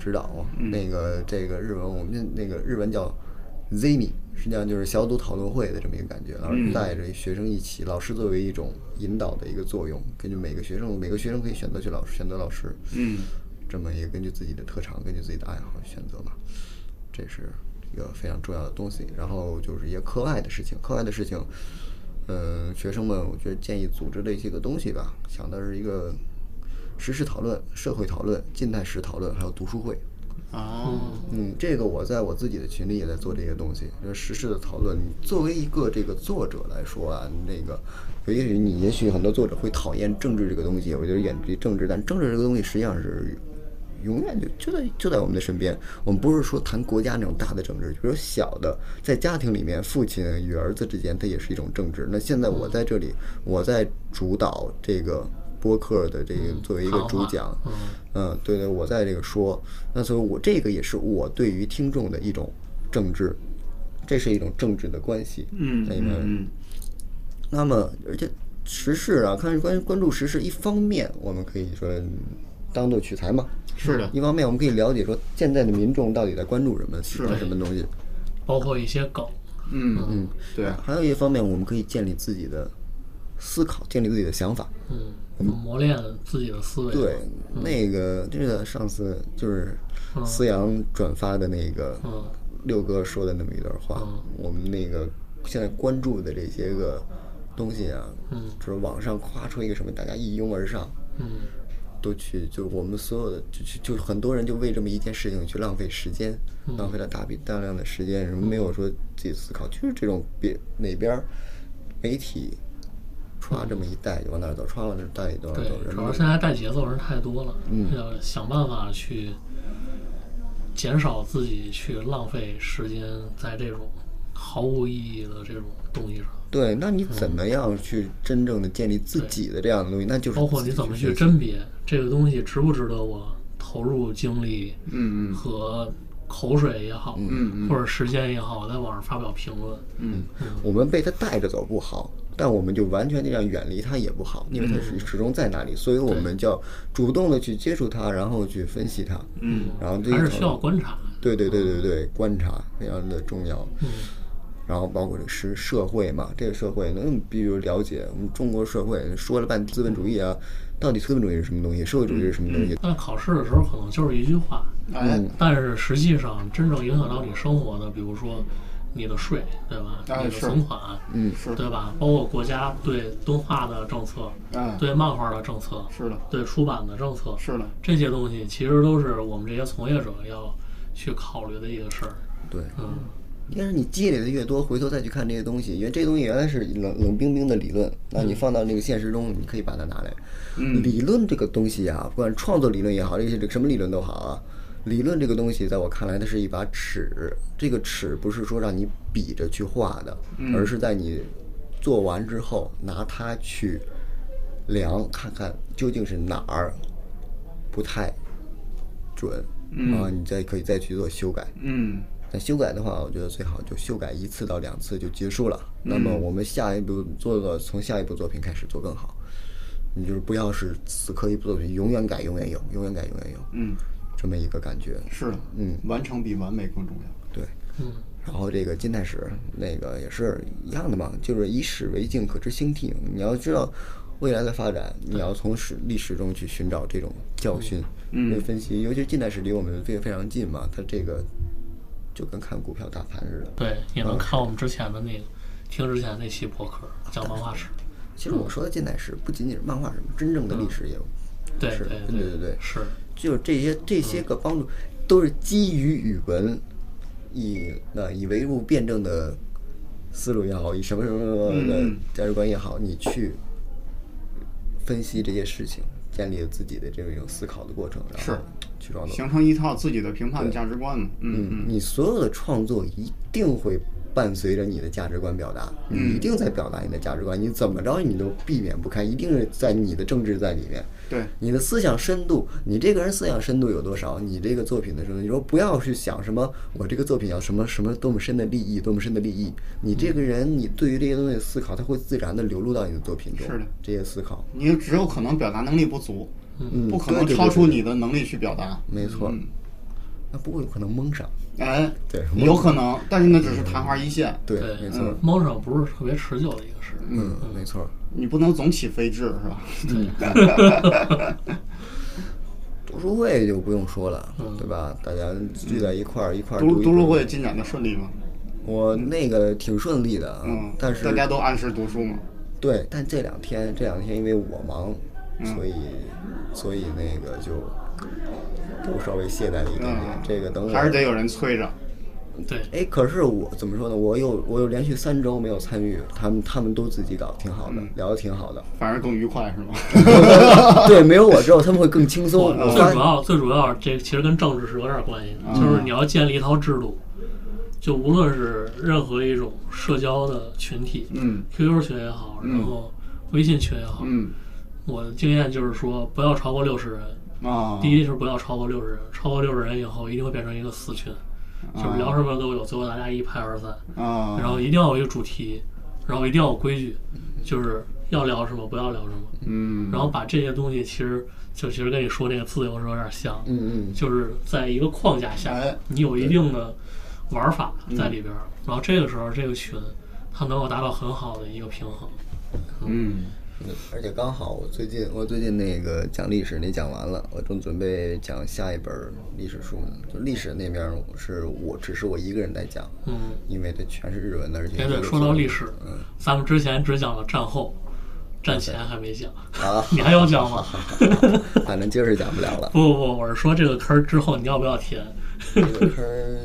指导。啊那个这个日文，我们那个日文叫 zemi，实际上就是小组讨论会的这么一个感觉，老师带着学生一起，老师作为一种引导的一个作用，根据每个学生，每个学生可以选择去老师选择老师，
嗯，
这么一个根据自己的特长，根据自己的爱好选择嘛，这是一个非常重要的东西。然后就是一些课外的事情，课外的事情。嗯，学生们，我觉得建议组织的一些个东西吧，想的是一个时事讨论、社会讨论、近代史讨论，还有读书会。
哦，
嗯，这个我在我自己的群里也在做这些东西，就是时事的讨论。你作为一个这个作者来说啊，那个也许你也许很多作者会讨厌政治这个东西，我觉得远离政治，但政治这个东西实际上是永远就就在就在我们的身边。我们不是说谈国家那种大的政治，比如小的，在家庭里面，父亲与儿子之间，它也是一种政治。那现在我在这里，我在主导这个播客的这个作为一个
谈话
主讲，
嗯
嗯，对对，我在这个说，那所以我这个也是我对于听众的一种政治，这是一种政治的关系，
嗯
在你们
嗯
那么，而且时事啊，看关关注时事，一方面我们可以说当做取材嘛，
是的
一方面我们可以了解说现在的民众到底在关注什么，喜欢
的
什么东西。
包括一些梗，
嗯嗯，对，
还有一方面，我们可以建立自己的思考，建立自己的想法。
嗯，磨练自己的思维。
对，那个这个上次就是思阳转发的那个
嗯
六哥说的那么一段话，我们那个现在关注的这些个东西啊，就是网上夸出一个什么，大家一拥而上，
嗯，
都去，就我们所有的，就就就很多人就为这么一件事情去浪费时间，
嗯
浪费了大笔大量的时间，什么没有说自己思考，就是这种别哪边儿媒体歘这么一带就往哪儿走，歘往哪儿带就往哪儿
对
走，，人
主要
们
现在带节奏人太多了，要想办法去减少自己去浪费时间在这种毫无意义的这种东西上，
对，那你怎么样去真正的建立自己的这样的东西？那就是
包括
自己
你怎么
去学
去
习
甄别这个东西值不值得我投入精力
嗯嗯
和口水也好，
嗯嗯
或者时间也好，在网上发表评论，
嗯，
我们被它带着走不好，但我们就完全这样远离它也不好，因为它
嗯
是始终在那里，所以我们就要主动的去接触它，然后去分析它，嗯，然后这
还
个
是需要观察。
对对对对对，观察非常的重要。嗯，然后包括这个是社会嘛，这个社会那我们必须了解我们中国社会说了半资本主义啊，到底资本主义是什么东西，社会主义是什么东西？
但考试的时候可能就是一句话，
哎，
嗯
但是实际上真正影响到你生活的，比如说你的税，对吧？
啊
你的
是
存款，
嗯
是
对吧？包括国家对动画的政策，
哎，
对漫画的政策，
是的，
对出版的政策，
是的，
这些东西其实都是我们这些从业者要去考虑的一个事儿。
对，
嗯，
但是你积累的越多，回头再去看这些东西，因为这东西原来是冷冷冰冰的理论，那你放到那个现实中，你可以把它拿来。理论这个东西啊，不管创作理论也好，这些这个什么理论都好啊，理论这个东西在我看来，它是一把尺，这个尺不是说让你比着去画的，而是在你做完之后拿它去量，看看究竟是哪儿不太准，然后你再可以再去做修改。
嗯
那修改的话，我觉得最好就修改一次到两次就结束了。
嗯
那么我们下一步做的，从下一部作品开始做更好。你就是不要是此刻一部作品永远改，永远有，永远改，永远有，
嗯，
这么一个感觉。
是的，
嗯，
完成比完美更重要。
对，嗯。然后这个金太史那个也是一样的嘛，就是以史为镜，可知兴替。你要知道未来的发展，你要从史历史中去寻找这种教训，
嗯
去分析。尤其是近代史离我们非非常近嘛，它这个就跟看股票大盘似的。
对，也能看我们之前的那个，听之前那期博客讲漫画史。
其实我说的近代史不仅仅是漫画什么，真正的历史也有，
对
是
对
对对对
是，
就这些这些个帮助，都是基于语文，以那以唯物辩证的思路也好，以什么什么什么的
嗯
价值观也好，你去分析这些事情，建立自己的这种一种思考的过程，然后
是
去创作。
形成一套自己的评判价值观嘛。嗯
嗯，你所有的创作一定会伴随着你的价值观表达，
嗯
你一定在表达你的价值观，你怎么着你都避免不开，一定是在你的政治在里面。
对，
你的思想深度，你这个人思想深度有多少？你这个作品的时候，你说不要去想什么，我这个作品要什么什么多么深的利益，多么深的利益。你这个人，你对于这些东西的思考，它会自然的流入到你的作品中。
是的
这些思考，
你只有可能表达能力不足，
嗯，
不可能
对
超出，你的能力去表达。
对对对没错。
嗯
那不过有可能蒙上，
哎，
对
有可能，但是那只是昙花一现，
对，
对
没
嗯
错，
蒙上不是特别持久的一个事。
嗯，没错。
你不能总起飞智是吧？
读书会就不用说了，对吧？大家聚在一块儿，一块儿
嗯读
一
读书
读
会进展的顺利吗？
我那个挺顺利的，啊
嗯，
但是
大家都按时读书嘛。
对，但这两天这两天因为我忙，
嗯
所以所以那个就都稍微懈怠了一点点。
嗯，
这个等我
还是得有人催着。
对，
哎，可是我怎么说呢？我有我有连续三周没有参与，他们他们都自己搞，挺好
嗯
的，聊的挺好的。
反而更愉快是吗？
对，没有我之后他们会更轻松。我
最主
发
要最主要这其实跟政治是有点关系
嗯
的，就是你要建立一套制度，就无论是任何一种社交的群体，
嗯
，QQ 群也好，然后微信群也好，
嗯
我的经验就是说不要超过六十人。
啊，
第一是不要超过六十人，超过六十人以后一定会变成一个死群，就是聊什么都有，最后大家一拍而散。
啊，
然后一定要有一个主题，然后一定要有规矩，就是要聊什么，不要聊什么。
嗯
然后把这些东西，其实就其实跟你说那个自由是有点像，
嗯嗯，
就是在一个框架下
哎，
你有一定的玩法
嗯
在里边儿，然后这个时候这个群它能够达到很好的一个平衡。
嗯
而且刚好我最近我最近那个讲历史那讲完了，我正准备讲下一本历史书呢。就历史那边是我只是我一个人在讲，
嗯，
因为它全是日文的，而且
哎对，
都是
说到历史
嗯，
咱们之前只讲了战后，战前还没 讲，，
啊
你还要讲吗？
反正今儿是讲不了了。
不不不，我是说这个坑儿之后你要不要填？ 嗯
这个坑儿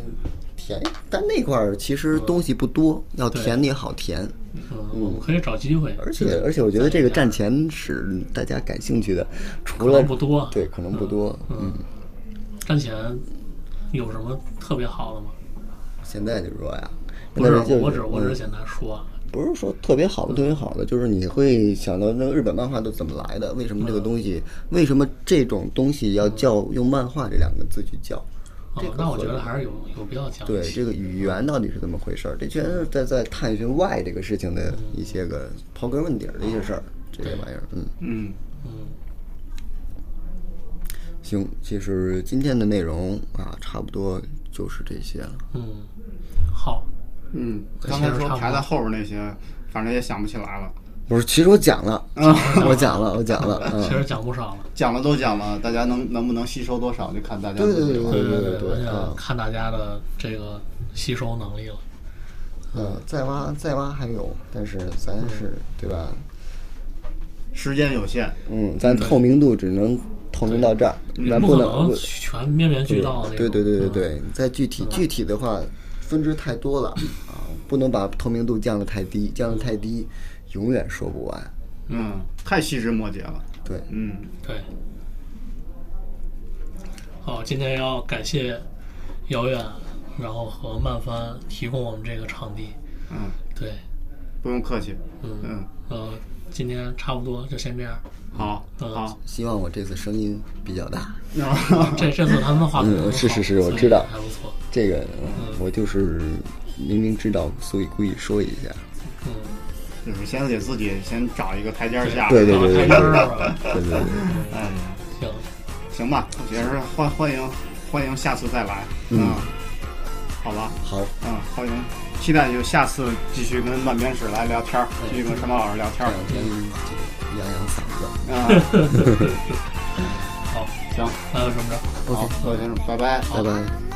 填，但那块儿其实东西不多，要填的也好填。
嗯，我们可以找机会。
而且而且，我觉得这个战前史大家感兴趣的，除了
能不多啊
对，可能不多。嗯，
战前有什么特别好的吗？
现在就是说呀，
不是
现在，就
我只我只是
嗯
简单说啊，
不是说特别好的，特别好的，就是你会想到那个日本漫画都怎么来的，为什么这个东西，为什么这种东西要叫用漫画这两个字去叫？
啊
这个，
那我
可
觉得
能
还是有有必要讲。
对，这个语言到底是怎么回事儿？这全是在在探寻 why 这个事情的一些个刨根问底儿的一些事儿，这些玩意儿。嗯，
嗯
行，其实今天的内容啊，差不多就是这些了。
嗯，好，
嗯，刚才说排在后边那些，反正也想不起来了，
不是，其实我讲了，啊我讲了，我讲了。嗯
其实讲不少了。
讲了都讲了，大家 能能不能吸收多少就看大家
对对
自己
对
了。
对
对
对，
对
而
啊
且看大家的这个吸收能力了。
嗯，再挖再挖还有，但是咱是对吧？
时间有限，
嗯，咱透明度只能透明到这儿，咱
不可
能
能全面面俱到那种。嗯
对对对对对，再具体具体的话，分支太多了啊，不能把透明度降得太低，降得太低，永远说不完。
嗯，太细枝末节了。
对，
嗯，
对。好，今天要感谢遥远，然后和曼帆提供我们这个场地。
嗯，
对，
不用客气。嗯，
呃，今天差不多就先这样。
好，
嗯
好，
希望我这次声音比较大。
那么
这这次他们画的
嗯是是是我知道
还不错。
这个嗯我就是明明知道，所以故意说一下。
嗯，
就是先给自己先找一个台阶儿下。
对对对对
开
对
心
对
儿吧
对对对，
哎呀，
行，
行吧，也是欢欢迎欢迎下次再来。嗯，好吧，
好，
嗯，欢迎，期待就下次继续跟乱编史来聊天儿，继续跟山猫老师聊天
这
儿。
两天这个养养嗓子。
嗯，
好，
行，
还有什么着？
啊好，各位听众，拜拜。
拜拜。